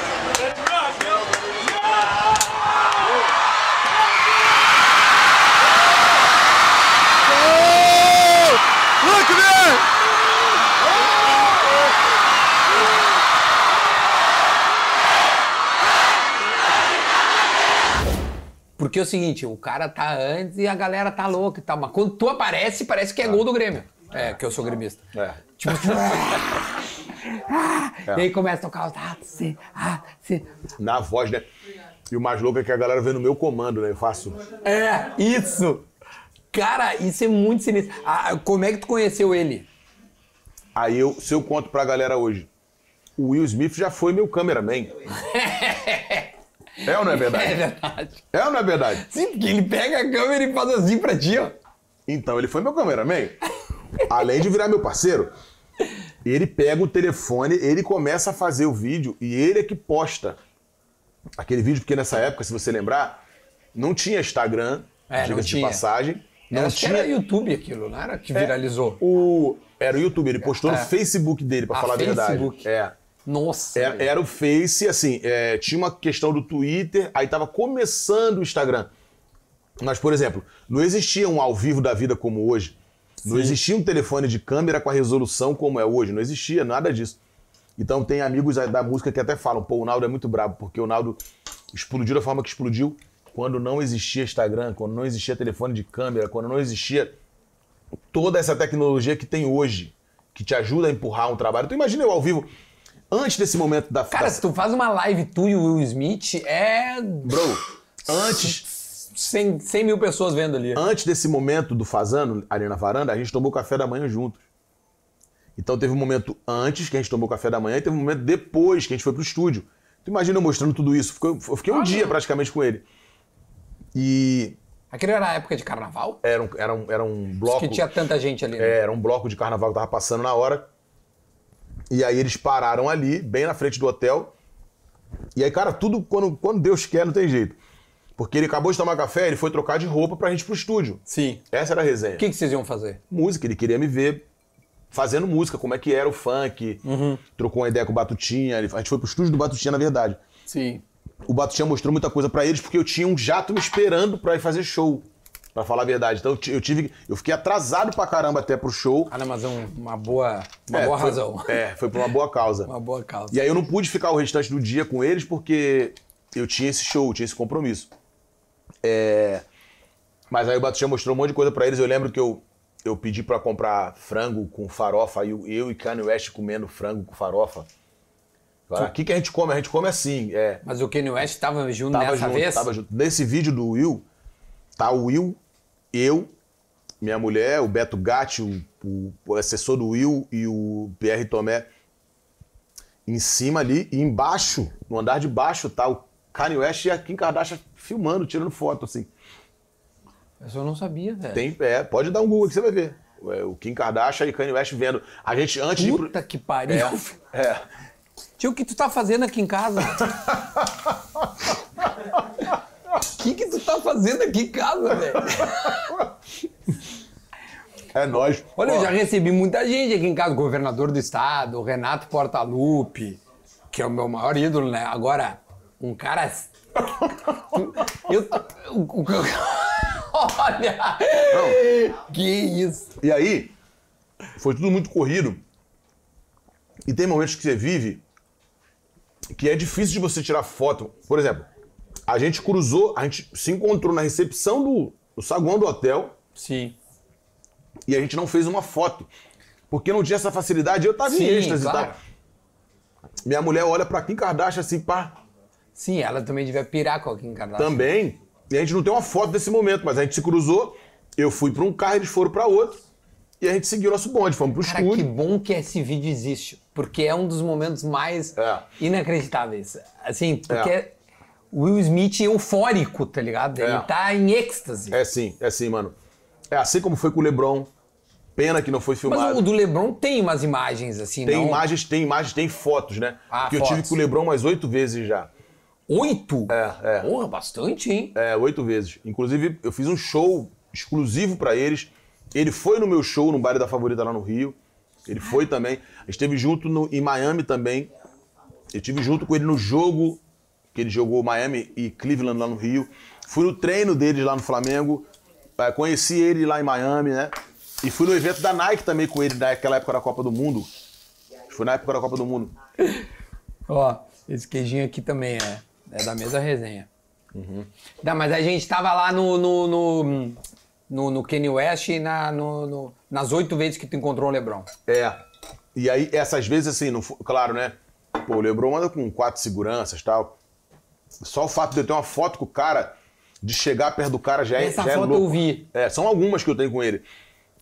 Speaker 2: Porque é o seguinte, o cara tá antes e a galera tá louca e tal. Mas quando tu aparece, parece que é gol do Grêmio. É, que eu sou gremista.
Speaker 1: É.
Speaker 2: Tipo, tu- Ah, E aí começa a tocar os. Ah, você, ah, você.
Speaker 1: Na voz, né? E o mais louco é que a galera vê no meu comando, né? Eu faço.
Speaker 2: É, isso! Cara, isso é muito sinistro. Ah, como é que tu conheceu ele?
Speaker 1: Aí eu, se eu conto pra galera hoje, o Will Smith já foi meu cameraman. É ou não é
Speaker 2: É
Speaker 1: verdade?
Speaker 2: verdade.
Speaker 1: É ou não é verdade?
Speaker 2: Sim, porque ele pega a câmera e faz assim pra ti, ó.
Speaker 1: Então, ele foi meu cameraman. Além de virar meu parceiro, ele pega o telefone, ele começa a fazer o vídeo e ele é que posta aquele vídeo, porque nessa época, se você lembrar, não tinha Instagram,
Speaker 2: É, não
Speaker 1: diga-se de
Speaker 2: tinha.
Speaker 1: passagem. Não
Speaker 2: Era, acho que
Speaker 1: tinha. É.
Speaker 2: era YouTube aquilo, não era? Que viralizou.
Speaker 1: O... Era o YouTube, ele postou no
Speaker 2: É.
Speaker 1: Facebook dele, pra
Speaker 2: Ah,
Speaker 1: falar
Speaker 2: Facebook.
Speaker 1: a verdade. É.
Speaker 2: Nossa.
Speaker 1: Era,
Speaker 2: velho.
Speaker 1: era o Face, assim, é, tinha uma questão do Twitter, aí tava começando o Instagram. Mas, por exemplo, não existia um ao vivo da vida como hoje. Não existia um telefone de câmera com a resolução como é hoje. Não existia nada disso. Então tem amigos da música que até falam, pô, o Naldo é muito brabo, porque o Naldo explodiu da forma que explodiu quando não existia Instagram, quando não existia telefone de câmera, quando não existia toda essa tecnologia que tem hoje, que te ajuda a empurrar um trabalho. Tu imagina eu ao vivo, antes desse momento da
Speaker 2: Cara,
Speaker 1: da-
Speaker 2: se tu faz uma live tu e o Will Smith, é.
Speaker 1: Bro, antes
Speaker 2: 100, 100 mil pessoas vendo ali.
Speaker 1: Antes desse momento do Fazano, ali na varanda, a gente tomou café da manhã juntos. Então teve um momento antes que a gente tomou café da manhã e teve um momento depois que a gente foi pro estúdio. Tu imagina eu mostrando tudo isso. Ficou- Eu fiquei um dia praticamente com ele. E
Speaker 2: Aquilo era a época de carnaval?
Speaker 1: era um, era um, era um bloco.
Speaker 2: Que tinha tanta gente ali. né?
Speaker 1: É, era um bloco de carnaval que tava passando na hora. E aí eles pararam ali, bem na frente do hotel. E aí, cara, tudo quando, quando Deus quer, não tem jeito. Porque ele acabou de tomar café, ele foi trocar de roupa pra gente ir pro estúdio.
Speaker 2: Sim.
Speaker 1: Essa era a resenha.
Speaker 2: O que, que vocês iam fazer?
Speaker 1: Música, ele queria me ver fazendo música, como é que era o funk.
Speaker 2: Uhum.
Speaker 1: Trocou uma ideia com o Batutinha. ele- A gente foi pro estúdio do Batutinha, na verdade.
Speaker 2: Sim.
Speaker 1: O Batutinha mostrou muita coisa pra eles, porque eu tinha um jato me esperando pra ir fazer show. Pra falar a verdade. Então eu ti- eu tive. Eu fiquei atrasado pra caramba até pro show.
Speaker 2: Ah, não, mas é um- uma boa, uma
Speaker 1: É,
Speaker 2: boa
Speaker 1: foi-
Speaker 2: razão.
Speaker 1: É, foi por uma boa causa.
Speaker 2: Uma boa causa.
Speaker 1: E aí eu não pude ficar o restante do dia com eles porque eu tinha esse show, eu tinha esse compromisso. É, Mas aí o Batutinha mostrou um monte de coisa pra eles. Eu lembro que eu, eu pedi pra comprar frango com farofa, aí eu, eu e Kanye West comendo frango com farofa. Agora, O que, que a gente come? A gente come assim. É,
Speaker 2: Mas o Kanye West tava junto
Speaker 1: tava
Speaker 2: nessa
Speaker 1: junto,
Speaker 2: vez?
Speaker 1: tava junto. Nesse vídeo do Will, tá o Will, eu, minha mulher, o Beto Gatti, o, o- o assessor do Will e o Pierre Tomé em cima ali e embaixo, no andar de baixo, tá o Kanye West e a Kim Kardashian filmando, tirando foto, assim.
Speaker 2: Eu só não sabia, velho.
Speaker 1: Tem, é, pode dar um Google que você vai ver. É, o Kim Kardashian e Kanye West vendo. A gente, antes de... ir pro-
Speaker 2: Puta que pariu.
Speaker 1: É.
Speaker 2: Tio, o que tu tá fazendo aqui em casa?
Speaker 3: O que, que tu tá fazendo aqui em casa, velho?
Speaker 1: É nós.
Speaker 2: Olha, eu já recebi muita gente aqui em casa. Governador do estado, o Renato Portaluppi, que é o meu maior ídolo, né? Agora, um cara... Eu... Olha! Que isso!
Speaker 1: E aí, foi tudo muito corrido. E tem momentos que você vive que é difícil de você tirar foto. Por exemplo, a gente cruzou, a gente se encontrou na recepção do, do saguão do hotel
Speaker 2: Sim.
Speaker 1: e a gente não fez uma foto. Porque não tinha essa facilidade, eu tava
Speaker 2: Sim,
Speaker 1: em êxtase e
Speaker 2: claro.
Speaker 1: tal. Minha mulher olha pra Kim Kardashian assim, pá,
Speaker 2: Sim, ela também devia pirar com a Kim Kardashian.
Speaker 1: também. E a gente não tem uma foto desse momento, mas a gente se cruzou, eu fui pra um carro, eles foram pra outro. E a gente seguiu nosso bonde, fomos pro
Speaker 2: Cara,
Speaker 1: estúdio.
Speaker 2: que bom que esse vídeo existe, porque é um dos momentos mais
Speaker 1: É.
Speaker 2: inacreditáveis. Assim, porque
Speaker 1: É.
Speaker 2: o Will Smith é eufórico, tá ligado? Ele
Speaker 1: É.
Speaker 2: tá em êxtase.
Speaker 1: É sim, é sim, mano. É assim como foi com o Lebron. Pena que não foi
Speaker 2: Mas
Speaker 1: filmado.
Speaker 2: o do LeBron tem umas imagens assim,
Speaker 1: Tem
Speaker 2: não?
Speaker 1: imagens, tem imagens, tem fotos, né?
Speaker 2: Ah,
Speaker 1: Porque eu
Speaker 2: fotos.
Speaker 1: tive com o Lebron umas oito vezes já.
Speaker 2: Oito?
Speaker 1: É, é.
Speaker 2: Porra, bastante, hein?
Speaker 1: É, oito vezes. Inclusive, eu fiz um show exclusivo pra eles. Ele foi no meu show, no baile da favorita lá no Rio. Ele foi também. A gente esteve junto no- em Miami também. Eu estive junto com ele no jogo que ele jogou Miami e Cleveland lá no Rio. Fui no treino deles lá no Flamengo. Eh, Conheci ele lá em Miami, né? E fui no evento da Nike também com ele, naquela época da Copa do Mundo. Foi na época da Copa do Mundo.
Speaker 2: Ó, esse queijinho aqui também é, é da mesma resenha.
Speaker 1: Uhum.
Speaker 2: Não, mas a gente tava lá no. no, no, no, no Kanye West e na, no- no- nas oito vezes que tu encontrou o LeBron.
Speaker 1: É. E aí, essas vezes, assim, não fo- claro, né? Pô, o Lebron anda com quatro seguranças e tal. Só o fato de eu ter uma foto com o cara, de chegar perto do cara já é.
Speaker 2: Essa
Speaker 1: já é
Speaker 2: foto
Speaker 1: louco.
Speaker 2: eu vi.
Speaker 1: É, são algumas que eu tenho com ele.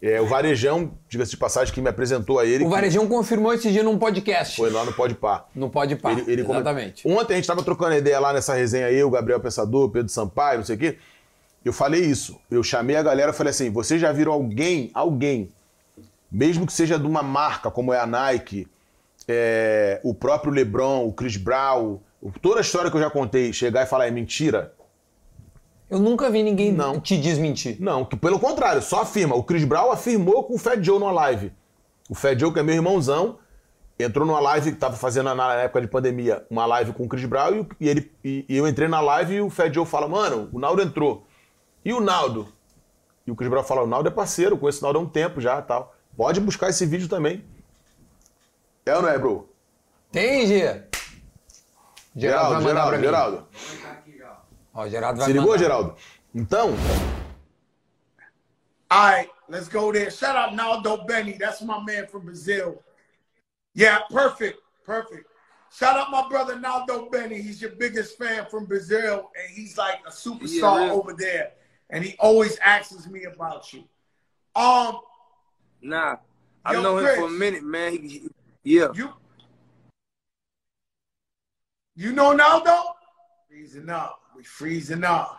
Speaker 1: É, o Varejão, diga-se de passagem, que me apresentou a ele.
Speaker 2: O
Speaker 1: que
Speaker 2: Varejão confirmou esse dia num podcast.
Speaker 1: Foi lá no Pode Par.
Speaker 2: Não pode parar.
Speaker 1: Ele, ele comentou-
Speaker 2: Exatamente.
Speaker 1: Ontem a gente tava trocando ideia lá nessa resenha, eu, Gabriel Pensador, Pedro Sampaio, não sei o quê. Eu falei isso. Eu chamei a galera e falei assim: vocês já viram alguém, alguém, mesmo que seja de uma marca como é a Nike, é, o próprio Lebron, o Chris Brown, o- toda a história que eu já contei, chegar e falar é mentira?
Speaker 2: Eu nunca vi ninguém
Speaker 1: Não.
Speaker 2: te desmentir.
Speaker 1: Não, que pelo contrário, só afirma. O Chris Brown afirmou com o Fed Joe numa live. O Fed Joe, que é meu irmãozão, entrou numa live que tava fazendo na época de pandemia, uma live com o Chris Brown, e, o- e ele, e, e eu entrei na live e o Fed Joe fala, mano, o Naldo entrou. E o Naldo? E o Chris Brown fala, o Naldo é parceiro, eu conheço o Naldo há um tempo já tal. Pode buscar esse vídeo também. É ou não é, bro?
Speaker 2: Tem, Gia? Geraldo, vai mandar pra
Speaker 1: Geraldo, Geraldo.
Speaker 2: mim. Ó, Geraldo vai
Speaker 1: Se ligou,
Speaker 2: mandar.
Speaker 1: Geraldo? Então,
Speaker 5: All right, let's go there. Shout out Naldo Benny. That's my man from Brazil. Yeah, perfect. Perfect. Shout out my brother Naldo Benny. He's your biggest fan from Brazil, and he's like a superstar
Speaker 6: Yeah.
Speaker 5: over there. And he always asks me about you. Um,
Speaker 6: Nah, I've
Speaker 5: Yo,
Speaker 6: known him
Speaker 5: Chris.
Speaker 6: for a minute, man. He, he- yeah,
Speaker 5: you you know Naldo? Freezing up. We freezing up.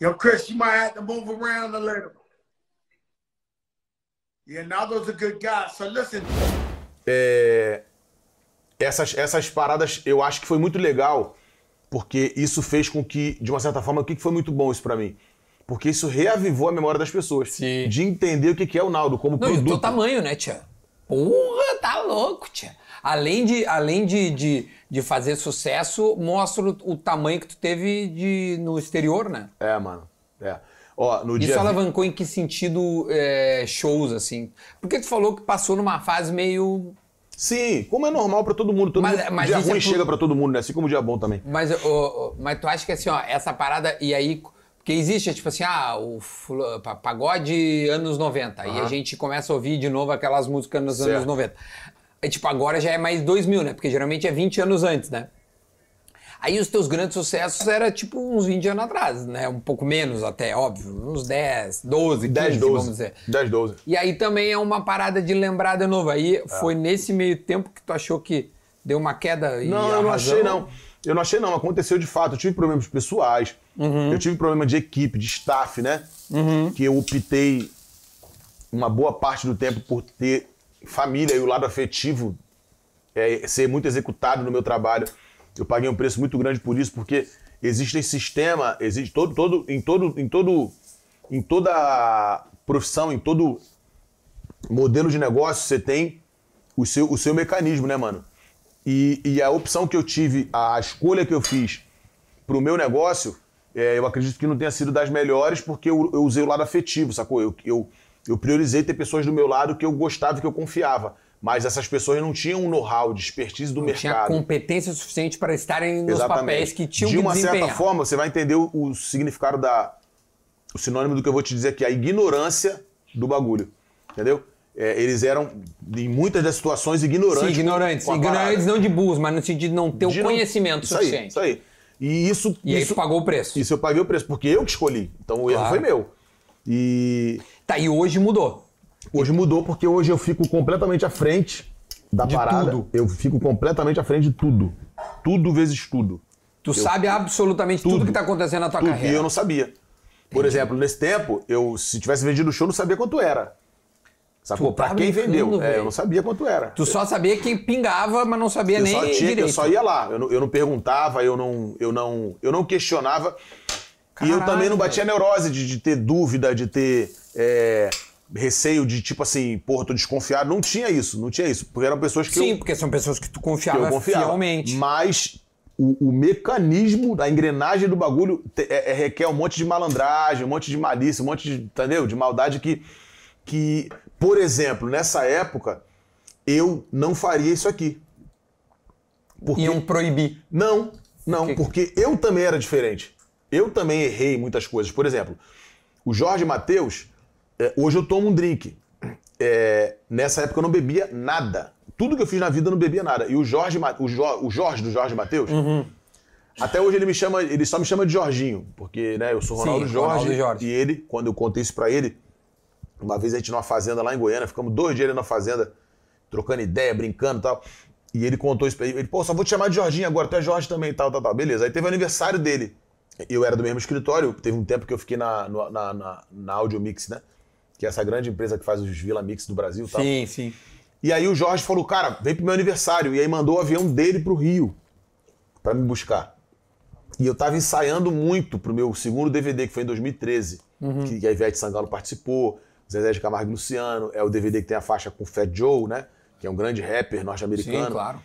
Speaker 5: Yo, Chris, you might have to move around a little. Yeah, Naldo's a good guy. So listen,
Speaker 1: é, essas, essas paradas eu acho que foi muito legal, porque isso fez com que, de uma certa forma, o que que foi muito bom isso pra mim? Porque isso reavivou a memória das pessoas.
Speaker 2: Sim.
Speaker 1: De entender o que que é o Naldo como
Speaker 2: Não, e o
Speaker 1: produto.
Speaker 2: teu tamanho, né, tia? Porra, tá louco, tia. Além de, além de, de, de fazer sucesso, mostra o, o tamanho que tu teve de, no exterior, né?
Speaker 1: É, mano. É. Ó, no
Speaker 2: Isso
Speaker 1: dia.
Speaker 2: alavancou em que sentido é, shows, assim? Porque tu falou que passou numa fase meio.
Speaker 1: Sim, como é normal pra todo mundo. Todo
Speaker 2: Mas-
Speaker 1: mundo
Speaker 2: mas
Speaker 1: dia
Speaker 2: isso é
Speaker 1: ruim
Speaker 2: por-
Speaker 1: chega pra todo mundo, né? Assim como o dia bom também.
Speaker 2: Mas, ô, ô, mas tu acha que assim, ó, essa parada. E aí. Porque existe, tipo assim, ah, o fula- pa- pagode anos 90. E a gente começa a ouvir de novo aquelas músicas nos anos
Speaker 1: Certo.
Speaker 2: 90. É, tipo, agora já é mais 2000, né? Porque geralmente é 20 anos antes, né? Aí os teus grandes sucessos era tipo uns 20 anos atrás, né? Um pouco menos até, óbvio. Uns 10, 12, 15,
Speaker 1: 10,
Speaker 2: vamos
Speaker 1: 12.
Speaker 2: dizer.
Speaker 1: 10, 12.
Speaker 2: E aí também é uma parada de lembrada nova. Aí
Speaker 1: É.
Speaker 2: foi nesse meio tempo que tu achou que deu uma queda e
Speaker 1: Não,
Speaker 2: a
Speaker 1: eu não
Speaker 2: razão-
Speaker 1: achei, não. Eu não achei, não. Aconteceu de fato. Eu tive problemas pessoais.
Speaker 2: Uhum.
Speaker 1: Eu tive problema de equipe, de staff, né? Que eu optei uma boa parte do tempo por ter família e o lado afetivo é, ser muito executado no meu trabalho. Eu paguei um preço muito grande por isso, porque existe esse sistema, existe todo, todo, em todo, em todo, em toda profissão, em todo modelo de negócio, você tem o seu, o seu mecanismo, né, mano? E, e a opção que eu tive, a, a escolha que eu fiz pro meu negócio, é, eu acredito que não tenha sido das melhores, porque eu, eu usei o lado afetivo, sacou? Eu, eu, eu priorizei ter pessoas do meu lado que eu gostava e que eu confiava. Mas essas pessoas não tinham um know-how de expertise do
Speaker 2: Não tinha
Speaker 1: mercado.
Speaker 2: competência suficiente para estarem nos papéis que tinham
Speaker 1: De
Speaker 2: que
Speaker 1: uma
Speaker 2: desempenhar.
Speaker 1: certa forma, você vai entender o, o significado da. O sinônimo do que eu vou te dizer aqui, a ignorância do bagulho. Entendeu? É, eles eram, em muitas das situações, ignorantes.
Speaker 2: Sim, ignorantes.
Speaker 1: com a
Speaker 2: Ignorantes
Speaker 1: parada.
Speaker 2: não de burros, mas no sentido de não ter
Speaker 1: De
Speaker 2: o
Speaker 1: não-
Speaker 2: conhecimento
Speaker 1: isso aí,
Speaker 2: suficiente.
Speaker 1: Isso aí. E isso.
Speaker 2: E aí
Speaker 1: isso,
Speaker 2: tu pagou o preço.
Speaker 1: isso eu paguei o preço, porque eu que escolhi. Então o erro
Speaker 2: Claro.
Speaker 1: foi meu. E
Speaker 2: Tá, e hoje mudou.
Speaker 1: hoje mudou porque hoje eu fico completamente à frente da parada.
Speaker 2: tudo.
Speaker 1: Eu fico completamente à frente de tudo. Tudo vezes tudo.
Speaker 2: Tu sabe absolutamente tudo,
Speaker 1: Tudo.
Speaker 2: que tá acontecendo na tua
Speaker 1: tudo,
Speaker 2: carreira.
Speaker 1: E eu não sabia. Por exemplo, nesse tempo, eu se tivesse vendido o show, eu não sabia quanto era. Sacou?
Speaker 2: Tu tá
Speaker 1: pra quem vendeu.
Speaker 2: brincando,
Speaker 1: É,
Speaker 2: velho.
Speaker 1: eu não sabia quanto era.
Speaker 2: Tu só sabia quem pingava, mas não sabia
Speaker 1: eu
Speaker 2: nem
Speaker 1: só tinha que-
Speaker 2: direito.
Speaker 1: eu só ia lá. Eu não, eu não perguntava, eu não, eu não, eu não questionava. e eu
Speaker 2: Caralho,
Speaker 1: também não batia neurose de, de ter dúvida, de ter é, receio de tipo assim, porra, tô desconfiado. Não tinha isso, não tinha isso. Porque eram pessoas que
Speaker 2: Sim,
Speaker 1: eu
Speaker 2: porque são pessoas que tu
Speaker 1: que
Speaker 2: confiava,
Speaker 1: eu confiava.
Speaker 2: fielmente.
Speaker 1: Mas o, o mecanismo, a engrenagem do bagulho te- é- é- requer um monte de malandragem, um monte de malícia, um monte de, entendeu? De maldade que, que, por exemplo, nessa época, eu não faria isso aqui. Porque...
Speaker 2: Iam proibir.
Speaker 1: Não, não, porque eu também era diferente. Eu também errei em muitas coisas. Por exemplo, o Jorge Matheus, é, hoje eu tomo um drink. É, nessa época eu não bebia nada. Tudo que eu fiz na vida eu não bebia nada. E o Jorge, Ma- o Jo- o Jorge do Jorge Matheus,
Speaker 2: Uhum.
Speaker 1: até hoje ele me chama, ele só me chama de Jorginho, porque né, eu sou Ronaldo,
Speaker 2: Sim,
Speaker 1: Jorge,
Speaker 2: Ronaldo Jorge.
Speaker 1: E ele, quando eu contei isso pra ele, uma vez a gente numa fazenda lá em Goiânia, ficamos dois dias ali na fazenda, trocando ideia, brincando e tal. E ele contou isso pra ele. Ele, pô, só vou te chamar de Jorginho agora, tu é Jorge também, tal, tal, tal. Beleza. Aí teve o aniversário dele. Eu era do mesmo escritório, teve um tempo que eu fiquei na, no- na, na, na Audio Mix, né? Que é essa grande empresa que faz os Vila Mix do Brasil e tal.
Speaker 2: Sim, sim.
Speaker 1: E aí o Jorge falou, cara, vem pro meu aniversário. E aí mandou o avião dele pro Rio pra me buscar. E eu tava ensaiando muito pro meu segundo DVD, que foi em 2013,
Speaker 2: Uhum.
Speaker 1: que a Ivete Sangalo participou, Zezé de Camargo e Luciano, é o DVD que tem a faixa com Fat Joe, né? Que é um grande rapper norte-americano.
Speaker 2: Sim, claro.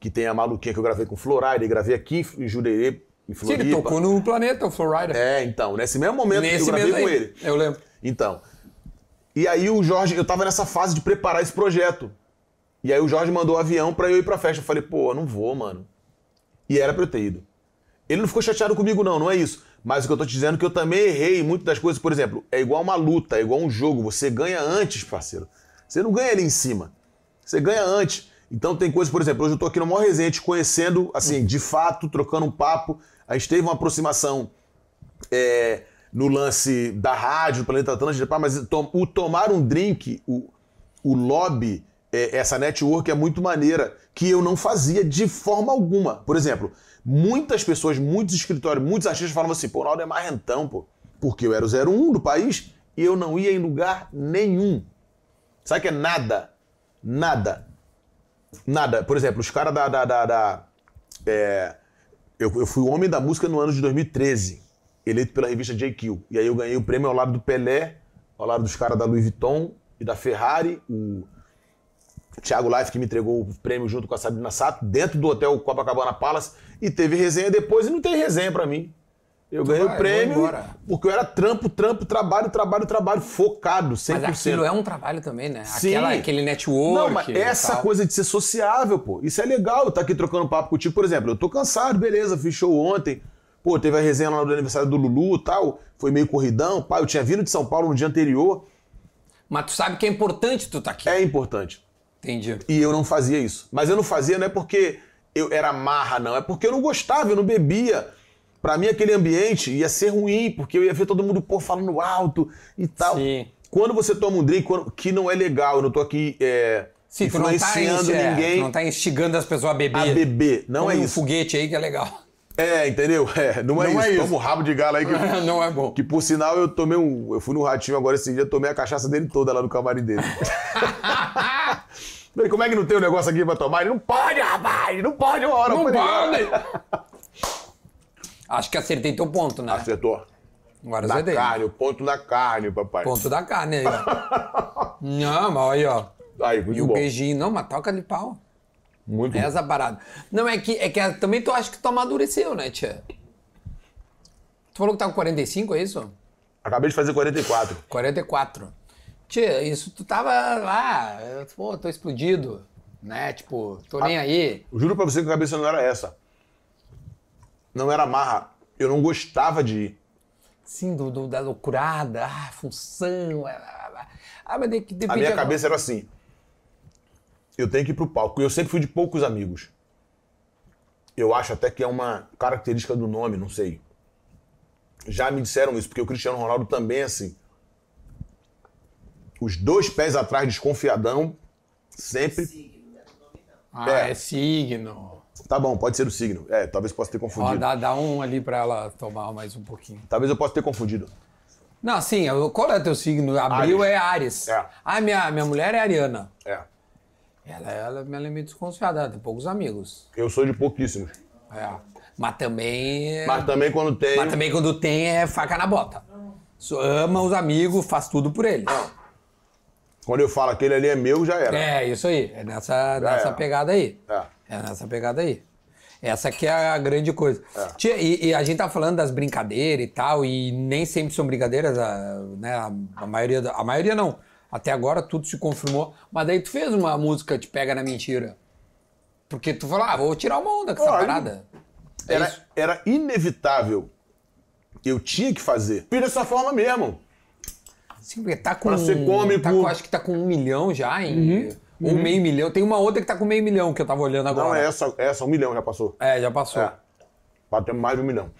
Speaker 1: Que tem a maluquinha que eu gravei com Florida, e gravei aqui em Jurerê, em
Speaker 2: Sim,
Speaker 1: Floripa.
Speaker 2: ele tocou no planeta, o Flowrider.
Speaker 1: É, então, nesse mesmo momento que eu
Speaker 2: Nesse
Speaker 1: gravei
Speaker 2: mesmo
Speaker 1: com
Speaker 2: aí.
Speaker 1: ele.
Speaker 2: Eu lembro.
Speaker 1: Então. E aí o Jorge, eu tava nessa fase de preparar esse projeto. E aí o Jorge mandou o avião pra eu ir pra festa. Eu falei, pô, eu não vou, mano. E era pra eu ter ido. Ele não ficou chateado comigo, não, não é isso. Mas o que eu tô te dizendo é que eu também errei em muitas das coisas. Por exemplo, é igual uma luta, é igual um jogo. Você ganha antes, parceiro. Você não ganha ali em cima. Você ganha antes. Então tem coisas, por exemplo, hoje eu tô aqui no Mó Resenha te conhecendo, assim, de fato, trocando um papo. A gente teve uma aproximação é, no lance da rádio, do Planeta Atlântico, pá, mas to- o tomar um drink, o, o lobby, é, essa network é muito maneira, que eu não fazia de forma alguma. Por exemplo, muitas pessoas, muitos escritórios, muitos artistas falavam assim, pô, o Naldo é marrentão, pô. Porque eu era o 01 do país e eu não ia em lugar nenhum. Sabe o que é nada? Nada. Nada. Por exemplo, os caras da. da, da, da- é, eu, eu fui o homem da música no ano de 2013, eleito pela revista JQ. E aí eu ganhei o prêmio ao lado do Pelé, ao lado dos caras da Louis Vuitton e da Ferrari, o Thiago Life que me entregou o prêmio junto com a Sabrina Sato, dentro do hotel Copacabana Palace. E teve resenha depois e não tem resenha pra mim. Eu ganhei o
Speaker 2: vai, vou
Speaker 1: prêmio
Speaker 2: embora.
Speaker 1: porque eu era trampo, trampo, trabalho, trabalho, trabalho, focado, 100%.
Speaker 2: Mas aquilo é um trabalho também, né?
Speaker 1: Sim.
Speaker 2: Aquela, aquele network.
Speaker 1: Não, mas
Speaker 2: e
Speaker 1: essa
Speaker 2: tal.
Speaker 1: coisa de ser sociável, pô. Isso é legal, eu tá aqui trocando papo contigo. Por exemplo, eu tô cansado, beleza, fiz show ontem. Pô, teve a resenha lá do aniversário do Lulu e tal. Foi meio corridão. Pá, eu tinha vindo de São Paulo no dia anterior.
Speaker 2: Mas tu sabe que é importante tu tá aqui.
Speaker 1: É importante.
Speaker 2: Entendi.
Speaker 1: E eu não fazia isso. Mas eu não fazia não é porque eu era marra, não. É porque eu não gostava, eu não bebia. Pra mim, aquele ambiente ia ser ruim, porque eu ia ver todo mundo, pô, falando alto e tal.
Speaker 2: Sim.
Speaker 1: Quando você toma um drink, quando- que não é legal, eu não tô aqui é,
Speaker 2: Sim, tu não tá,
Speaker 1: influenciando
Speaker 2: insti- é,
Speaker 1: ninguém.
Speaker 2: tu não tá instigando as pessoas a beber.
Speaker 1: a beber. Não
Speaker 2: Come
Speaker 1: é
Speaker 2: um
Speaker 1: isso.
Speaker 2: foguete aí que é legal.
Speaker 1: É, entendeu? É, não é
Speaker 2: Não
Speaker 1: isso.
Speaker 2: é isso.
Speaker 1: Toma o rabo de galo aí que.
Speaker 2: não é bom.
Speaker 1: Que por sinal eu tomei um. Eu fui no ratinho agora esse dia, tomei a cachaça dele toda lá no camarim dele. Ele, como é que não tem um negócio aqui pra tomar? Ele não pode, rapaz! Não pode uma hora.
Speaker 2: Não
Speaker 1: pode.
Speaker 2: pode! Acho que acertei teu ponto, né?
Speaker 1: Acertou.
Speaker 2: Agora
Speaker 1: Na
Speaker 2: acertei.
Speaker 1: carne, o ponto na carne, papai.
Speaker 2: Ponto da carne aí, ó. não, mas aí, ó.
Speaker 1: Aí, muito
Speaker 2: E o
Speaker 1: bom.
Speaker 2: beijinho, não, mas toca de pau. é
Speaker 1: Muito bom.
Speaker 2: Essa a parada. Não, é que, é que também tu acha que tu amadureceu, né, tia? Tu falou que tá com 45, é isso?
Speaker 1: Acabei de fazer 44.
Speaker 2: 44. Tia, isso tu tava lá, eu, pô, tô explodido, né? Tipo, tô nem aí.
Speaker 1: Eu Juro pra você que a cabeça não era essa. Não era marra. Eu não gostava de ir.
Speaker 2: Sim, do, do- da loucurada, ah, função. Ah, ah, ah. Ah, mas de, de
Speaker 1: A minha cabeça era assim. Eu tenho que ir pro palco. Eu sempre fui de poucos amigos. Eu acho até que é uma característica do nome, não sei. Já me disseram isso, porque o Cristiano Ronaldo também é assim. Os dois pés atrás, desconfiadão, sempre.
Speaker 4: Signo, né?
Speaker 2: Ah, é, signo.
Speaker 1: Tá bom, pode ser o signo. É, talvez possa ter
Speaker 2: Ó,
Speaker 1: confundido.
Speaker 2: dá, dá um ali pra ela tomar mais um pouquinho.
Speaker 1: Talvez eu possa ter confundido.
Speaker 2: Não, assim, eu- qual é teu signo?
Speaker 1: Áries.
Speaker 2: Abril é Ares.
Speaker 1: É.
Speaker 2: Ah, minha, minha mulher é Ariana.
Speaker 1: É.
Speaker 2: Ela, ela, ela é meio desconfiada, ela tem poucos amigos.
Speaker 1: Eu sou de pouquíssimos.
Speaker 2: É. Mas também. é-
Speaker 1: Mas também quando tem.
Speaker 2: Mas também quando tem é faca na bota. So- Ama os amigos, faz tudo por eles.
Speaker 1: Quando eu falo aquele ali é meu, já era.
Speaker 2: É, isso aí. É nessa, nessa
Speaker 1: é.
Speaker 2: pegada aí.
Speaker 1: É.
Speaker 2: É nessa pegada aí. Essa que é a grande coisa. Tia, e, e a gente tá falando das brincadeiras e tal, e nem sempre são brincadeiras, a, né? A, a maioria, da- a maioria não. Até agora tudo se confirmou. Mas daí tu fez uma música Te Pega na Mentira. Porque tu falou, ah, vou tirar uma onda com essa
Speaker 1: Olha,
Speaker 2: parada. É
Speaker 1: era,
Speaker 2: isso.
Speaker 1: era inevitável. Eu tinha que fazer. Fiz dessa forma mesmo.
Speaker 2: Sim, porque tá com.
Speaker 1: Pra ser cômico.
Speaker 2: tá com- acho que tá com um milhão já, em. Ou meio milhão. Tem uma outra que tá com meio milhão que eu tava olhando agora.
Speaker 1: Uhum. Não, é essa, essa, um milhão já passou.
Speaker 2: É, já passou.
Speaker 1: É. Batemos mais de um milhão.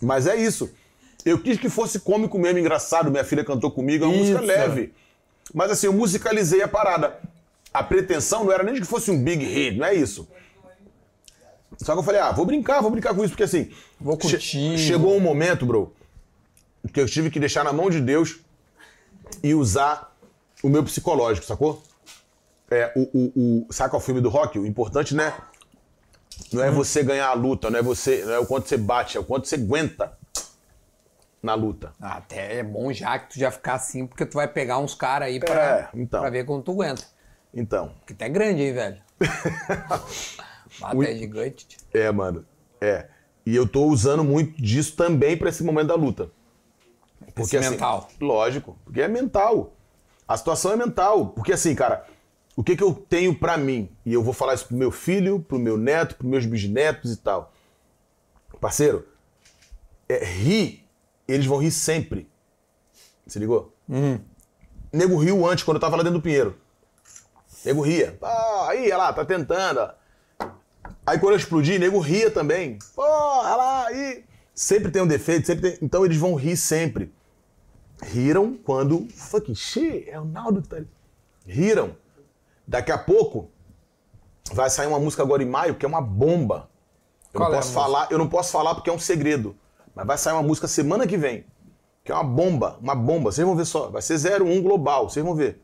Speaker 1: Mas é isso. Eu quis que fosse cômico mesmo, engraçado. Minha filha cantou comigo, é uma música
Speaker 2: Isso.
Speaker 1: leve. Mas assim, eu musicalizei a parada. A pretensão não era nem de que fosse um big hit, não é isso. Só que eu falei, ah, vou brincar, vou brincar com isso, porque assim.
Speaker 2: Vou
Speaker 1: che-
Speaker 2: curtir.
Speaker 1: chegou um momento, bro, que eu tive que deixar na mão de Deus e usar o meu psicológico, sacou? É, o, o, o, saca o filme do rock? O importante, né? Não
Speaker 2: Uhum.
Speaker 1: é você ganhar a luta, não é você, não é o quanto você bate, é o quanto você aguenta na luta.
Speaker 2: Até é bom já que tu já ficar assim, porque tu vai pegar uns caras aí pra,
Speaker 1: É, então.
Speaker 2: pra ver quanto tu aguenta.
Speaker 1: Então,
Speaker 2: Porque tu é grande, hein, velho? Bata é gigante. tio.
Speaker 1: é, mano. É. E eu tô usando muito disso também pra esse momento da luta. assim,
Speaker 2: Esse mental.
Speaker 1: Lógico, porque é mental. A situação é mental. Porque assim, cara, o que, que eu tenho pra mim? E eu vou falar isso pro meu filho, pro meu neto, pros meus bisnetos e tal. Parceiro, é, ri, eles vão rir sempre.
Speaker 2: Uhum.
Speaker 1: Se ligou? Nego riu antes, quando eu tava lá dentro do Pinheiro. Nego ria. Ah, aí, olha lá, tá tentando. ó. Aí quando eu explodi, nego ria também. Pô, olha lá, aí. Sempre tem um defeito, sempre tem... Então eles vão rir sempre. Riram quando. Fucking shit, é o Naldo que tá ali. Riram. Daqui a pouco vai sair uma música agora em maio que é uma bomba. Eu
Speaker 2: Qual
Speaker 1: não
Speaker 2: é a
Speaker 1: posso
Speaker 2: música?
Speaker 1: falar, eu não posso falar porque é um segredo. Mas vai sair uma música semana que vem, que é uma bomba, uma bomba. Vocês vão ver só, vai ser 01 global, vocês vão ver.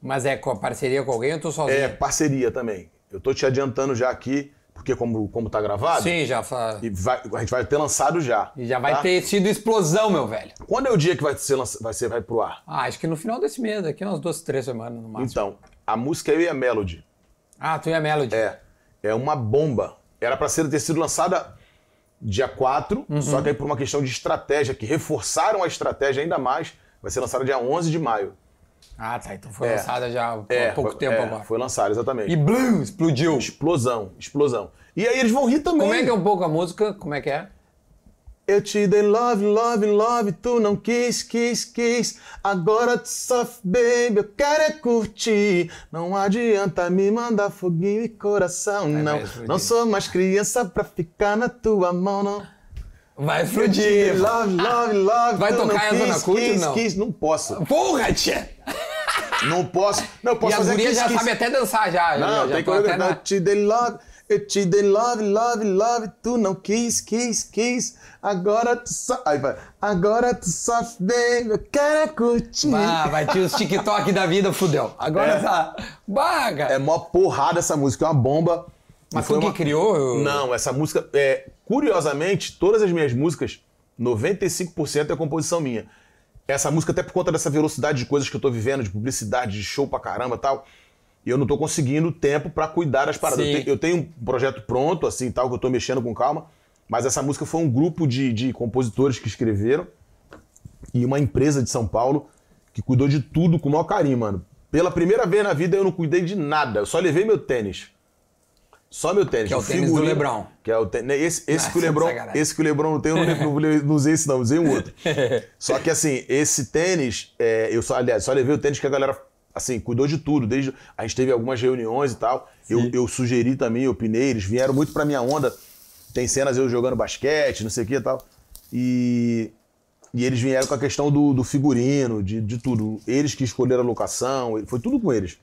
Speaker 2: Mas é com a parceria com alguém ou tô sozinho?
Speaker 1: É parceria também. Eu tô te adiantando já aqui, porque como como tá gravado,
Speaker 2: Sim, já fa...
Speaker 1: e vai- a gente vai ter lançado já.
Speaker 2: e já vai
Speaker 1: tá?
Speaker 2: ter sido explosão, meu velho.
Speaker 1: Quando é o dia que vai ser lança- vai ser vai pro ar?
Speaker 2: Ah, acho que no final desse mês, daqui umas duas, três semanas no máximo.
Speaker 1: Então, a música é eu e a Melody.
Speaker 2: Ah, tu e a Melody.
Speaker 1: É. É uma bomba. Era pra ser, ter sido lançada dia 4,
Speaker 2: Uhum.
Speaker 1: só que aí por uma questão de estratégia, que reforçaram a estratégia ainda mais, vai ser lançada dia 11 de maio.
Speaker 2: Ah, tá. Então foi
Speaker 1: É.
Speaker 2: lançada já há
Speaker 1: É,
Speaker 2: pouco
Speaker 1: foi-
Speaker 2: tempo
Speaker 1: é,
Speaker 2: agora.
Speaker 1: Foi lançada, exatamente.
Speaker 2: E blum, explodiu.
Speaker 1: Explosão, explosão. E aí eles vão rir também.
Speaker 2: Como é que é um pouco a música? Como é que é?
Speaker 1: Eu te dei love, love, love, tu não quis, quis, quis. Agora tu sofre, baby, eu quero é curtir. Não adianta me mandar foguinho e coração, não.
Speaker 2: É mesmo,
Speaker 1: Não
Speaker 2: gente.
Speaker 1: sou mais criança pra ficar na tua mão, não.
Speaker 2: Vai
Speaker 1: Eu te dei
Speaker 2: explodir.
Speaker 1: love, love, love.
Speaker 2: Vai
Speaker 1: tu não
Speaker 2: tocar
Speaker 1: quis,
Speaker 2: Ana Cunha ou
Speaker 1: quis,
Speaker 2: não?
Speaker 1: quis. Não posso,
Speaker 2: Porra, tia!
Speaker 1: não posso. Não, eu posso
Speaker 2: e a
Speaker 1: fazer
Speaker 2: guria
Speaker 1: quis,
Speaker 2: já
Speaker 1: quis.
Speaker 2: sabe até dançar já. já,
Speaker 1: Não,
Speaker 2: já
Speaker 1: tem
Speaker 2: tô até
Speaker 1: coisa
Speaker 2: na-
Speaker 1: Eu te dei love, eu te dei love, love, love, tu não quis, quis, quis. Agora tu só. Aí vai. Agora tu só baby, eu quero é curtir.
Speaker 2: Ah, vai ter os TikTok da vida, fudeu. Agora
Speaker 1: É.
Speaker 2: tá. Baga!
Speaker 1: É mó porrada essa música, é uma bomba.
Speaker 2: Mas
Speaker 1: E foi
Speaker 2: tu que
Speaker 1: uma-
Speaker 2: criou? eu-
Speaker 1: Não, essa música. É, curiosamente, todas as minhas músicas, 95% é composição minha. Essa música, até por conta dessa velocidade de coisas que eu tô vivendo, de publicidade, de show pra caramba e tal, e eu não tô conseguindo tempo pra cuidar das paradas.
Speaker 2: Sim.
Speaker 1: Eu, te- eu tenho um projeto pronto, assim, tal, que eu tô mexendo com calma, mas essa música foi um grupo de, de compositores que escreveram e uma empresa de São Paulo que cuidou de tudo com o maior carinho, mano. Pela primeira vez na vida eu não cuidei de nada, eu só levei meu tênis. Só meu tênis.
Speaker 2: Que é o tênis do
Speaker 1: figurino,
Speaker 2: Lebron.
Speaker 1: Que é o tênis. Esse, esse
Speaker 2: Ah,
Speaker 1: que o Lebron,
Speaker 2: sacanagem.
Speaker 1: esse que o Lebron não tem, eu não, lembro- não usei esse não, usei um outro. Só que assim, esse tênis, é, eu só, aliás, só levei o tênis que a galera, assim, cuidou de tudo. Desde, a gente teve algumas reuniões e tal. Eu, eu sugeri também, eu opinei, eles vieram muito pra minha onda. Tem cenas eu jogando basquete, não sei o que e tal. E, e eles vieram com a questão do, do figurino, de, de tudo. Eles que escolheram a locação, foi tudo com eles.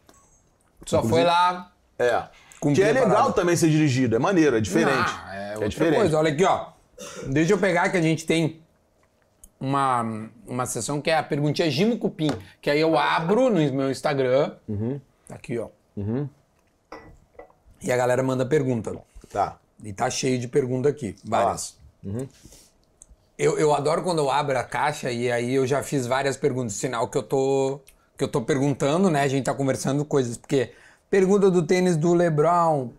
Speaker 2: Tu Só foi lá.
Speaker 1: É.
Speaker 2: Cumprir
Speaker 1: que é
Speaker 2: a
Speaker 1: legal
Speaker 2: parada.
Speaker 1: também ser dirigido, é maneiro, é diferente.
Speaker 2: Ah, é outra coisa. Olha aqui, ó. Deixa eu pegar que a gente tem uma, uma sessão que é a perguntinha Gimo Cupim, que aí eu abro no meu Instagram.
Speaker 1: Uhum.
Speaker 2: Tá Aqui, ó. E a galera manda pergunta.
Speaker 1: Tá.
Speaker 2: E tá cheio de pergunta aqui, várias.
Speaker 1: uhum.
Speaker 2: Eu, eu adoro quando eu abro a caixa e aí eu já fiz várias perguntas, sinal que eu tô que eu tô perguntando, né? A gente tá conversando coisas, porque pergunta do tênis do LeBron,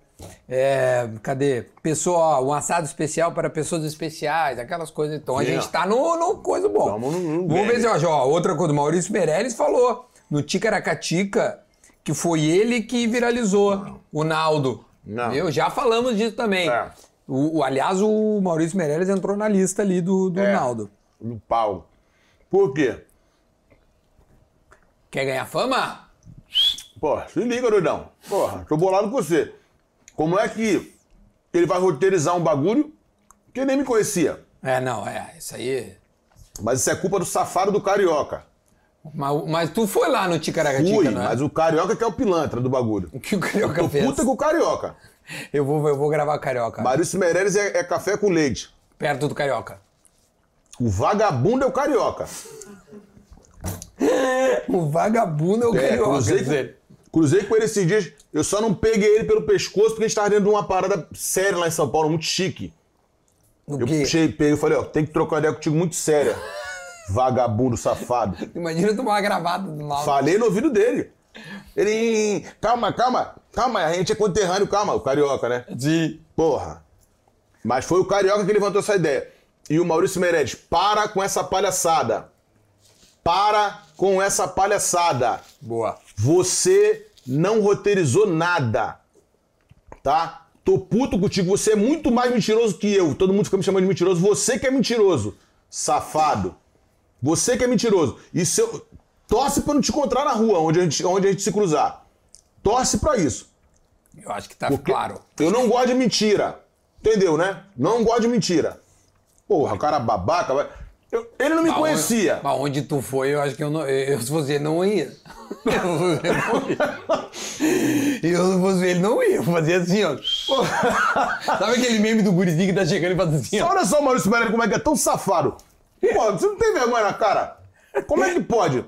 Speaker 2: é, cadê? Pessoa, ó, um assado especial para pessoas especiais, aquelas coisas. Então a
Speaker 1: Sim,
Speaker 2: gente
Speaker 1: ó.
Speaker 2: tá no, no coisa boa.
Speaker 1: Tamo no- no
Speaker 2: Vamos ver
Speaker 1: game.
Speaker 2: se eu acho, ó, outra coisa, o Maurício Meirelles falou no Ticaracatica que foi ele que viralizou o Naldo.
Speaker 1: Não.
Speaker 2: Viu? Já falamos disso também.
Speaker 1: É.
Speaker 2: O, o- aliás, o Maurício Meirelles entrou na lista ali do, do
Speaker 1: É.
Speaker 2: Naldo.
Speaker 1: No pau. Por quê?
Speaker 2: Quer ganhar fama?
Speaker 1: Porra, se liga, doidão. Porra, tô bolado com você. Como é que ele vai roteirizar um bagulho que nem me conhecia?
Speaker 2: É, não, é, isso aí.
Speaker 1: Mas isso é culpa do safado do carioca.
Speaker 2: Mas, mas tu foi lá no Ticaracatica,
Speaker 1: Fui,
Speaker 2: não é?
Speaker 1: mas o carioca que é o pilantra do bagulho.
Speaker 2: O que o Carioca
Speaker 1: Tô
Speaker 2: fez?
Speaker 1: puta com o carioca.
Speaker 2: Eu, vou, eu vou gravar o Carioca.
Speaker 1: Maurício Meirelles é, é café com leite.
Speaker 2: Perto do Carioca.
Speaker 1: O vagabundo é o carioca.
Speaker 2: O vagabundo é o
Speaker 1: É,
Speaker 2: Carioca.
Speaker 1: cruzei,
Speaker 2: quer dizer.
Speaker 1: com, cruzei com ele esses dias. Eu só não peguei ele pelo pescoço porque a gente tava dentro de uma parada séria lá em São Paulo, muito chique.
Speaker 2: No
Speaker 1: Eu
Speaker 2: quê?
Speaker 1: puxei, peguei e falei, ó, tem que trocar ideia contigo muito séria. Vagabundo safado.
Speaker 2: Imagina tomar uma gravata do Naldo.
Speaker 1: Falei no ouvido dele. Ele, "Ih, calma, calma, calma, a gente é conterrâneo, calma, o carioca, né?
Speaker 2: De...
Speaker 1: Porra. Mas foi o carioca que levantou essa ideia. E o Maurício Meirelles, para com essa palhaçada. Para com essa palhaçada.
Speaker 2: Boa.
Speaker 1: Você não roteirizou nada. Tá? Tô puto contigo, você é muito mais mentiroso que eu. Todo mundo fica me chamando de mentiroso. Você que é mentiroso. Safado. Você que é mentiroso. E se eu. Torce pra eu não te encontrar na rua, onde a gente, onde a gente se cruzar. Torce pra isso.
Speaker 2: Eu acho que tá
Speaker 1: Porque
Speaker 2: claro.
Speaker 1: Eu não gosto de mentira. Entendeu, né? Não gosto de mentira. Porra, o cara babaca. vai- Eu- ele não me
Speaker 2: Aonde-
Speaker 1: conhecia.
Speaker 2: Aonde tu foi, eu acho que eu não. Eu, eu, se você não ia. Eu, se você não ia. eu se fosse ele, não ia. Eu fazia assim, ó. Sabe aquele meme do gurizinho que tá chegando e faz assim, ó?
Speaker 1: Olha só o Maurício Meirelles como é que é tão safado. Pô, você não tem vergonha na cara? Como é que pode?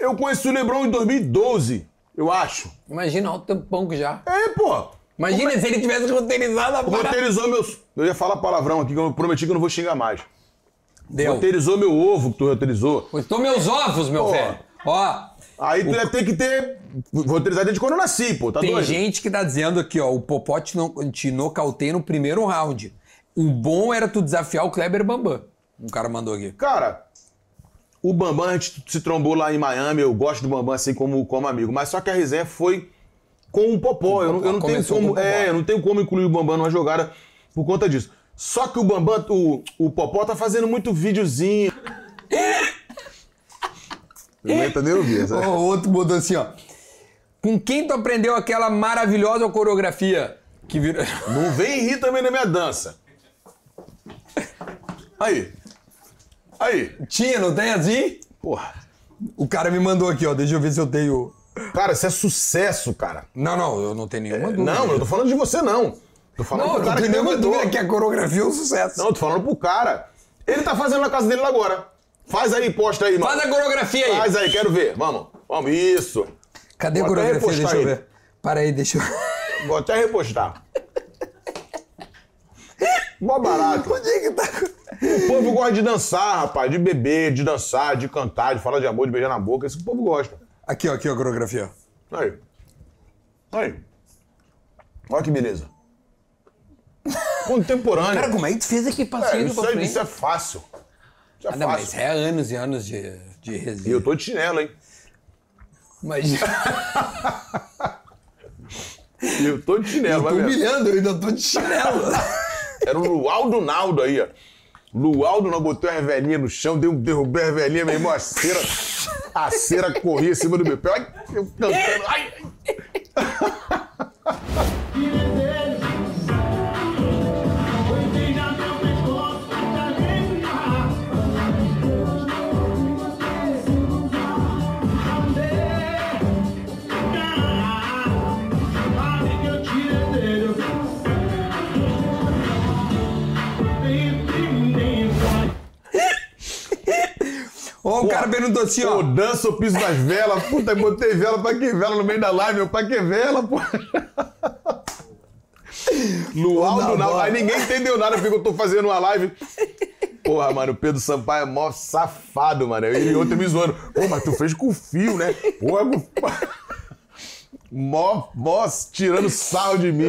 Speaker 1: Eu conheci o Lebron em 2012, eu acho.
Speaker 2: Imagina, olha o tampão que já.
Speaker 1: É, pô.
Speaker 2: Imagina
Speaker 1: é
Speaker 2: se ele tivesse roteirizado a parada.
Speaker 1: Roteirizou meus... Eu ia falar palavrão aqui, que eu prometi que eu não vou xingar mais.
Speaker 2: Deu.
Speaker 1: Roteirizou meu ovo que tu roteirizou.
Speaker 2: Custou meus ovos, meu
Speaker 1: Pô. Tá
Speaker 2: velho. Ó,
Speaker 1: Aí tu ia ter que ter... Roteirizado desde quando eu nasci, pô. Tá
Speaker 2: Tem
Speaker 1: doido?
Speaker 2: gente que tá dizendo aqui, ó, o Popó te, no, te nocauteia no primeiro round. O bom era tu desafiar o Kleber Bambam. Um cara mandou aqui.
Speaker 1: Cara, o Bambam, a gente se trombou lá em Miami, eu gosto do Bambam assim como, como amigo, mas só que a resenha foi com o Popó. Eu não, eu não tenho
Speaker 2: Começou com
Speaker 1: como,
Speaker 2: o Popó.
Speaker 1: é, eu não tenho como incluir o Bambam numa jogada por conta disso. Só que o Bambam, o, o Popó tá fazendo muito videozinho. Não aguenta nem ouvir.
Speaker 2: Ó, O outro mandou assim, ó. Com quem tu aprendeu aquela maravilhosa coreografia que virou.
Speaker 1: Não vem rir também na minha dança. Aí. Aí.
Speaker 2: Tinha, não tem assim?
Speaker 1: Porra.
Speaker 2: O cara me mandou aqui, ó. Deixa eu ver se eu tenho.
Speaker 1: Cara, isso é sucesso, cara.
Speaker 2: Não, não, eu não tenho nenhuma dúvida.
Speaker 1: É, Não, eu não tô falando de você, não. Tô falando
Speaker 2: Não,
Speaker 1: pro
Speaker 2: eu não
Speaker 1: cara
Speaker 2: tenho
Speaker 1: que
Speaker 2: nenhuma
Speaker 1: inventou.
Speaker 2: dúvida que a coreografia é um sucesso.
Speaker 1: Não, tô falando pro cara. Ele tá fazendo na casa dele lá agora. Faz aí, posta aí, mano.
Speaker 2: Faz a coreografia aí.
Speaker 1: Faz aí, quero ver. Vamos. Vamos, isso.
Speaker 2: Cadê a
Speaker 1: Vou até
Speaker 2: coreografia?
Speaker 1: repostar
Speaker 2: Deixa eu
Speaker 1: ele.
Speaker 2: ver. Para aí, deixa eu.
Speaker 1: Vou até repostar. Mó barato.
Speaker 2: Onde é que tá?
Speaker 1: O povo gosta de dançar, rapaz, de beber, de dançar, de cantar, de falar de amor, de beijar na boca. Isso que o povo gosta.
Speaker 2: Aqui, ó, aqui, ó, a coreografia. ó.
Speaker 1: Aí. Aí. Olha que beleza. Contemporâneo.
Speaker 2: Cara, como é que tu fez aqui
Speaker 1: é,
Speaker 2: passinho
Speaker 1: isso,
Speaker 2: pra
Speaker 1: é,
Speaker 2: frente?
Speaker 1: isso é fácil. Isso é
Speaker 2: Ah,
Speaker 1: fácil.
Speaker 2: não, mas é anos e anos de, de
Speaker 1: E
Speaker 2: resenha.
Speaker 1: eu tô de chinelo, hein?
Speaker 2: Imagina,
Speaker 1: E Eu tô de chinelo, vai
Speaker 2: tô
Speaker 1: ver.
Speaker 2: humilhando, eu ainda tô de chinelo.
Speaker 1: Era o Lualdo Naldo aí, ó. Lualdo não botou a ervelinha no chão, deu, derrubei a ervelinha, meu irmão, a cera, a cera corria em cima do meu pé. Ai, eu cantando. Ai, ai.
Speaker 2: Ó, o cara perguntou assim,
Speaker 1: Pô,
Speaker 2: ó.
Speaker 1: dança o piso das velas. Puta, botei vela pra que vela no meio da live, meu pra que vela, pô. Lualdo Naldo. Aí ninguém entendeu nada, porque eu tô fazendo uma live. Porra, mano, o Pedro Sampaio é mó safado, mano. Ele e outro me zoando. Pô, mas tu fez com fio, né? Porra, com... Mó, mó tirando sal de mim.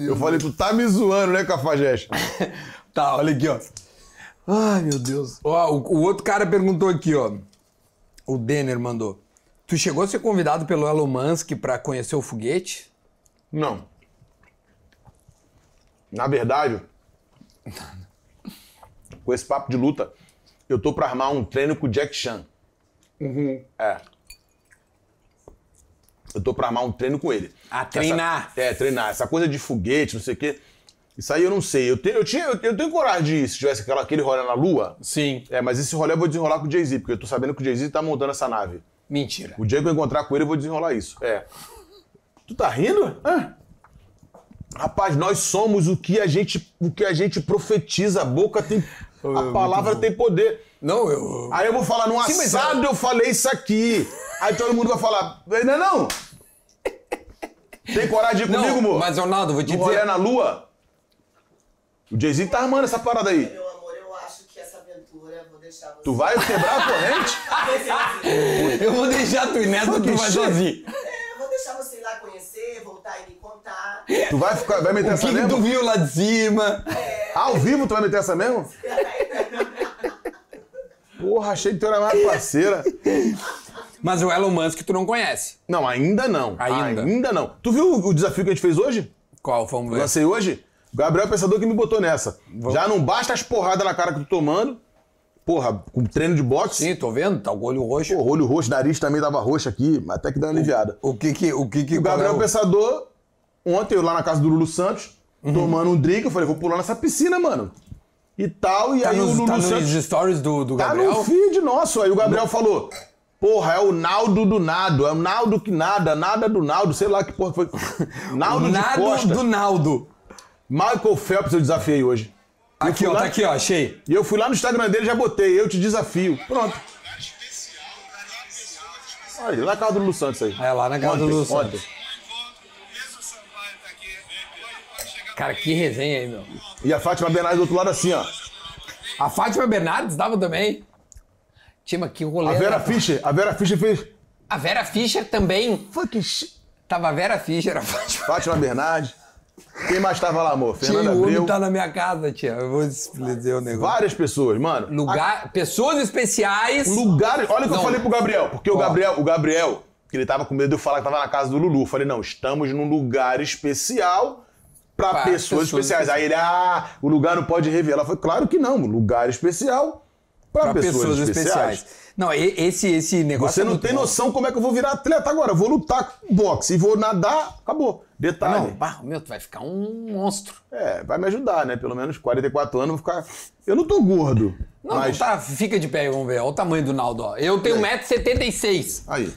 Speaker 1: eu falei, tu tá me zoando, né, Cafajeste?
Speaker 2: Tá, olha aqui, ó. Ai, meu Deus. Ó, o, o outro cara perguntou aqui, ó. O Denner mandou. Tu chegou a ser convidado pelo Elon Musk pra conhecer o foguete?
Speaker 1: Não. Na verdade, com esse papo de luta, eu tô pra armar um treino com o Jack Chan.
Speaker 2: Uhum.
Speaker 1: É. Eu tô pra armar um treino com ele.
Speaker 2: Ah, treinar.
Speaker 1: Essa- é, treinar. Essa coisa de foguete, não sei o quê. Isso aí eu não sei. Eu, te- eu tinha, eu, eu tenho coragem de ir se tivesse aquela, aquele rolê na Lua.
Speaker 2: Sim.
Speaker 1: É, mas esse rolê eu vou desenrolar com o Jay-Z, porque eu tô sabendo que o Jay-Z tá montando essa nave.
Speaker 2: Mentira.
Speaker 1: O dia que eu encontrar com ele, eu vou desenrolar isso. É. Tu tá rindo? Hã? Rapaz, nós somos o que a gente, o que a gente profetiza. A boca tem. A palavra tem poder.
Speaker 2: Não, eu...
Speaker 1: Aí eu vou falar, num
Speaker 2: Sim, mas
Speaker 1: assado eu falei isso aqui. Aí todo mundo vai falar, não, é não. Tem coragem de ir
Speaker 2: Não,
Speaker 1: comigo, amor?
Speaker 2: mas, Ronaldo, vou te
Speaker 1: No
Speaker 2: dizer...
Speaker 1: rolê na lua? O Jay-Z tá armando essa parada aí.
Speaker 4: Meu amor, eu acho que essa aventura, vou deixar você.
Speaker 1: Tu vai quebrar a corrente?
Speaker 2: Eu vou deixar tu ir nessa, tu vai sozinho.
Speaker 4: É, vou deixar você ir lá conhecer, voltar e me contar.
Speaker 1: Tu vai, ficar, vai meter
Speaker 2: O
Speaker 1: essa
Speaker 2: que, que
Speaker 1: mesmo?
Speaker 2: tu viu lá de cima?
Speaker 1: Ao vivo tu vai meter essa mesmo? Porra, achei que tu era mais parceira.
Speaker 2: Mas o Elon Musk tu não conhece.
Speaker 1: Não, ainda não.
Speaker 2: Ainda. É.
Speaker 1: não. Tu viu o desafio que a gente fez hoje?
Speaker 2: Qual? um Vamos ver.
Speaker 1: Lancei é hoje? Gabriel Pensador que me botou nessa. Já não basta as porradas na cara que tu tomando. porra, com treino de boxe.
Speaker 2: Sim, tô vendo, tá o olho roxo.
Speaker 1: Porra, olho roxo, nariz também dava roxo aqui, mas até que deu uma aliviada.
Speaker 2: O que que. O que que.
Speaker 1: O Gabriel
Speaker 2: qual é o-
Speaker 1: Pensador, ontem eu lá na casa do Lulu Santos,
Speaker 2: Uhum.
Speaker 1: tomando um drink, eu falei, vou pular nessa piscina, mano. E tal, e
Speaker 2: Tá
Speaker 1: aí o
Speaker 2: nos,
Speaker 1: Lulu
Speaker 2: tá
Speaker 1: Santos.
Speaker 2: nos stories do, do
Speaker 1: Tá
Speaker 2: Gabriel?
Speaker 1: no feed nosso. Aí o Gabriel falou: Porra, é o Naldo do Nado. É o Naldo que nada, nada do Naldo, sei lá que porra foi. Naldo de
Speaker 2: Nado
Speaker 1: Costa.
Speaker 2: do Naldo.
Speaker 1: Michael Phelps eu desafiei hoje. Eu
Speaker 2: Aqui,
Speaker 1: fui
Speaker 2: ó,
Speaker 1: lá-
Speaker 2: tá aqui, ó, achei.
Speaker 1: E eu fui lá no Instagram dele e já botei, eu te desafio. Pronto. Olha, lá na casa do Lulu Santos aí.
Speaker 2: É, lá na casa do
Speaker 1: Ontem,
Speaker 2: Lulu Santos.
Speaker 1: ontem.
Speaker 2: Cara, que resenha aí, meu.
Speaker 1: E a Fátima Bernardes do outro lado assim, ó.
Speaker 2: A Fátima Bernardes dava também. Tima, que rolê.
Speaker 1: A Vera
Speaker 2: né?
Speaker 1: Fischer, a Vera Fischer fez.
Speaker 2: A Vera Fischer também.
Speaker 1: Fucking shit.
Speaker 2: Tava a Vera Fischer, a Fátima.
Speaker 1: Fátima Bernardes. Quem mais tava lá, amor?
Speaker 2: Tia,
Speaker 1: Fernanda
Speaker 2: o homem
Speaker 1: Abreu.
Speaker 2: tá na minha casa, tia. Eu vou dizer o negócio.
Speaker 1: Várias pessoas, mano. Ah.
Speaker 2: Lugar, pessoas especiais.
Speaker 1: Lugares. Olha o que eu
Speaker 2: Não.
Speaker 1: falei pro Gabriel. Porque o
Speaker 2: Ó.
Speaker 1: Gabriel, o Gabriel, que ele tava com medo de eu falar que tava na casa do Lulu. Eu falei, não, estamos num lugar especial pra
Speaker 2: Pra
Speaker 1: pessoas,
Speaker 2: pessoas
Speaker 1: especiais. Aí ele, ah, o lugar não pode revelar. Eu falei, claro que não, lugar especial pra,
Speaker 2: Pra
Speaker 1: pessoas, especiais.
Speaker 2: Não, e- esse, esse negócio.
Speaker 1: Você
Speaker 2: é
Speaker 1: não
Speaker 2: muito
Speaker 1: tem
Speaker 2: bom.
Speaker 1: noção como é que eu vou virar atleta agora. Eu vou lutar com boxe e vou nadar, acabou. Detalhe.
Speaker 2: Não, bah, meu, tu vai ficar um monstro.
Speaker 1: É, vai me ajudar, né? Pelo menos 44 anos eu vou ficar. Eu não tô gordo.
Speaker 2: Não,
Speaker 1: mas.
Speaker 2: não tá, fica de pé aí, vamos ver. Olha o tamanho do Naldo, ó. Eu tenho 1,76m.
Speaker 1: Aí.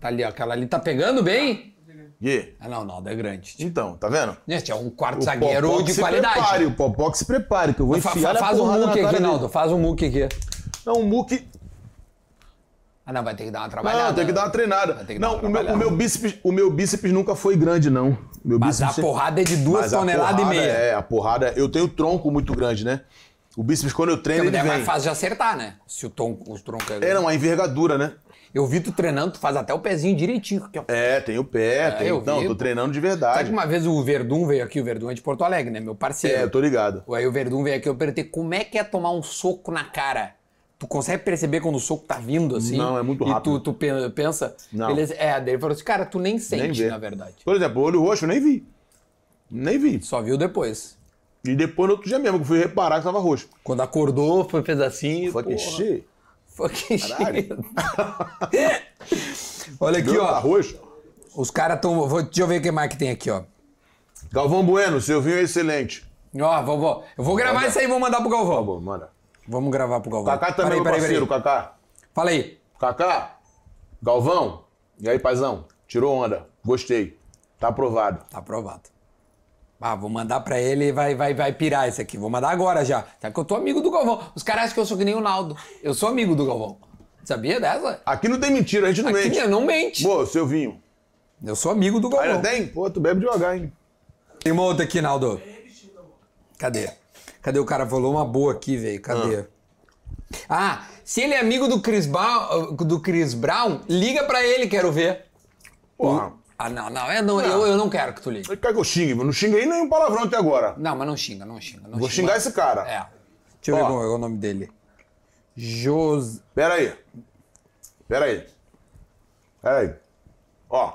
Speaker 2: Tá ali, ó. Aquela ali tá pegando bem?
Speaker 1: Gui.
Speaker 2: Ah, não, o Naldo é grande.
Speaker 1: Então, tá vendo?
Speaker 2: Gente, é um quarto
Speaker 1: O Popó
Speaker 2: zagueiro
Speaker 1: que
Speaker 2: de
Speaker 1: se
Speaker 2: qualidade.
Speaker 1: Prepare, o Popó que se prepare, que eu vou
Speaker 2: Fa-
Speaker 1: enfiar
Speaker 2: fa-
Speaker 1: na
Speaker 2: faz um
Speaker 1: porrada na
Speaker 2: muque aqui,
Speaker 1: cara
Speaker 2: Naldo.
Speaker 1: dele.
Speaker 2: Faz um muque aqui.
Speaker 1: Não, o muque...
Speaker 2: Ah, não, vai ter que dar uma trabalhada.
Speaker 1: Não, tem que dar uma treinada.
Speaker 2: ter que dar
Speaker 1: Não,
Speaker 2: uma
Speaker 1: o meu, o,
Speaker 2: trabalhada.
Speaker 1: meu bíceps, o meu bíceps nunca foi grande, não. Meu
Speaker 2: Mas a
Speaker 1: bíceps sempre-
Speaker 2: porrada é de duas
Speaker 1: Mas a
Speaker 2: toneladas e
Speaker 1: porrada,
Speaker 2: meia.
Speaker 1: É, a porrada... Eu tenho tronco muito grande, né? O bíceps, quando eu treino,
Speaker 2: Então,
Speaker 1: ele
Speaker 2: daí é mais
Speaker 1: vem.
Speaker 2: fácil de acertar, né? Se o, tom, o tronco é
Speaker 1: É,
Speaker 2: grande.
Speaker 1: não, a envergadura, né?
Speaker 2: Eu vi tu treinando, tu faz até o pezinho direitinho. Aqui, ó.
Speaker 1: É, tem o pé, tem...
Speaker 2: Ah, eu
Speaker 1: Não,
Speaker 2: vi, Tá
Speaker 1: tô
Speaker 2: pô.
Speaker 1: treinando de
Speaker 2: Sabe que
Speaker 1: verdade.
Speaker 2: uma vez o Verdun veio aqui, o Verdun é de Porto Alegre, né?
Speaker 1: É,
Speaker 2: Meu
Speaker 1: eu
Speaker 2: parceiro.
Speaker 1: tô ligado.
Speaker 2: Aí o Verdun veio aqui, eu perguntei como é que é tomar um soco na cara. Tu consegue perceber quando o soco tá vindo, assim?
Speaker 1: Não, é muito
Speaker 2: E
Speaker 1: rápido.
Speaker 2: tu, tu pe- pensa.
Speaker 1: Não.
Speaker 2: Ele, é, daí ele falou assim, cara, tu nem
Speaker 1: Nem
Speaker 2: sente,
Speaker 1: vê.
Speaker 2: na verdade.
Speaker 1: Por exemplo, o olho roxo eu nem vi. Nem vi.
Speaker 2: Só viu depois.
Speaker 1: E depois, no outro dia mesmo, que eu fui reparar que tava roxo.
Speaker 2: Quando acordou, foi, fez assim.
Speaker 1: Fucking
Speaker 2: porra.
Speaker 1: shit.
Speaker 2: Fucking shit.
Speaker 1: Caralho.
Speaker 2: Olha aqui,
Speaker 1: Meu, Tá
Speaker 2: ó.
Speaker 1: roxo.
Speaker 2: Os caras estão. Deixa eu ver o que mais que tem aqui, ó.
Speaker 1: Galvão Bueno, seu vinho é excelente.
Speaker 2: Ó, vou, vou- Eu vou gravar isso aí e vou mandar pro Galvão.
Speaker 1: Pô, manda.
Speaker 2: Vamos gravar pro Galvão.
Speaker 1: Kaká Tá também é meu parceiro, Kaká.
Speaker 2: Fala aí.
Speaker 1: Kaká, Galvão, e aí, paizão? Tirou onda. Gostei. Tá aprovado.
Speaker 2: Tá aprovado. Ah, vou mandar pra ele e vai, vai, vai pirar esse aqui. Vou mandar agora já. Sabe que eu tô amigo do Galvão. Os caras acham que eu sou que nem o Naldo. Eu sou amigo do Galvão. Sabia dessa?
Speaker 1: Aqui não tem mentira, a gente não é Tá
Speaker 2: Aqui
Speaker 1: mente.
Speaker 2: não mente.
Speaker 1: Pô, seu vinho.
Speaker 2: Eu sou amigo do Galvão.
Speaker 1: Ainda tem? Pô, tu bebe devagar, hein?
Speaker 2: Tem uma outra aqui, Naldo. Cadê? Cadê o cara? Falou uma boa aqui, velho. Cadê? Ah. se ele é amigo do Chris, Brown, do Chris Brown, liga pra ele, quero ver.
Speaker 1: Porra.
Speaker 2: Ah, não, não, eu não, Eu, eu não quero que tu ligue.
Speaker 1: Ele quer que eu xingue, mas não xinguei nenhum palavrão até agora.
Speaker 2: Não, mas não xinga, não xinga. Não
Speaker 1: Vou
Speaker 2: xinga.
Speaker 1: xingar esse cara.
Speaker 2: É. Deixa eu ver
Speaker 1: Ó.
Speaker 2: como é o nome dele. Jos...
Speaker 1: Pera aí. Pera aí. Pera aí. Ó.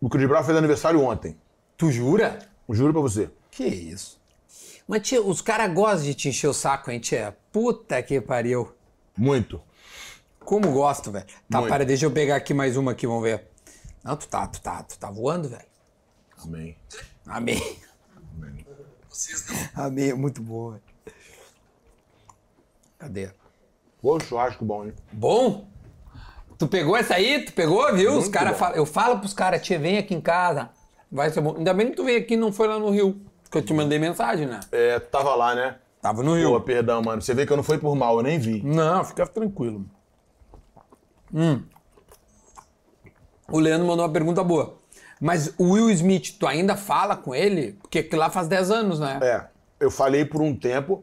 Speaker 1: O Cris Brau fez aniversário ontem.
Speaker 2: Tu jura?
Speaker 1: Juro pra você.
Speaker 2: Que isso. Mas, tia, os caras gostam de te encher o saco, hein, tia? Puta que pariu.
Speaker 1: Muito.
Speaker 2: Como gosto, velho. Tá,
Speaker 1: Muito.
Speaker 2: para, deixa eu pegar aqui mais uma aqui, vamos ver. Não, tu tá, tu tá, tu tá voando, velho.
Speaker 1: Amém.
Speaker 2: Amei. Amei, é muito boa, velho. Cadê?
Speaker 1: Pô, um churrasco bom, hein?
Speaker 2: Bom? Tu pegou essa aí? Tu pegou, viu? os cara fala- eu falo pros caras, tia, vem aqui em casa. Vai ser bom. Ainda bem que tu veio aqui e não foi lá no Rio. Que eu te mandei mensagem, né?
Speaker 1: É, tu tava lá, né?
Speaker 2: Tava no
Speaker 1: Pô,
Speaker 2: Rio.
Speaker 1: perdão, mano. Você vê que eu não fui por mal, eu nem vi.
Speaker 2: Não, fica tranquilo. Hum. O Leandro mandou uma pergunta boa. Mas o Will Smith, tu ainda fala com ele? Porque aquilo lá faz 10 anos, né?
Speaker 1: É, eu falei por um tempo,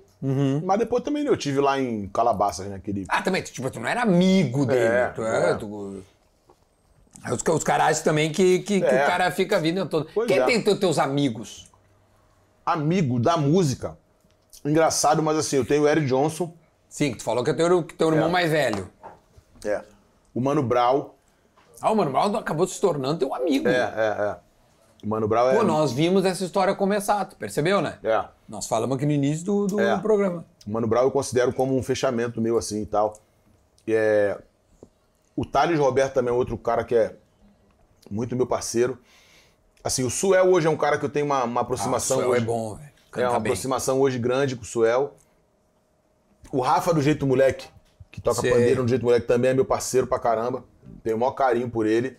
Speaker 1: mas depois também né, eu tive lá em Calabasas, né, querido?
Speaker 2: Ah, também, tu, tipo, tu não era amigo dele.
Speaker 1: É,
Speaker 2: tu era,
Speaker 1: é.
Speaker 2: tu- Aí Os, os caras acham também que, que, que
Speaker 1: É.
Speaker 2: o cara fica a vida toda.
Speaker 1: Pois
Speaker 2: Quem
Speaker 1: é.
Speaker 2: tem teu- teus amigos?
Speaker 1: Amigo da música. Engraçado, mas assim, eu tenho o Eric Johnson,
Speaker 2: Sim, que tu falou que é teu, que teu irmão
Speaker 1: É.
Speaker 2: mais velho.
Speaker 1: é. o Mano Brau,
Speaker 2: Ah, o Mano Brown acabou se tornando teu amigo.
Speaker 1: é, é, é. O Mano Brown é.
Speaker 2: Pô, nós vimos essa história começar, tu percebeu, né?
Speaker 1: É.
Speaker 2: Nós falamos aqui no início do, do
Speaker 1: É.
Speaker 2: programa.
Speaker 1: O Mano Brown eu considero como um fechamento meu, assim e tal. E é... O Thales Roberto também é outro cara que é muito meu parceiro. Assim, o Suel hoje é um cara que eu tenho uma, uma aproximação.
Speaker 2: Suel é
Speaker 1: hoje.
Speaker 2: bom, velho.
Speaker 1: É
Speaker 2: Canta
Speaker 1: uma
Speaker 2: bem.
Speaker 1: aproximação hoje grande com o Suel. O Rafa do Jeito Moleque, que toca
Speaker 2: Sei.
Speaker 1: pandeiro do Jeito Moleque, também é meu parceiro pra caramba. Tenho o maior carinho por ele.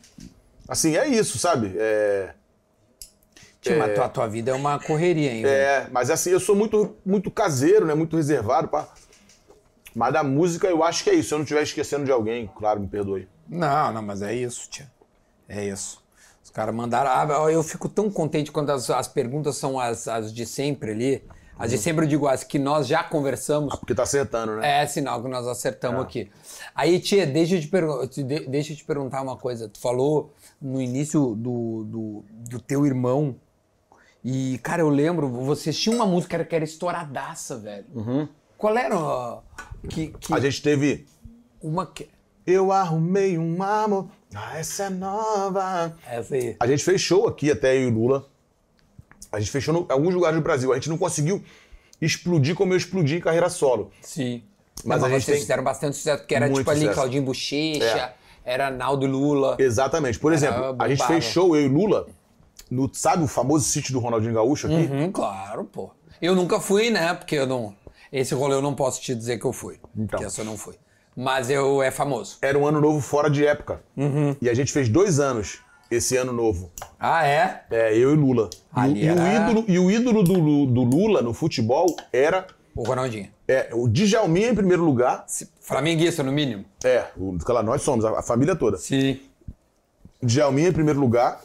Speaker 1: Assim, é isso, sabe? É,
Speaker 2: Tio, mas tua, tua vida é uma correria, hein? velho?
Speaker 1: é, mas assim, eu sou muito, muito caseiro, né? Muito reservado. Pá. Mas da música eu acho que é isso. Se eu não estiver esquecendo de alguém, claro, me perdoe.
Speaker 2: Não, não, mas é isso, tia. É isso. Os caras mandaram. Ah, ó, eu fico tão contente quando as, as perguntas são as, as de sempre ali. As de sempre eu digo as que nós já conversamos.
Speaker 1: Porque tá acertando, né?
Speaker 2: É sinal que nós acertamos aqui. Aí, tia, deixa eu, te pergun- te de- deixa eu te perguntar uma coisa. Tu falou no início do, do, do teu irmão. E, cara, eu lembro, vocês tinham uma música que era estouradaça, velho. Qual era ó, que, que-
Speaker 1: Uhum. A gente teve.
Speaker 2: uma que...
Speaker 1: Eu arrumei um amor. Ah, essa é nova.
Speaker 2: Essa aí.
Speaker 1: A gente fez show aqui até eu e o Lula. A gente fechou em alguns lugares do Brasil. A gente não conseguiu explodir como eu explodi em carreira solo.
Speaker 2: Sim.
Speaker 1: Mas
Speaker 2: Mas,
Speaker 1: a gente
Speaker 2: vocês
Speaker 1: tem
Speaker 2: fizeram bastante sucesso, porque era
Speaker 1: muito
Speaker 2: tipo ali
Speaker 1: sucesso. É.
Speaker 2: Claudinho Bochecha, era Naldo e Lula.
Speaker 1: Exatamente. Por exemplo, a
Speaker 2: bombava.
Speaker 1: gente fez show, eu e o Lula, no, sabe o famoso sítio do Ronaldinho Gaúcho aqui?
Speaker 2: Uhum, claro, pô. Eu nunca fui, né? Porque eu não. Esse rolê eu não posso te dizer que eu fui.
Speaker 1: Então.
Speaker 2: Porque essa eu não fui. Mas eu é famoso.
Speaker 1: Era um ano novo fora de época. E a gente fez dois anos esse ano novo.
Speaker 2: Ah, é?
Speaker 1: É, eu e Lula. E, o-
Speaker 2: Ali
Speaker 1: e o
Speaker 2: era-
Speaker 1: ídolo, e o ídolo do, Lu- do Lula no futebol era
Speaker 2: O Ronaldinho.
Speaker 1: é, o Djalminha em primeiro lugar.
Speaker 2: Se- Flamenguista, no mínimo.
Speaker 1: É, o, claro, nós somos, a- a família toda.
Speaker 2: Sim.
Speaker 1: Djalminha em primeiro lugar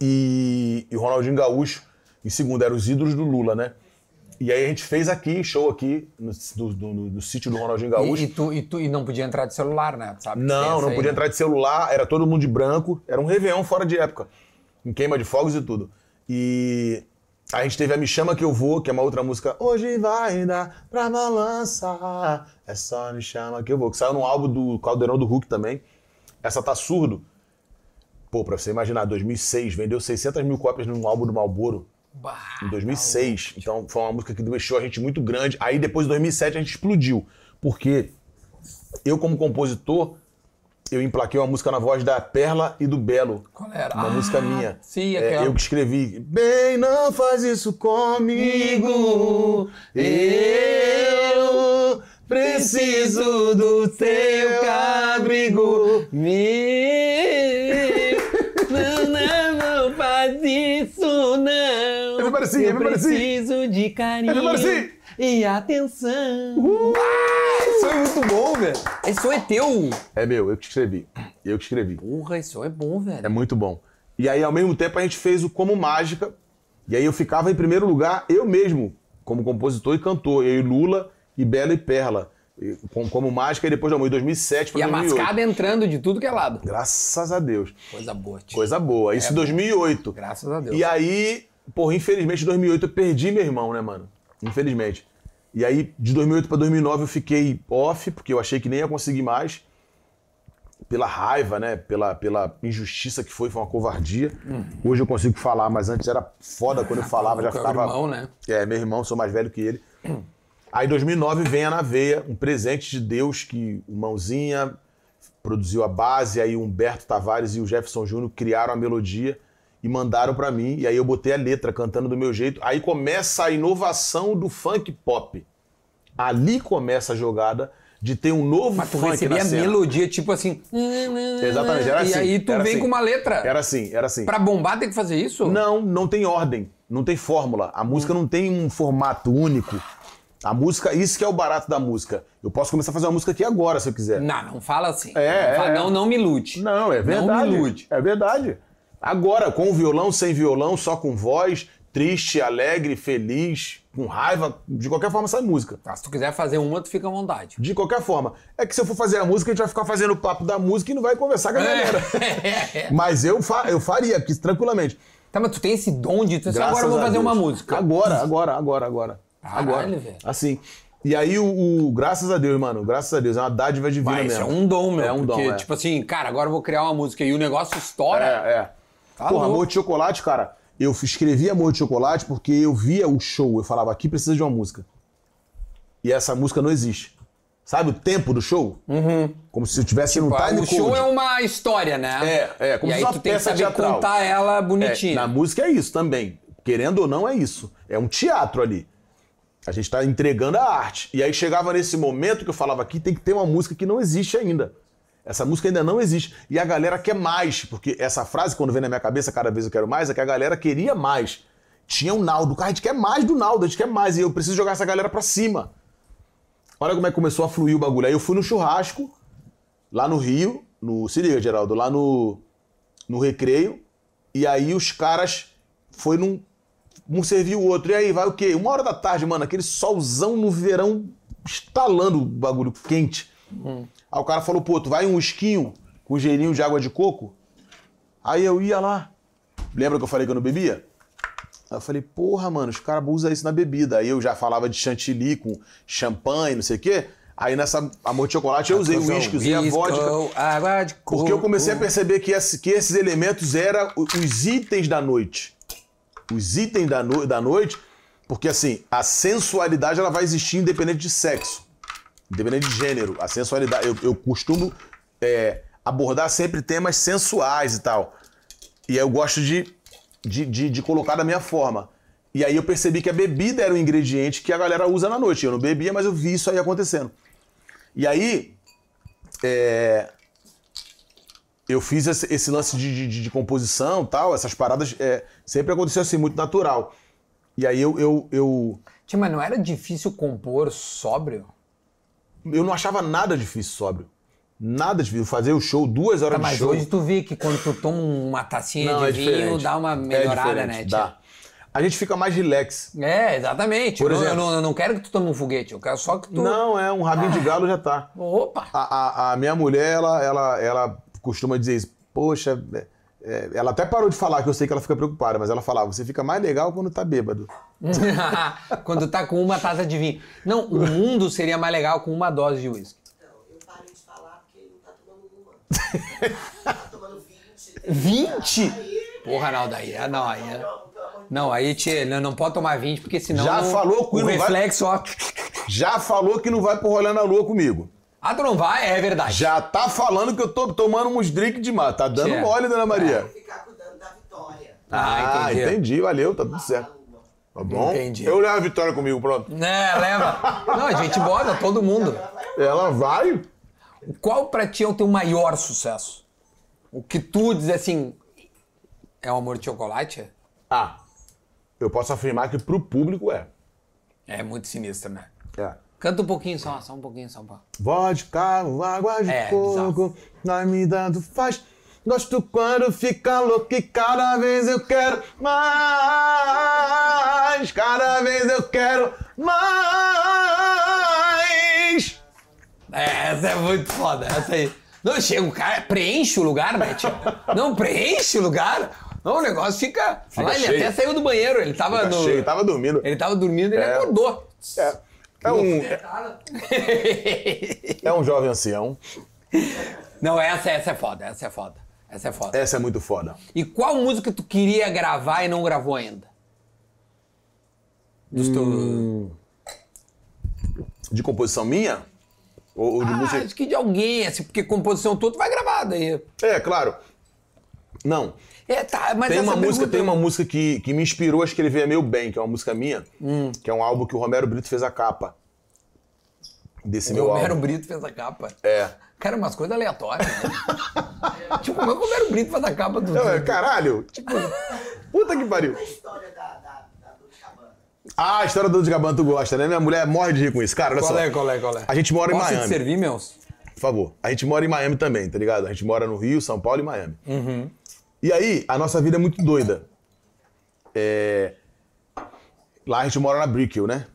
Speaker 1: e, e Ronaldinho Gaúcho em segundo. Eram os ídolos do Lula, né? E aí a gente fez aqui, show aqui, no, no- no- no sítio do Ronaldinho Gaúcho.
Speaker 2: E, e tu, e tu e não podia entrar de celular, né? Sabe? que tem
Speaker 1: Não,
Speaker 2: essa
Speaker 1: não
Speaker 2: aí,
Speaker 1: podia
Speaker 2: né?
Speaker 1: entrar de celular, era todo mundo de branco, era um réveillon fora de época, em queima de fogos e tudo. E a gente teve a Me Chama Que Eu Vou, que é uma outra música. Hoje vai dar pra balançar, é só me chama que eu vou, que saiu num álbum do Caldeirão do Hulk também. Essa tá surdo. Pô, pra você imaginar, 2006, vendeu 600 mil cópias num álbum do Malboro.
Speaker 2: Bah.
Speaker 1: Em 2006. Então foi uma música que deixou a gente muito grande. Aí depois, em 2007, a gente explodiu. Porque eu, como compositor, eu emplaquei uma música na voz da Perla e do Belo.
Speaker 2: Qual era?
Speaker 1: Uma
Speaker 2: Ah,
Speaker 1: música minha.
Speaker 2: Sim,
Speaker 1: É,
Speaker 2: aquela.
Speaker 1: eu que escrevi. Bem, não faz isso comigo. Eu preciso
Speaker 2: do
Speaker 1: teu abrigo.
Speaker 2: Me. Não, não, não faz isso, não.
Speaker 1: me parecia,
Speaker 2: Eu
Speaker 1: me parecia.
Speaker 2: preciso de
Speaker 1: me
Speaker 2: carinho
Speaker 1: parecia.
Speaker 2: e atenção. Isso é muito bom, velho. Esse som é teu.
Speaker 1: É meu, eu que escrevi. Eu que escrevi.
Speaker 2: Porra, esse som é bom,
Speaker 1: É
Speaker 2: velho.
Speaker 1: muito bom. E aí, ao mesmo tempo, a gente fez o Como Mágica. E aí eu ficava em primeiro lugar, eu mesmo, como compositor e cantor. Eu e Lula e Bela e Perla. E com- como Mágica, e depois da Em 2007
Speaker 2: E
Speaker 1: pra
Speaker 2: a
Speaker 1: 2008.
Speaker 2: mascada entrando de tudo que é lado.
Speaker 1: Graças a Deus.
Speaker 2: Coisa boa, tio.
Speaker 1: Coisa boa.
Speaker 2: É
Speaker 1: Isso em 2008.
Speaker 2: Graças a Deus.
Speaker 1: E aí, porra, infelizmente, em 2008 eu perdi meu irmão, né, mano? Infelizmente. E aí, de 2008 pra 2009 eu fiquei off, porque eu achei que nem ia conseguir mais. Pela raiva, né? Pela, pela injustiça que foi, foi uma covardia.
Speaker 2: Uhum.
Speaker 1: Hoje eu consigo falar, mas antes era foda quando eu
Speaker 2: Ah,
Speaker 1: falava, já
Speaker 2: Teu
Speaker 1: ficava.
Speaker 2: irmão, né? Uhum.
Speaker 1: É, meu irmão, sou mais velho que ele. Aí, em 2009, vem a Na Veia, um presente de Deus que o Mãozinha produziu a base, aí o Humberto Tavares e o Jefferson Júnior criaram a melodia e mandaram pra mim. E aí eu botei a letra cantando do meu jeito. Aí começa a inovação do funk pop. Ali começa a jogada de ter um novo
Speaker 2: Mas tu
Speaker 1: funk na
Speaker 2: recebia
Speaker 1: cena.
Speaker 2: melodia, tipo assim.
Speaker 1: Exatamente, era
Speaker 2: E
Speaker 1: assim,
Speaker 2: aí tu
Speaker 1: era
Speaker 2: vem
Speaker 1: assim.
Speaker 2: com uma letra.
Speaker 1: Era assim, era assim.
Speaker 2: Pra bombar tem que fazer isso?
Speaker 1: Não, não tem ordem, não tem fórmula. A música não tem um formato único. A música, isso que é o barato da música. Eu posso começar a fazer uma música aqui agora, se eu quiser.
Speaker 2: Não, não fala assim.
Speaker 1: É,
Speaker 2: não, fala-
Speaker 1: é, é.
Speaker 2: não, não me ilude.
Speaker 1: Não, é verdade.
Speaker 2: Não me ilude.
Speaker 1: É verdade. Agora, com violão, sem violão, só com voz, triste, alegre, feliz, com raiva, de qualquer forma sai música.
Speaker 2: Mas Ah, se tu quiser fazer uma, tu fica à vontade.
Speaker 1: De qualquer forma. É que se eu for fazer a música, a gente vai ficar fazendo o papo da música e não vai conversar com a
Speaker 2: É.
Speaker 1: galera. Mas eu, fa- eu faria, porque tranquilamente.
Speaker 2: Tá, mas tu tem esse dom de. Tu,
Speaker 1: Graças
Speaker 2: agora eu vou
Speaker 1: a
Speaker 2: fazer
Speaker 1: Deus.
Speaker 2: uma música.
Speaker 1: Agora, agora, agora, agora.
Speaker 2: Caralho,
Speaker 1: agora.
Speaker 2: velho.
Speaker 1: Assim. E aí, o, o- Graças a Deus, mano. Graças a Deus. É uma dádiva divina
Speaker 2: Mas isso
Speaker 1: mesmo.
Speaker 2: é um dom, meu.
Speaker 1: É um dom,
Speaker 2: porque,
Speaker 1: é.
Speaker 2: tipo assim, cara, agora eu vou criar uma música e o negócio
Speaker 1: É,
Speaker 2: estoura.
Speaker 1: é.
Speaker 2: Tá
Speaker 1: Porra,
Speaker 2: louco.
Speaker 1: Amor de Chocolate, cara. Eu escrevi Amor de Chocolate porque eu via o show. Eu falava, aqui precisa de uma música. E essa música não existe. Sabe o tempo do show? Como se eu tivesse num time
Speaker 2: Uhum. O
Speaker 1: code.
Speaker 2: show é uma história, né?
Speaker 1: É, é, como
Speaker 2: e
Speaker 1: se
Speaker 2: aí
Speaker 1: fosse
Speaker 2: tu
Speaker 1: uma
Speaker 2: tem que
Speaker 1: peça
Speaker 2: saber
Speaker 1: teatral.
Speaker 2: contar ela
Speaker 1: É,
Speaker 2: bonitinha.
Speaker 1: na música é isso também. Querendo ou não, é isso. É um teatro ali. A gente tá entregando a arte. E aí chegava nesse momento que eu falava aqui, tem que ter uma música que não existe ainda. Essa música ainda não existe. E a galera quer mais, porque essa frase, quando vem na minha cabeça, cada vez eu quero mais, é que a galera queria mais. Tinha o Naldo. Cara, a gente quer mais do Naldo, a gente quer mais. E eu preciso jogar essa galera pra cima. Olha como é que começou a fluir o bagulho. Aí eu fui no churrasco, lá no Rio, no. Se liga, Geraldo, lá no. no recreio. E aí os caras foi num. Um serviu o outro. E aí vai o quê? Uma hora da tarde, mano, aquele solzão no verão estalando o bagulho quente. Aí o cara falou, pô, tu vai um esquinho com gelinho de água de coco? Aí eu ia lá. Lembra que eu falei que eu não bebia? Aí eu falei, porra, mano, os caras abusam isso na bebida. Aí eu já falava de chantilly com champanhe, não sei o quê. Aí nessa amor de chocolate eu usei o uísque, usei a vodka.
Speaker 2: Água de coco.
Speaker 1: Porque eu comecei a perceber que, esse- que esses elementos eram o- os itens da noite. Os itens da, no- da noite, porque assim, a sensualidade ela vai existir independente de sexo, independente de gênero. A sensualidade, eu, eu costumo é, abordar sempre temas sensuais e tal. E aí eu gosto de, de, de, de colocar da minha forma. E aí eu percebi que a bebida era um ingrediente que a galera usa na noite. Eu não bebia, mas eu vi isso aí acontecendo. E aí, eu fiz esse, esse lance de, de- de composição tal, essas paradas é, sempre aconteceu assim, muito natural. E aí eu, eu, eu,
Speaker 2: Tchê, mas não era difícil compor sóbrio?
Speaker 1: eu não achava nada difícil sóbrio. Nada difícil. Fazer o show, duas horas de
Speaker 2: Tá, mas
Speaker 1: show.
Speaker 2: hoje tu vê que quando tu toma uma tacinha
Speaker 1: não, é
Speaker 2: de vinho,
Speaker 1: diferente.
Speaker 2: dá uma
Speaker 1: É
Speaker 2: melhorada,
Speaker 1: diferente,
Speaker 2: né, Tchê?
Speaker 1: Dá. A gente fica mais relax.
Speaker 2: É, exatamente.
Speaker 1: Por
Speaker 2: Eu não-
Speaker 1: exemplo.
Speaker 2: eu, não, eu não quero que tu tome um foguete, eu quero só que tu. Ah.
Speaker 1: Não, é um rabinho de galo já tá.
Speaker 2: Opa!
Speaker 1: A, a- a minha mulher, ela, ela, ela costuma dizer isso. Poxa, é- é", ela até parou de falar, que eu sei que ela fica preocupada, mas ela falava, você fica mais legal quando tá bêbado.
Speaker 2: Quando tá com uma taça de vinho. Não, o mundo seria mais legal com uma dose de uísque.
Speaker 4: Então, eu parei de falar porque ele não tá tomando uma. tá tomando 20.
Speaker 2: 20? Porra, Arnaldo, aí, ah, não, aí. é- Não, aí, tchê, não, não pode tomar 20, porque senão.
Speaker 1: Já
Speaker 2: não-
Speaker 1: falou que
Speaker 2: o
Speaker 1: não vai-
Speaker 2: reflexo, ó.
Speaker 1: Já falou que não vai pro rolê na lua comigo.
Speaker 2: Ah, tu não vai? É verdade.
Speaker 1: Já tá falando que eu tô tomando uns drinks de mar. Tá dando
Speaker 2: Certo. É.
Speaker 1: mole, dona Maria.
Speaker 4: Ficar cuidando da vitória.
Speaker 2: Ah, entendi.
Speaker 1: Valeu, tá tudo certo. Tá bom?
Speaker 2: Entendi.
Speaker 1: Eu levo a Vitória comigo, pronto.
Speaker 2: Né, leva. Não, a gente bota todo mundo.
Speaker 1: Ela vai.
Speaker 2: Qual pra ti é o teu maior sucesso? O que tu diz assim. É o amor de chocolate?
Speaker 1: Ah, eu posso afirmar que pro público é.
Speaker 2: É muito sinistro, né?
Speaker 1: É.
Speaker 2: Canta um pouquinho só, só um pouquinho, só um pouquinho.
Speaker 1: Vodka, água de
Speaker 2: É,
Speaker 1: coco, vai me dando faz. Gosto quando fica louco e cada vez eu quero mais. Cada vez eu quero mais.
Speaker 2: É, Essa é muito foda, essa aí. Não, chega o cara, preenche o lugar, né, tio? Não, preenche o lugar. Não, o negócio fica. Olha lá, ele
Speaker 1: cheio.
Speaker 2: até saiu do banheiro, ele tava
Speaker 1: Tá
Speaker 2: no.
Speaker 1: cheio, tava dormindo.
Speaker 2: Ele tava dormindo, ele
Speaker 1: É.
Speaker 2: acordou.
Speaker 1: É, é um, é um jovem ancião.
Speaker 2: Não, essa, essa é foda, essa é foda. Essa é foda.
Speaker 1: Essa é muito foda.
Speaker 2: E qual música tu queria gravar e não gravou ainda? Dos teus-
Speaker 1: De composição minha? Ou, ou de
Speaker 2: Ah,
Speaker 1: música?
Speaker 2: acho que de alguém, assim, porque composição toda tu vai gravar daí.
Speaker 1: É, claro. Não.
Speaker 2: É, tá, mas
Speaker 1: Tem
Speaker 2: essa
Speaker 1: uma música,
Speaker 2: pergunta-
Speaker 1: tem uma música que, que me inspirou a escrever É Meu Bem, que é uma música minha,
Speaker 2: Hum.
Speaker 1: que é um álbum que o Romero Brito fez a capa. Desse meu
Speaker 2: O Romero
Speaker 1: álbum.
Speaker 2: Brito fez a capa.
Speaker 1: É.
Speaker 2: Cara, umas coisas aleatórias. Né? tipo, como é que o Romero Brito faz a capa do.
Speaker 1: Não, é, caralho, tipo. Puta que pariu.
Speaker 4: A história da, da, da Dolce Gabbana.
Speaker 1: Ah, a história do Gabana tu gosta, né? Minha mulher morre de rir com isso. Cara, olha
Speaker 2: Qual
Speaker 1: só.
Speaker 2: é, qual é, qual é?
Speaker 1: A gente mora em
Speaker 2: Posso te
Speaker 1: Miami.
Speaker 2: servir, meus?
Speaker 1: Por favor. A gente mora em Miami também, tá ligado? A gente mora no Rio, São Paulo e Miami. E aí, a nossa vida é muito doida. É, Lá a gente mora na Brickell, né?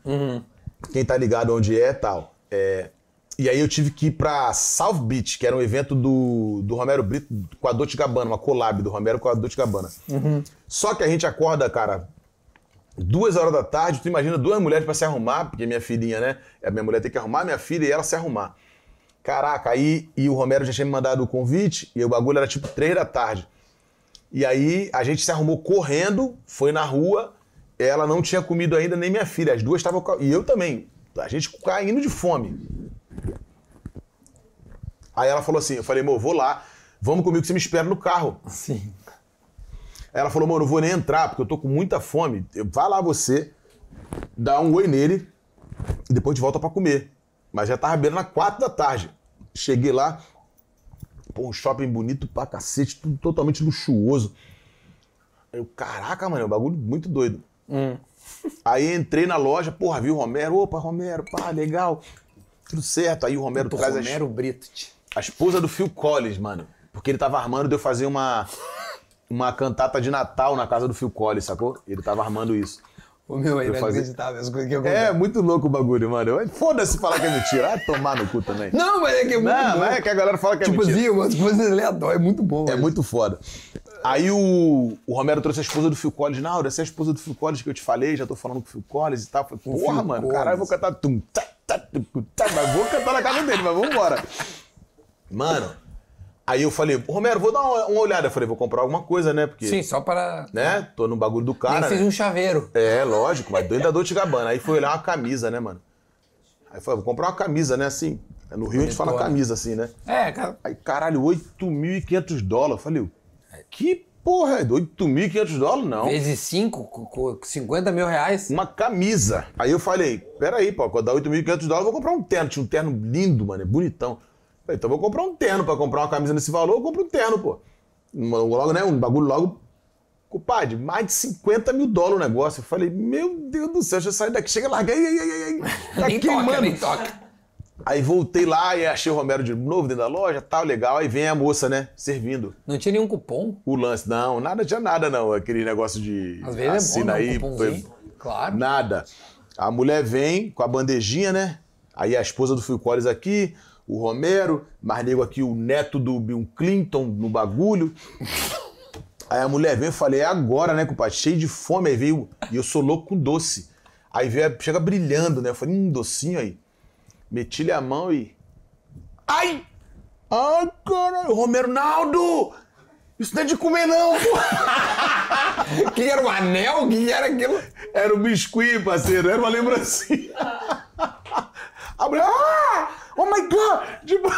Speaker 1: Quem tá ligado onde é tal. É, E aí eu tive que ir pra South Beach, que era um evento do, do Romero Brito com a Dolce Gabbana, uma collab do Romero com a Dolce Gabbana. Só que a gente acorda, cara, duas horas da tarde, tu imagina duas mulheres pra se arrumar, porque minha filhinha, né? A minha mulher tem que arrumar minha filha e ela se arrumar. Caraca, aí e o Romero já tinha me mandado o convite e o bagulho era tipo três da tarde. E aí a gente se arrumou correndo, foi na rua, ela não tinha comido ainda, nem minha filha. As duas estavam. ca- E eu também. A gente caindo de fome. Aí ela falou assim: eu falei, amor, vou lá, vamos comigo que você me espera no carro.
Speaker 2: Sim.
Speaker 1: Ela falou, mano, eu vou nem entrar, porque eu tô com muita fome. Eu- Vai lá você, dá um oi nele, e depois a gente volta pra comer. Mas já tava beirando na quatro da tarde. Cheguei lá, pô, um shopping bonito pra cacete, tudo totalmente luxuoso. Aí Eu, caraca, mano, é um bagulho muito doido.
Speaker 2: Hum.
Speaker 1: Aí entrei na loja, porra, vi o Romero, opa, Romero, pá, legal, tudo certo. Aí o Romero
Speaker 2: Do
Speaker 1: traz as-
Speaker 2: Romero Brito. tch.
Speaker 1: a esposa do Phil Collins, mano. Porque ele tava armando de eu fazer uma, uma cantata de Natal na casa do Phil Collins, sacou? Ele tava armando isso.
Speaker 2: Ô meu, é
Speaker 1: Eu fazia-
Speaker 2: inacreditável as coisas que eu
Speaker 1: É, muito louco o bagulho, mano. Eu- Foda-se falar que é mentira. Ah, tomar no cu também.
Speaker 2: Não, mas é que é muito
Speaker 1: Não,
Speaker 2: bom.
Speaker 1: não é que a galera fala que é
Speaker 2: Tipo
Speaker 1: mentira.
Speaker 2: assim, umas coisas aleatórias, é muito bom.
Speaker 1: É muito foda. Aí o, o Romero trouxe a esposa do Phil Collins. Naura, essa é a esposa do Phil Collins que eu te falei, já tô falando com o Phil Collins e tal. Falei, porra,
Speaker 2: Phil
Speaker 1: mano,
Speaker 2: Collins.
Speaker 1: caralho, eu vou cantar. Tum, tá, tá, tum, tum, tá, mas vou cantar na casa dele, mas vambora. Mano, aí eu falei, Romero, vou dar uma, uma olhada. Eu falei, vou comprar alguma coisa, né? Porque,
Speaker 2: Sim, só para.
Speaker 1: né? Tô no bagulho do
Speaker 2: Nem
Speaker 1: cara.
Speaker 2: que seja
Speaker 1: né?
Speaker 2: um chaveiro.
Speaker 1: É, lógico, mas doido da Dolce Gabbana. Aí foi olhar uma camisa, né, mano? Aí eu falei, vou comprar uma camisa, né? Assim, no Rio a gente fala
Speaker 2: Bonitona.
Speaker 1: camisa, assim, né?
Speaker 2: É, cara.
Speaker 1: Aí, caralho, 8.500 dólares. Eu Falei, eu, que porra é 8.500 dólares? Não.
Speaker 2: Vezes 5, 50 mil reais.
Speaker 1: Uma camisa. Aí eu falei, peraí, pô, quando dá 8.500 dólares, eu vou comprar um terno. Tinha um terno lindo, mano, é bonitão. Falei, então eu vou comprar um terno pra comprar uma camisa nesse valor, eu compro um terno, pô. Uma- Logo, né, um bagulho logo... Compadre, mais de 50 mil dólares o negócio. Eu falei, meu Deus do céu, deixa eu sair daqui. Chega, larga, ai, ai, ai, ai, ai. Tá
Speaker 2: nem toca, né?
Speaker 1: queimando.
Speaker 2: nem toca.
Speaker 1: Aí voltei lá e achei o Romero de novo dentro da loja, tal, legal. Aí vem a moça, né, servindo.
Speaker 2: Não tinha nenhum cupom.
Speaker 1: o lance. Não, nada tinha nada, não. Aquele negócio de
Speaker 2: Às vezes
Speaker 1: assina
Speaker 2: é bom,
Speaker 1: aí.
Speaker 2: né? Um
Speaker 1: Foi...
Speaker 2: cupomzinho. Claro.
Speaker 1: Nada. A mulher vem com a bandejinha, né? Aí a esposa do Phil Collins aqui, o Romero, mais nego aqui, o neto do Bill Clinton no bagulho. Aí a mulher veio, eu falei, é agora, né, compadre? Cheio de fome. Aí veio, e eu sou louco com doce. Aí veio, a- chega brilhando, né? Eu falei, hum, docinho aí. Meti-lhe a mão e. Ai! Ai, caralho! Romero Naldo! Isso não é de comer, não, pô!
Speaker 2: Que era o anel? Que era aquilo?
Speaker 1: Era um biscuit, parceiro, era uma lembrancinha. A mulher, ah! Oh my god! Tipo,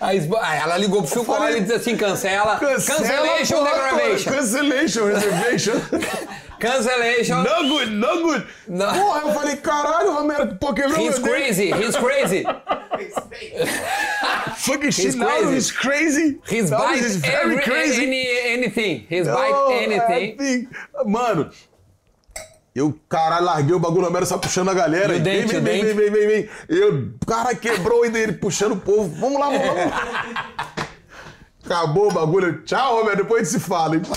Speaker 2: A esbo- Ah, ela ligou pro Phil Collins e disse assim: cancela. Cancellation
Speaker 1: porra,
Speaker 2: depravation.
Speaker 1: Cancellation, reservation.
Speaker 2: Cancellation.
Speaker 1: no good, no good.
Speaker 2: Não.
Speaker 1: Porra, eu falei, caralho, Romero, pô, quebrou
Speaker 2: He's
Speaker 1: meu dedo.
Speaker 2: crazy, he's crazy.
Speaker 1: Fucking shit, now
Speaker 2: crazy.
Speaker 1: he's crazy.
Speaker 2: He's
Speaker 1: Now
Speaker 2: bite
Speaker 1: he's very
Speaker 2: every,
Speaker 1: crazy.
Speaker 2: any- anything. He's
Speaker 1: Oh,
Speaker 2: bite anything.
Speaker 1: everything. assim. Mano, eu, caralho, larguei o bagulho, o Romero só puxando a galera.
Speaker 2: E o
Speaker 1: E
Speaker 2: dente,
Speaker 1: vem,
Speaker 2: o
Speaker 1: vem, vem,
Speaker 2: dente.
Speaker 1: vem, vem, vem. Eu, cara, quebrou ainda ele puxando o povo. Vamos lá, vamos lá. Acabou o bagulho. Tchau, Romero, depois a gente se fala. hein?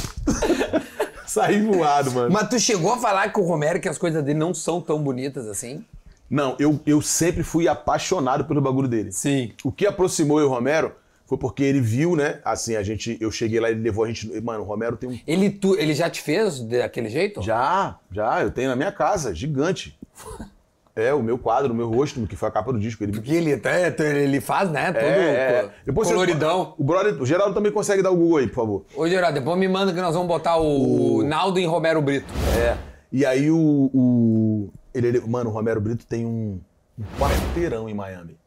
Speaker 1: Saí voado, mano.
Speaker 2: Mas tu chegou a falar com o Romero que as coisas dele não são tão bonitas assim?
Speaker 1: Não, eu, eu sempre fui apaixonado pelo bagulho dele.
Speaker 2: Sim.
Speaker 1: O que aproximou eu e o Romero foi porque ele viu, né? Assim, a gente, eu cheguei lá, ele levou a gente. Mano, o Romero tem um
Speaker 2: Ele, tu, ele já te fez daquele jeito?
Speaker 1: Já, já, eu tenho na minha casa, gigante. É, o meu quadro, o meu rosto, que foi a capa do disco. Ele me
Speaker 2: Porque ele, até- ele faz, né? Todo
Speaker 1: é,
Speaker 2: co-
Speaker 1: é. Depois você-
Speaker 2: coloridão.
Speaker 1: o, brother, o Geraldo também consegue dar o Google aí, por favor.
Speaker 2: Ô, Geraldo, depois me manda que nós vamos botar o, Naldo em Romero Brito.
Speaker 1: É. E aí o. o- ele, ele- mano, o Romero Brito tem um, um quarteirão em Miami.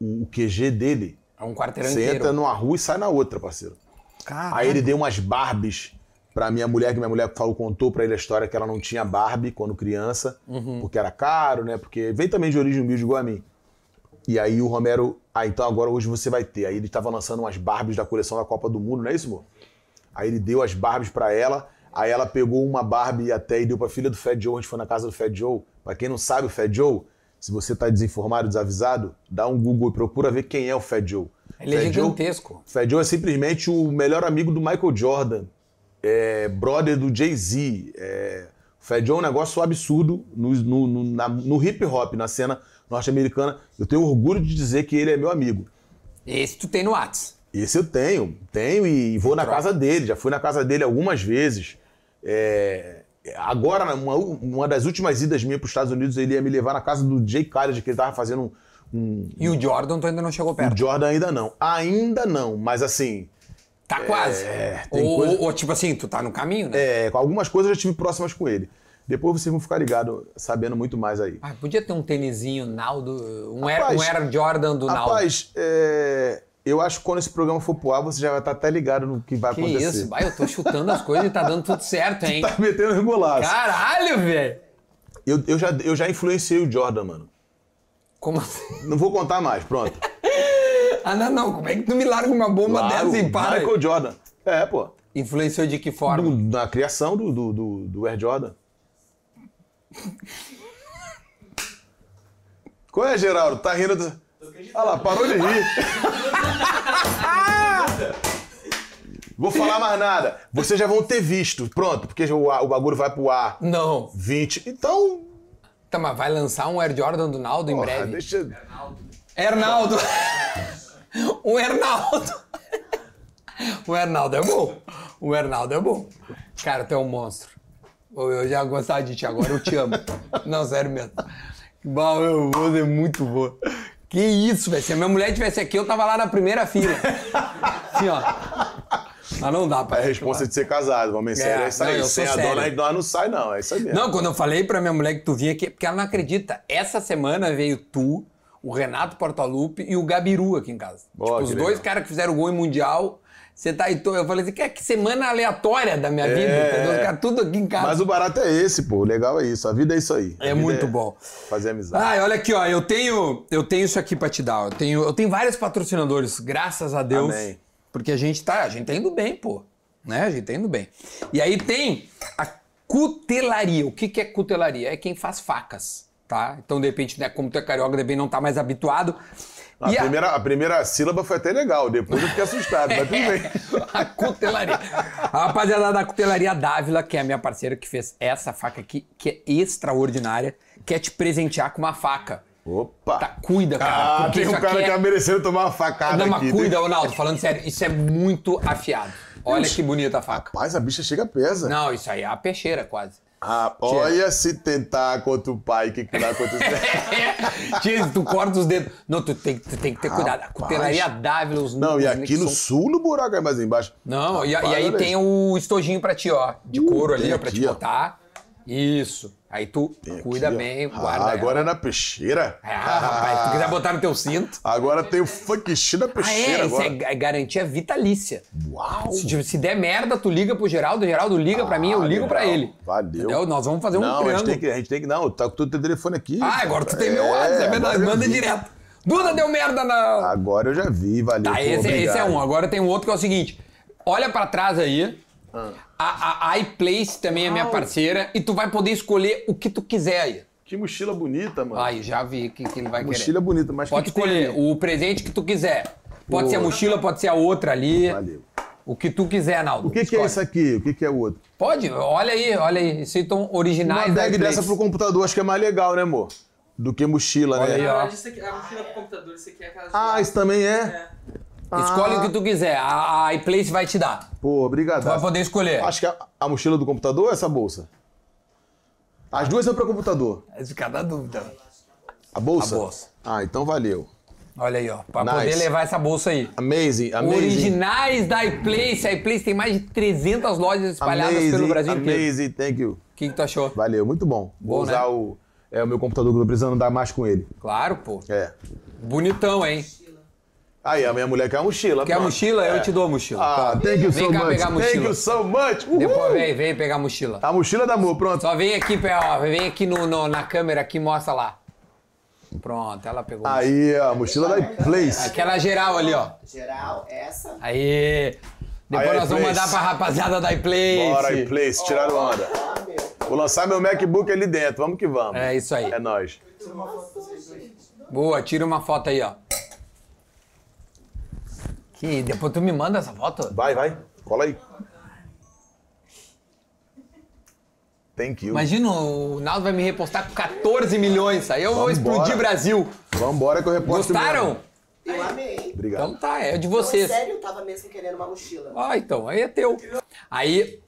Speaker 1: O, o QG dele,
Speaker 2: É um quarteirão
Speaker 1: você entra
Speaker 2: inteiro.
Speaker 1: numa rua e sai na outra, parceiro.
Speaker 2: Caraca.
Speaker 1: tá Aí ele deu umas Barbies pra minha mulher, que minha mulher falou, contou pra ele a história que ela não tinha Barbie quando criança,
Speaker 2: Uhum.
Speaker 1: porque era caro, né? Porque vem também de origem humilde igual a mim. E aí o Romero, ah, então agora hoje você vai ter. Aí ele tava lançando umas Barbies da coleção da Copa do Mundo, não é isso, amor? Aí ele deu as Barbies pra ela, aí ela pegou uma Barbie até e deu pra filha do Fat Joe, a gente foi na casa do Fat Joe. Pra quem não sabe, o Fat Joe, se você tá desinformado, desavisado, dá um Google e procura ver quem é o Fat Joe.
Speaker 2: Ele é
Speaker 1: Fat Joe-
Speaker 2: gigantesco.
Speaker 1: Fat Joe é simplesmente o melhor amigo do Michael Jordan, é brother do Jay-Z. É... Fat Joe é um negócio absurdo no, no- no- na- no hip hop, na cena norte-americana. Eu tenho orgulho de dizer que ele é meu amigo.
Speaker 2: Esse tu tem no Whats.
Speaker 1: Esse eu tenho, tenho e vou na casa dele. Já fui na casa dele algumas vezes. É, Agora, uma, uma das últimas idas minhas para os Estados Unidos, ele ia me levar na casa do Jay Khaled, que ele tava fazendo um- um,
Speaker 2: E o Jordan tu ainda não chegou
Speaker 1: o
Speaker 2: perto.
Speaker 1: Jordan ainda não. Ainda não, mas assim,
Speaker 2: Tá quase.
Speaker 1: tem
Speaker 2: ou,
Speaker 1: coisa-
Speaker 2: ou- ou, tipo assim, tu tá no caminho, né?
Speaker 1: É, com algumas coisas eu já tive próximas com ele. Depois vocês vão ficar ligados, sabendo muito mais aí.
Speaker 2: Ah, podia ter um tênisinho Naldo, um, era,
Speaker 1: Rapaz,
Speaker 2: um era Jordan do Naldo.
Speaker 1: Rapaz, é, eu acho que quando esse programa for pro ar, você já vai estar até ligado no que vai
Speaker 2: que
Speaker 1: acontecer.
Speaker 2: isso, vai, eu tô chutando as coisas e tá dando tudo certo, hein?
Speaker 1: Tá metendo um golaço.
Speaker 2: Caralho, velho!
Speaker 1: Eu, eu já, eu já influenciei o Jordan, mano.
Speaker 2: Como assim?
Speaker 1: Não vou contar mais, pronto.
Speaker 2: Ah, não, não, como é que tu me larga uma bomba
Speaker 1: Claro,
Speaker 2: dessa e para? aí?
Speaker 1: Michael Jordan. É, pô.
Speaker 2: Influenciou de que forma?
Speaker 1: Do- na criação do, do, do, do Air Jordan. Qual é, Geraldo? Tá rindo. Do... Olha lá, parou de rir. Vou falar mais nada. Vocês já vão ter visto. Pronto, porque o, a- o bagulho vai pro ar.
Speaker 2: Não.
Speaker 1: 20. Então.
Speaker 2: Tá, mas vai lançar um Air Jordan do Naldo em
Speaker 1: Porra,
Speaker 2: breve.
Speaker 1: deixa.
Speaker 2: Hernaldo. o Hernaldo. o Hernaldo é bom. O Hernaldo é bom. Cara, tu é um monstro. Eu eu já gostava de ti, agora eu te amo. Não, sério mesmo. Bom, eu vou é muito bom. Que isso, velho. Se a minha mulher estivesse aqui, eu tava lá na primeira fila. Assim, ó. Mas não dá pra
Speaker 1: É a resposta de ser casado. Vamos em sério. É isso
Speaker 2: não,
Speaker 1: aí.
Speaker 2: eu
Speaker 1: Sem
Speaker 2: sou
Speaker 1: a
Speaker 2: sério.
Speaker 1: dona, nós não sai, não. É isso aí mesmo.
Speaker 2: Não, quando eu falei pra minha mulher que tu vinha aqui, é porque ela não acredita. Essa semana veio tu, o Renato Portaluppi e o Gabiru aqui em casa.
Speaker 1: Ó,
Speaker 2: Tipo,
Speaker 1: que
Speaker 2: os
Speaker 1: legal.
Speaker 2: dois caras que fizeram gol em Mundial. Você tá aí, tu- eu falei assim, que, que semana aleatória da minha vida, entendeu? Os caras tudo aqui em casa.
Speaker 1: É. Mas o barato é esse, pô. O legal é isso. A vida é isso aí. A
Speaker 2: É
Speaker 1: vida
Speaker 2: muito bom. Ah,
Speaker 1: Fazer amizade.
Speaker 2: Ai, olha aqui, ó, eu tenho, eu tenho isso aqui pra te dar. ó. Eu tenho, eu tenho vários patrocinadores, graças a Deus.
Speaker 1: Amém.
Speaker 2: Porque a gente tá, a gente tá indo bem, pô. Né? A gente tá indo bem. E aí tem a cutelaria. O que que é cutelaria? É quem faz facas, tá? Então, de repente, né, como tu é carioca, de repente não tá mais habituado.
Speaker 1: Tá, A,
Speaker 2: E a-
Speaker 1: primeira, a primeira sílaba foi até legal, depois eu fiquei assustado, mas tudo bem.
Speaker 2: A cutelaria. A rapaziada da cutelaria Dávila, que é a minha parceira que fez essa faca aqui, que é extraordinária, quer te presentear com uma faca.
Speaker 1: Opa!
Speaker 2: Tá, cuida, cara.
Speaker 1: ah,
Speaker 2: porque
Speaker 1: tem
Speaker 2: isso
Speaker 1: um cara
Speaker 2: aqui
Speaker 1: que
Speaker 2: é-
Speaker 1: tá merecendo tomar uma facada
Speaker 2: Não,
Speaker 1: aqui.
Speaker 2: mas
Speaker 1: Tem-
Speaker 2: cuida, Ronaldo, falando sério, isso é muito afiado. Olha que bonita a faca.
Speaker 1: Rapaz, a bicha chega pesa.
Speaker 2: Não, isso aí é a peixeira quase.
Speaker 1: Ah, olha se tentar contra o pai, o que, que vai acontecer?
Speaker 2: Tio, tu corta os dedos. Não, tu tem, tu tem que ter cuidado. A cutelaria dávila, os
Speaker 1: Não, e
Speaker 2: os-
Speaker 1: aqui no
Speaker 2: são-
Speaker 1: sul, no buraco é mais embaixo.
Speaker 2: Não, e, a- e
Speaker 1: Rapaz,
Speaker 2: aí
Speaker 1: olha
Speaker 2: tem
Speaker 1: isso.
Speaker 2: o estojinho pra ti, ó. De couro ali,
Speaker 1: tem
Speaker 2: ó, pra te
Speaker 1: aqui, ó.
Speaker 2: botar. Isso. Aí tu
Speaker 1: Tem
Speaker 2: um cuida
Speaker 1: aqui, ó.
Speaker 2: bem,
Speaker 1: Ah,
Speaker 2: guarda. ela.
Speaker 1: agora é na peixeira.
Speaker 2: Ah, rapaz, tu quiser botar no teu cinto.
Speaker 1: Agora tem o funk shit na
Speaker 2: Ah,
Speaker 1: peixeira
Speaker 2: é, isso
Speaker 1: agora.
Speaker 2: é ga- é garantia vitalícia.
Speaker 1: Uau!
Speaker 2: Se, tipo, se der merda, tu liga pro Geraldo, o Geraldo liga pra mim, eu
Speaker 1: Ah,
Speaker 2: ligo pra
Speaker 1: legal.
Speaker 2: ele.
Speaker 1: Valeu.
Speaker 2: Entendeu? Nós vamos fazer um
Speaker 1: não, a gente,
Speaker 2: triângulo.
Speaker 1: tem que, a gente tem que. Não, tá com todo o teu telefone aqui.
Speaker 2: Ah, agora tu tem meu
Speaker 1: É,
Speaker 2: WhatsApp, é verdade.
Speaker 1: agora eu
Speaker 2: Manda
Speaker 1: vi.
Speaker 2: direto. Duda deu merda na.
Speaker 1: Agora eu já vi, valeu.
Speaker 2: Tá,
Speaker 1: pô,
Speaker 2: esse, é- esse é
Speaker 1: obrigado.
Speaker 2: um. Agora tem um outro que é o seguinte: olha pra trás aí.
Speaker 1: Ah.
Speaker 2: A, a iPlace também é minha parceira. E tu vai poder escolher o que tu quiser aí.
Speaker 1: Que mochila bonita, mano.
Speaker 2: um. Aí, já vi o que, que ele vai
Speaker 1: Ah. mochila
Speaker 2: querer.
Speaker 1: bonita, mas
Speaker 2: Pode
Speaker 1: que que tem
Speaker 2: escolher
Speaker 1: ali?
Speaker 2: o presente que tu quiser. Pode ser a mochila, pode ser a outra ali.
Speaker 1: Valeu.
Speaker 2: O que tu quiser, Naldo.
Speaker 1: O que, que é isso aqui? O que, que é o outro?
Speaker 2: Pode, olha aí, olha aí. Isso aí estão
Speaker 1: Uma
Speaker 2: originais. da
Speaker 1: bag
Speaker 2: iPlace.
Speaker 1: dessa pro computador acho que é mais legal, né, amor? Do que mochila,
Speaker 2: Olha
Speaker 1: né?
Speaker 2: aí,
Speaker 7: Na
Speaker 2: ó.
Speaker 7: verdade, isso aqui, a mochila pro computador, isso aqui é aquelas...
Speaker 1: Ah, isso também é?
Speaker 7: É.
Speaker 2: Escolhe o que tu quiser. A, a iPlace vai te dar.
Speaker 1: Pô, obrigado.
Speaker 2: Tu vai poder escolher.
Speaker 1: Tá. Acho que a, a mochila do computador ou essa bolsa? As duas são pra computador.
Speaker 2: Esse cara dá É dúvida.
Speaker 1: A bolsa?
Speaker 2: A bolsa.
Speaker 1: Ah, então valeu.
Speaker 2: Olha aí, ó. Pra
Speaker 1: Nice.
Speaker 2: poder levar essa bolsa aí.
Speaker 1: Amazing, amazing.
Speaker 2: Originais da iPlace. A iPlace tem mais de 300 lojas espalhadas
Speaker 1: amazing,
Speaker 2: pelo Brasil inteiro.
Speaker 1: Amazing, thank you.
Speaker 2: O que, que tu achou?
Speaker 1: Valeu, muito bom. Vou
Speaker 2: Bom,
Speaker 1: usar
Speaker 2: né?
Speaker 1: o, é, o meu computador que eu tô precisando andar mais com ele.
Speaker 2: Claro, pô.
Speaker 1: É.
Speaker 2: Bonitão, hein?
Speaker 1: Aí, a minha mulher quer a mochila.
Speaker 2: Quer a
Speaker 1: pronto.
Speaker 2: mochila?
Speaker 1: É.
Speaker 2: Eu te dou a mochila.
Speaker 1: Ah, Uh! thank you
Speaker 2: Vem
Speaker 1: so
Speaker 2: cá
Speaker 1: much.
Speaker 2: pegar a
Speaker 1: Thank
Speaker 2: mochila.
Speaker 1: you so much. Uhul.
Speaker 2: Depois vem, vem pegar a mochila.
Speaker 1: A mochila da amor, pronto.
Speaker 2: Só vem aqui, pé, ó. Vem aqui no, no- na câmera aqui, mostra lá. Pronto, ela pegou.
Speaker 1: Aí, ó, a mochila da Place.
Speaker 2: Aquela geral ali, ó.
Speaker 4: Geral, essa.
Speaker 2: Aí. Depois
Speaker 1: Aí,
Speaker 2: nós vamos
Speaker 1: iPlace.
Speaker 2: mandar pra rapaziada da iPlace.
Speaker 1: Bora, aí, Place, tiraram onda. Vou lançar meu MacBook ali dentro, vamos que vamos.
Speaker 2: É isso aí.
Speaker 1: É nóis.
Speaker 2: Boa, tira uma foto aí, ó. Que depois tu me manda essa foto?
Speaker 1: Vai, vai, cola aí. Thank you.
Speaker 2: Imagina, o Naldo vai me repostar com 14 milhões. Aí eu vou
Speaker 1: Vambora.
Speaker 2: explodir Brasil.
Speaker 1: Vambora que eu reposto
Speaker 2: Gostaram?
Speaker 1: mesmo.
Speaker 4: Eu amei.
Speaker 1: Obrigado.
Speaker 2: Então tá, é de
Speaker 4: Eu,
Speaker 2: vocês.
Speaker 4: sério, eu tava mesmo querendo uma mochila.
Speaker 2: Ah, então, aí é teu. Aí,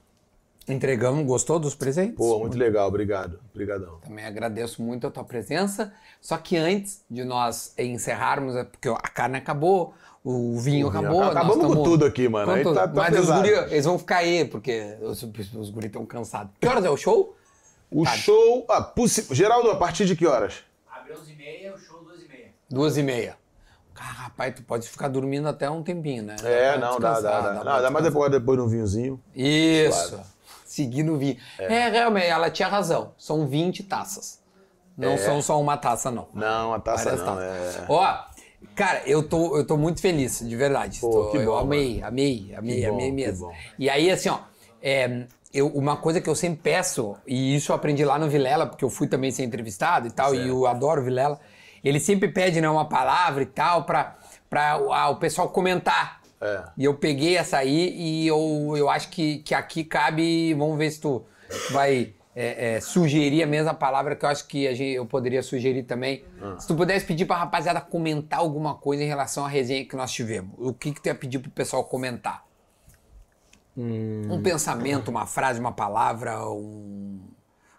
Speaker 2: entregamos, gostou dos presentes?
Speaker 1: Pô, muito legal, obrigado. Obrigadão.
Speaker 2: Também agradeço muito a tua presença. Só que antes de nós encerrarmos, é porque a carne acabou, O vinho acabou. nós
Speaker 1: Acabamos com
Speaker 2: tamo-
Speaker 1: tudo aqui, mano. Aí
Speaker 2: Quanto-
Speaker 1: tá- tá
Speaker 2: Mas os
Speaker 1: pesado.
Speaker 2: guri, eles vão ficar aí, porque os, os guri estão cansados. Que horas é o show?
Speaker 1: O
Speaker 2: Tá.
Speaker 1: show. Ah, possi- Geraldo, a partir de que horas?
Speaker 8: Abre 11 e meia, o show 12 e meia.
Speaker 2: Duas e meia. Cara, rapaz, tu pode ficar dormindo até um tempinho, né?
Speaker 1: É,
Speaker 2: pra
Speaker 1: não, dá, dá,
Speaker 2: descansar,
Speaker 1: dá.
Speaker 2: pra
Speaker 1: Não, dá mais
Speaker 2: descansar.
Speaker 1: depois, depois de um vinhozinho.
Speaker 2: Isso. Seguindo o vinho. É. realmente, ela tinha razão. São 20 taças.
Speaker 1: É.
Speaker 2: Não são só uma taça, não.
Speaker 1: Não, a taça
Speaker 2: Várias
Speaker 1: não.
Speaker 2: taças.
Speaker 1: É...
Speaker 2: tá Ó, cara, eu tô, eu tô muito feliz, de verdade.
Speaker 1: Pô,
Speaker 2: Tô-
Speaker 1: que
Speaker 2: eu
Speaker 1: bom,
Speaker 2: amei, amei, amei,
Speaker 1: Que bom,
Speaker 2: amei
Speaker 1: que
Speaker 2: mesmo.
Speaker 1: bom.
Speaker 2: E aí, assim, ó, é, eu, uma coisa que eu sempre peço, e isso eu aprendi lá no Vilela, porque eu fui também ser entrevistado e tal, e eu adoro o Vilela, ele sempre pede né, uma palavra e tal pra, pra o- ah, o pessoal comentar.
Speaker 1: É.
Speaker 2: E eu peguei essa aí e eu, eu acho que, que aqui cabe. Vamos ver se tu vai é, é, sugerir a mesma palavra que eu acho que a gente, eu poderia sugerir também. Se tu pudesse pedir pra rapaziada comentar alguma coisa em relação à resenha que nós tivemos, o que, que tu ia pedir pro pessoal comentar? Um pensamento, uma frase, uma palavra, um.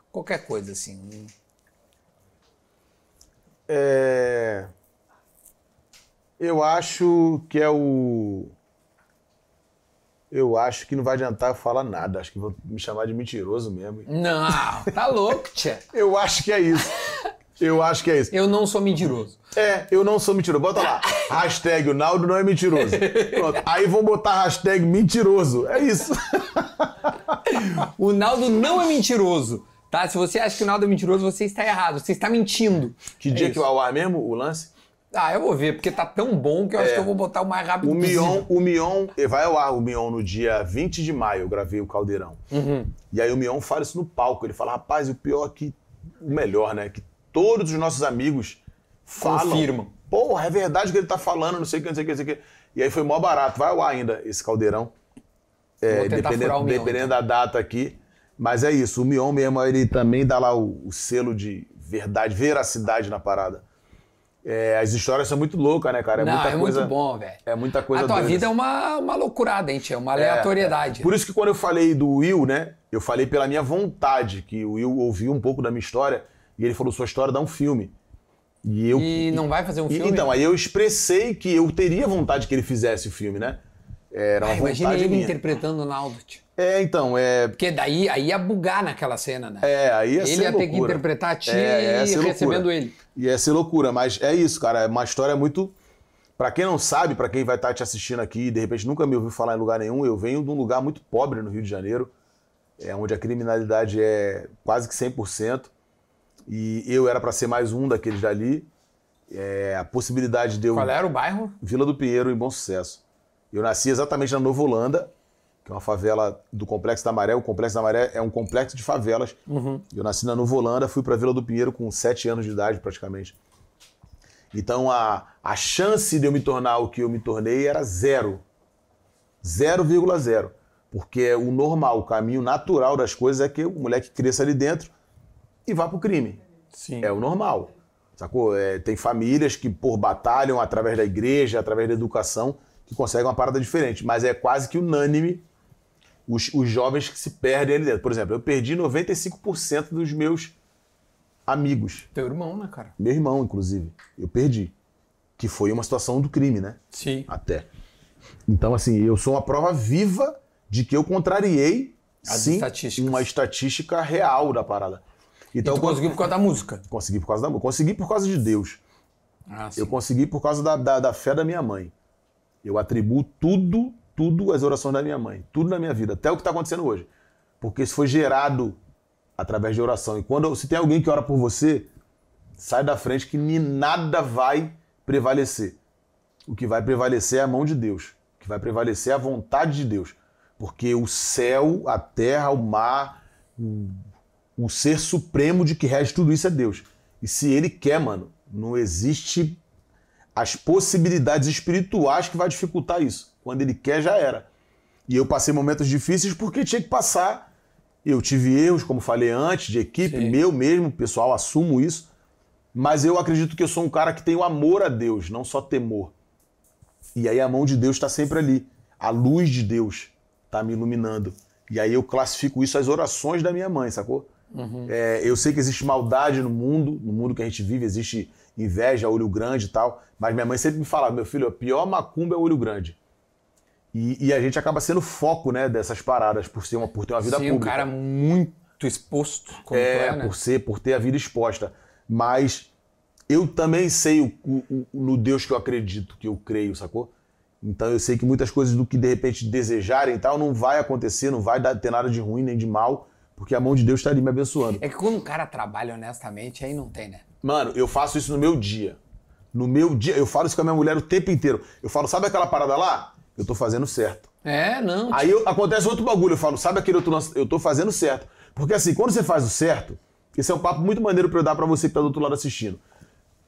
Speaker 2: qualquer coisa assim. Um-
Speaker 1: É, Eu acho que é o. Eu acho que não vai adiantar eu falar nada. Acho que vão me chamar de mentiroso mesmo.
Speaker 2: Não, tá louco, tchê.
Speaker 1: Eu acho que é isso. Eu acho que é isso.
Speaker 2: Eu não sou mentiroso.
Speaker 1: É, eu não sou mentiroso. Bota lá. Hashtag o Naldo não é mentiroso. Pronto. Aí vão botar hashtag mentiroso. É isso.
Speaker 2: O Naldo não é mentiroso, tá? Se você acha que o Naldo é mentiroso, você está errado, você está mentindo.
Speaker 1: Que dia
Speaker 2: isso.
Speaker 1: que vai ao ar mesmo o lance?
Speaker 2: Ah, eu vou ver, porque tá tão bom que eu acho que eu vou botar o mais rápido
Speaker 1: É. O
Speaker 2: possível.
Speaker 1: Mion, o Mion, eh, vai ao ar o Mion no dia 20 de maio, eu gravei o Caldeirão.
Speaker 2: Uhum.
Speaker 1: E aí o Mion fala isso no palco, ele fala, rapaz, o pior é que, o melhor, né, que todos os nossos amigos falam.
Speaker 2: Confirmam.
Speaker 1: Porra, é verdade o que ele tá falando, não sei o que, não sei o que, não sei o que. E aí foi mó barato, vai ao ar ainda esse Caldeirão. É,
Speaker 2: Vou tentar furar o Mion, então.
Speaker 1: dependendo da data aqui. Mas é isso, o Mion mesmo, ele também dá lá o, o selo de verdade, veracidade na parada. É, as histórias são muito loucas, né, cara? É
Speaker 2: não,
Speaker 1: muita
Speaker 2: é
Speaker 1: coisa...
Speaker 2: muito bom, velho.
Speaker 1: É muita
Speaker 2: A
Speaker 1: coisa
Speaker 2: tua
Speaker 1: doida.
Speaker 2: vida é uma, uma loucurada, hein, tia? Uma
Speaker 1: É,
Speaker 2: aleatoriedade.
Speaker 1: Por isso que quando eu falei do Will, né? Eu falei pela minha vontade, que o Will ouviu um pouco da minha história e ele falou: sua história dá um filme. E eu.
Speaker 2: E não vai fazer um
Speaker 1: e-
Speaker 2: filme?
Speaker 1: Então, aí eu expressei que eu teria vontade que ele fizesse o filme, né? Era uma
Speaker 2: Ah,
Speaker 1: vontade é
Speaker 2: imagina ele
Speaker 1: minha.
Speaker 2: interpretando o Naldo, tio.
Speaker 1: É, então, é.
Speaker 2: Porque daí aí ia bugar naquela cena, né?
Speaker 1: É, aí ia
Speaker 2: ele
Speaker 1: ser
Speaker 2: ia ter que
Speaker 1: loucura.
Speaker 2: interpretar a tia
Speaker 1: É, ia
Speaker 2: e
Speaker 1: ser loucura.
Speaker 2: recebendo ele.
Speaker 1: Ia ser loucura, mas é isso, cara. É uma história muito. Pra quem não sabe, pra quem vai estar te assistindo aqui, e de repente nunca me ouviu falar em lugar nenhum, eu venho de um lugar muito pobre no Rio de Janeiro, é onde a criminalidade é quase que 100%, e eu era pra ser mais um daqueles dali. É, a possibilidade de eu.
Speaker 2: Qual é era o bairro?
Speaker 1: Vila do Pinheiro, em Bom Sucesso. Eu nasci exatamente na Nova Holanda, que é uma favela do Complexo da Maré. O Complexo da Maré é um complexo de favelas. Eu nasci na Nova Holanda, fui para Vila do Pinheiro com 7 anos de idade, praticamente. Então a, a chance de eu me tornar o que eu me tornei era zero. 0,0. Porque é o normal, o caminho natural das coisas é que o moleque cresça ali dentro e vá pro crime. É o normal. Sacou? É, tem famílias que, por batalham através da igreja, através da educação, que conseguem uma parada diferente. Mas é quase que unânime os, os jovens que se perdem ali dentro. Por exemplo, eu perdi 95% dos meus amigos.
Speaker 2: Teu irmão, né, cara?
Speaker 1: Meu irmão, inclusive. Eu perdi. Que foi uma situação do crime, né?
Speaker 2: Sim.
Speaker 1: Até. Então, assim, eu sou uma prova viva de que eu contrariei,
Speaker 2: As
Speaker 1: sim,
Speaker 2: estatísticas.
Speaker 1: uma estatística real da parada. Então,
Speaker 2: Então, tu
Speaker 1: quando-
Speaker 2: conseguiu por causa da música.
Speaker 1: consegui por causa da... Consegui por causa de Deus.
Speaker 2: Ah, sim.
Speaker 1: Eu consegui por causa da, da, da fé da minha mãe. Eu atribuo tudo, tudo às orações da minha mãe. Tudo na minha vida. Até o que está acontecendo hoje. Porque isso foi gerado através de oração. E quando se tem alguém que ora por você, sai da frente que ni- nada vai prevalecer. O que vai prevalecer é a mão de Deus. O que vai prevalecer é a vontade de Deus. Porque o céu, a terra, o mar, o- o ser supremo de que rege tudo isso é Deus. E se ele quer, mano, não existe as possibilidades espirituais que vai dificultar isso. Quando ele quer, já era. E eu passei momentos difíceis porque tinha que passar. Eu tive erros, como falei antes, de equipe,
Speaker 2: Sim.
Speaker 1: meu mesmo, pessoal, assumo isso. Mas eu acredito que eu sou um cara que tem o amor a Deus, não só temor. E aí a mão de Deus está sempre ali. A luz de Deus está me iluminando. E aí eu classifico isso às orações
Speaker 2: Uhum.
Speaker 1: da minha mãe, sacou? É, eu sei que existe maldade no mundo, no mundo que a gente vive, existe inveja, olho grande e tal. Mas minha mãe sempre me falava, meu filho, a pior macumba é olho grande. E, e a gente acaba sendo foco, né, dessas paradas, por, ser uma, por ter uma vida
Speaker 2: Sim, um
Speaker 1: pública.
Speaker 2: cara muito exposto, como tu
Speaker 1: É,
Speaker 2: é, né?
Speaker 1: por ser, por ter a vida exposta. Mas eu também sei o, o- o- no Deus que eu acredito, que eu creio, sacou? Então eu sei que muitas coisas do que de repente desejarem e tal não vai acontecer, não vai dar, ter nada de ruim nem de mal, porque a mão de Deus está ali me abençoando.
Speaker 2: É que quando o cara trabalha honestamente, aí não tem, né?
Speaker 1: Mano, eu faço isso no meu dia. No meu dia, eu falo isso com a minha mulher o tempo inteiro. Eu falo, sabe aquela parada lá? Eu tô fazendo certo.
Speaker 2: É, não.
Speaker 1: Aí eu- acontece outro bagulho, eu falo, sabe aquele outro lance? Eu tô fazendo certo. Porque assim, quando você faz o certo, esse é um papo muito maneiro pra eu dar pra você que tá do outro lado assistindo.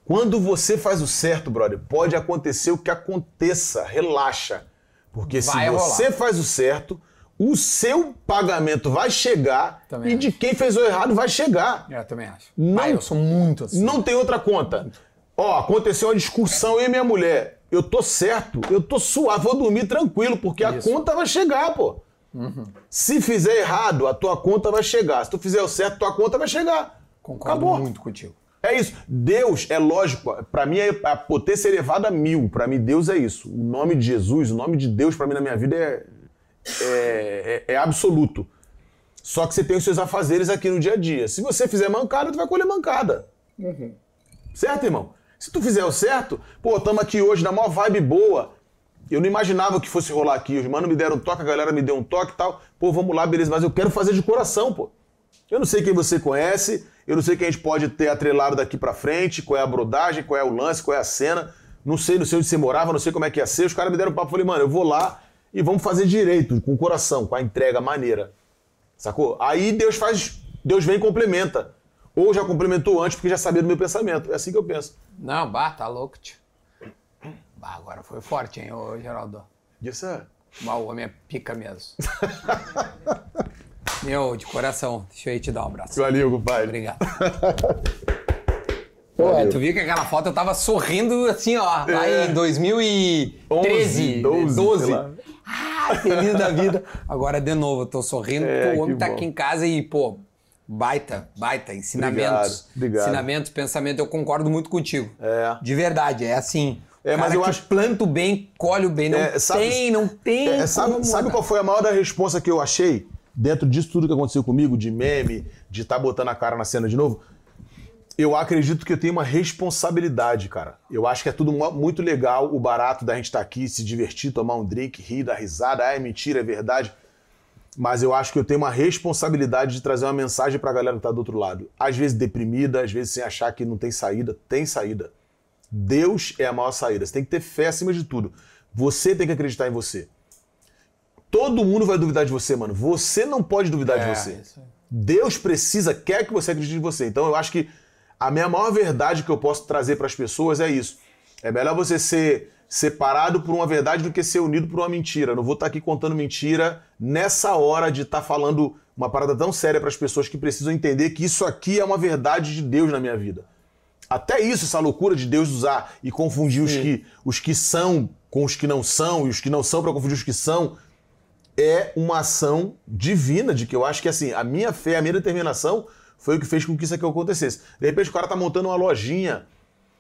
Speaker 1: Quando você faz o certo, brother, pode acontecer o que aconteça, relaxa. Porque
Speaker 2: Vai
Speaker 1: se
Speaker 2: rolar.
Speaker 1: você faz o certo, o seu pagamento vai chegar
Speaker 2: Também
Speaker 1: e de quem fez o errado vai chegar.
Speaker 2: Eu também acho.
Speaker 1: Não-
Speaker 2: Pai, eu sou muito assim.
Speaker 1: Não tem outra conta. Ó, aconteceu uma discussão eu e minha mulher. Eu tô certo, eu tô suave, vou dormir tranquilo, porque a conta vai chegar, pô.
Speaker 2: Uhum.
Speaker 1: Se fizer errado, a tua conta vai chegar. Se tu fizer o certo, tua conta vai chegar.
Speaker 2: Concordo
Speaker 1: Acabou.
Speaker 2: muito contigo.
Speaker 1: É isso. Deus é lógico. Pra mim é a potência elevada a mil. Pra mim Deus é isso. O nome de Jesus, o nome de Deus pra mim na minha vida é é, é- é absoluto. Só que você tem os seus afazeres aqui no dia a dia. Se você fizer mancada, tu vai colher mancada. Certo, irmão? Se tu fizer o certo, pô, tamo aqui hoje na maior vibe boa. Eu não imaginava que fosse rolar aqui. Os manos me deram um toque, a galera me deu um toque e tal. Pô, vamos lá, beleza, mas eu quero fazer de coração, pô. Eu não sei quem você conhece, eu não sei quem a gente pode ter atrelado daqui pra frente, qual é a brodagem, qual é o lance, qual é a cena. Não sei, não sei onde você morava, não sei como é que ia ser. Os caras me deram um papo, falei, mano, eu vou lá e vamos fazer direito, com o coração, com a entrega maneira. Sacou? Aí Deus faz, Deus vem e complementa. Ou já complementou antes porque já sabia do meu pensamento. É assim que eu penso.
Speaker 2: Não, bah, tá louco, tio. Bah, agora foi forte, hein, ô Geraldo.
Speaker 1: Yes, sir.
Speaker 2: Bah, o homem é pica mesmo. Meu, de coração, deixa eu aí te dar um abraço.
Speaker 1: Valeu, compadre.
Speaker 2: Obrigado.
Speaker 1: Valeu.
Speaker 2: Tu viu que aquela foto eu tava sorrindo assim, ó, lá
Speaker 1: É.
Speaker 2: em 2013,
Speaker 1: 11, 12,
Speaker 2: 12.
Speaker 1: sei lá.
Speaker 2: Ah, feliz da vida. Agora, de novo, eu tô sorrindo,
Speaker 1: É,
Speaker 2: porque o
Speaker 1: que
Speaker 2: homem tá
Speaker 1: bom.
Speaker 2: aqui em casa e, pô, baita, baita, ensinamentos.
Speaker 1: Obrigado, obrigado.
Speaker 2: Ensinamentos, pensamento, eu concordo muito contigo.
Speaker 1: É.
Speaker 2: De verdade, é assim.
Speaker 1: É,
Speaker 2: O cara
Speaker 1: mas eu
Speaker 2: que
Speaker 1: acho-
Speaker 2: planta o bem, colhe o bem. Não
Speaker 1: É, sabe-
Speaker 2: tem, não tem.
Speaker 1: É, sabe,
Speaker 2: como,
Speaker 1: sabe
Speaker 2: né?
Speaker 1: qual foi a maior da resposta que eu achei? Dentro disso tudo que aconteceu comigo, de meme, de estar botando a cara na cena de novo, eu acredito que eu tenho uma responsabilidade, cara. Eu acho que é tudo mu- muito legal, o barato da gente estar aqui, se divertir, tomar um drink, rir, dar risada, ah, é mentira, é verdade. Mas eu acho que eu tenho uma responsabilidade de trazer uma mensagem pra galera que tá do outro lado. Às vezes deprimida, às vezes sem achar que não tem saída, tem saída. Deus é a maior saída. Você tem que ter fé acima de tudo. Você tem que acreditar em você. Todo mundo vai duvidar de você, mano. Você não pode duvidar de você. Deus precisa, quer que você acredite em você. Então eu acho que a minha maior verdade que eu posso trazer para as pessoas é isso. É melhor você ser separado por uma verdade do que ser unido por uma mentira. Eu Não vou estar aqui contando mentira nessa hora de estar falando uma parada tão séria para as pessoas que precisam entender que isso aqui é uma verdade de Deus na minha vida. Até isso, essa loucura de Deus usar e confundir os que, os que são com os que não são, e os que não são para confundir os que são, é uma ação divina, de que eu acho que assim, a minha fé, a minha determinação foi o que fez com que isso aqui acontecesse. De repente o cara tá montando uma lojinha,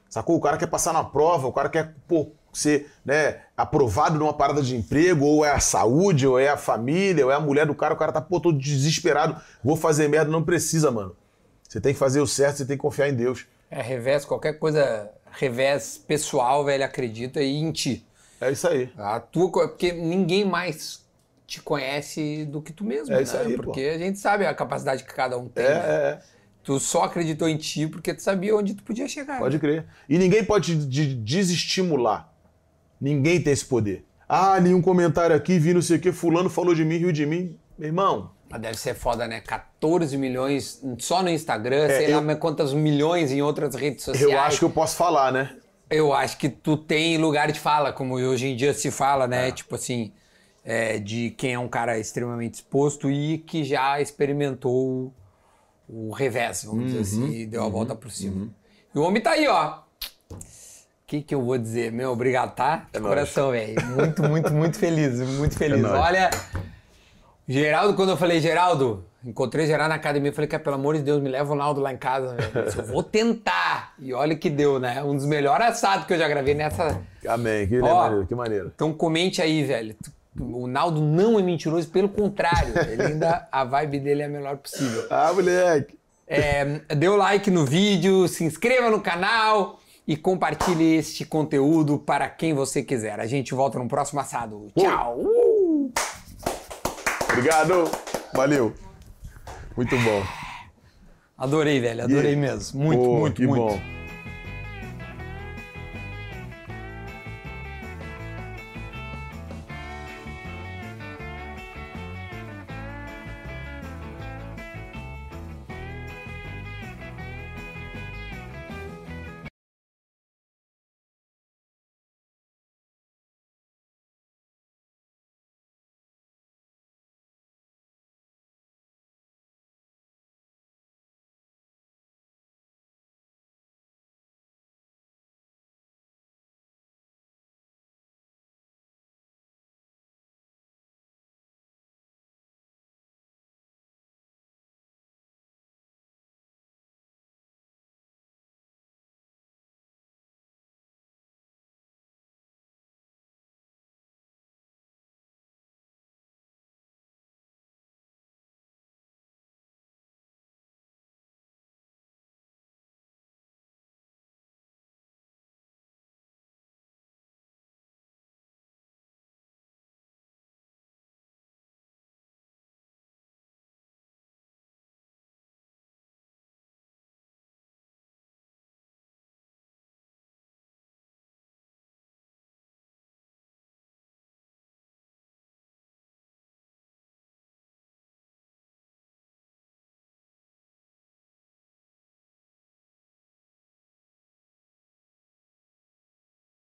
Speaker 1: sacou? O cara quer passar na prova, o cara quer pô, ser né, aprovado numa parada de emprego, ou é a saúde, ou é a família, ou é a mulher do cara, o cara tá pô, todo desesperado, vou fazer merda, não precisa, mano. Você tem que fazer o certo, você tem que confiar em Deus.
Speaker 2: É revés, qualquer coisa, revés pessoal, velho, acredita e em ti.
Speaker 1: É isso aí.
Speaker 2: A tua, co- porque ninguém mais te conhece do que tu mesmo,
Speaker 1: É isso
Speaker 2: né?
Speaker 1: aí, pô.
Speaker 2: porque a gente sabe a capacidade que cada um tem.
Speaker 1: É,
Speaker 2: né?
Speaker 1: é, é.
Speaker 2: Tu só acreditou em ti porque tu sabia onde tu podia chegar.
Speaker 1: Pode crer. E ninguém pode te de- desestimular. Ninguém tem esse poder. Ah, nenhum comentário aqui, vi não sei o que, fulano falou de mim, riu de mim. Meu irmão,
Speaker 2: Mas deve ser foda, né? 14 milhões só no Instagram, sei
Speaker 1: É, eu-
Speaker 2: lá mas quantas milhões em outras redes sociais.
Speaker 1: eu acho que eu posso falar, né?
Speaker 2: Eu acho que tu tem lugar de fala, como hoje em dia se fala, né? Tipo assim, é, de quem é um cara extremamente exposto e que já experimentou o, o revés, vamos dizer assim, e deu a volta por cima. E o homem tá aí, ó. O que, que eu vou dizer? Meu, obrigado, tá? De coração, velho. Muito, muito, muito feliz, muito feliz.
Speaker 1: nóis.
Speaker 2: Olha, Geraldo, quando eu falei, Geraldo, encontrei Geraldo na academia, eu falei, cara, pelo amor de Deus, me leva o Naldo lá em casa, velho. Eu disse, Eu vou tentar. E olha que deu, né? Um dos melhores assados que eu já gravei nessa.
Speaker 1: Amém, que
Speaker 2: Ó.
Speaker 1: maneiro, que maneiro.
Speaker 2: Então comente aí, velho. O Naldo não é mentiroso, pelo contrário. Ele ainda, a vibe dele é a melhor possível.
Speaker 1: Ah, moleque.
Speaker 2: É, dê o like no vídeo, se inscreva no canal e compartilhe este conteúdo para quem você quiser. A gente volta no próximo assado. Tchau!
Speaker 1: Obrigado. Valeu. Muito bom.
Speaker 2: Adorei, velho. Adorei mesmo. Muito,
Speaker 1: Pô,
Speaker 2: muito,
Speaker 1: que
Speaker 2: muito.
Speaker 1: bom.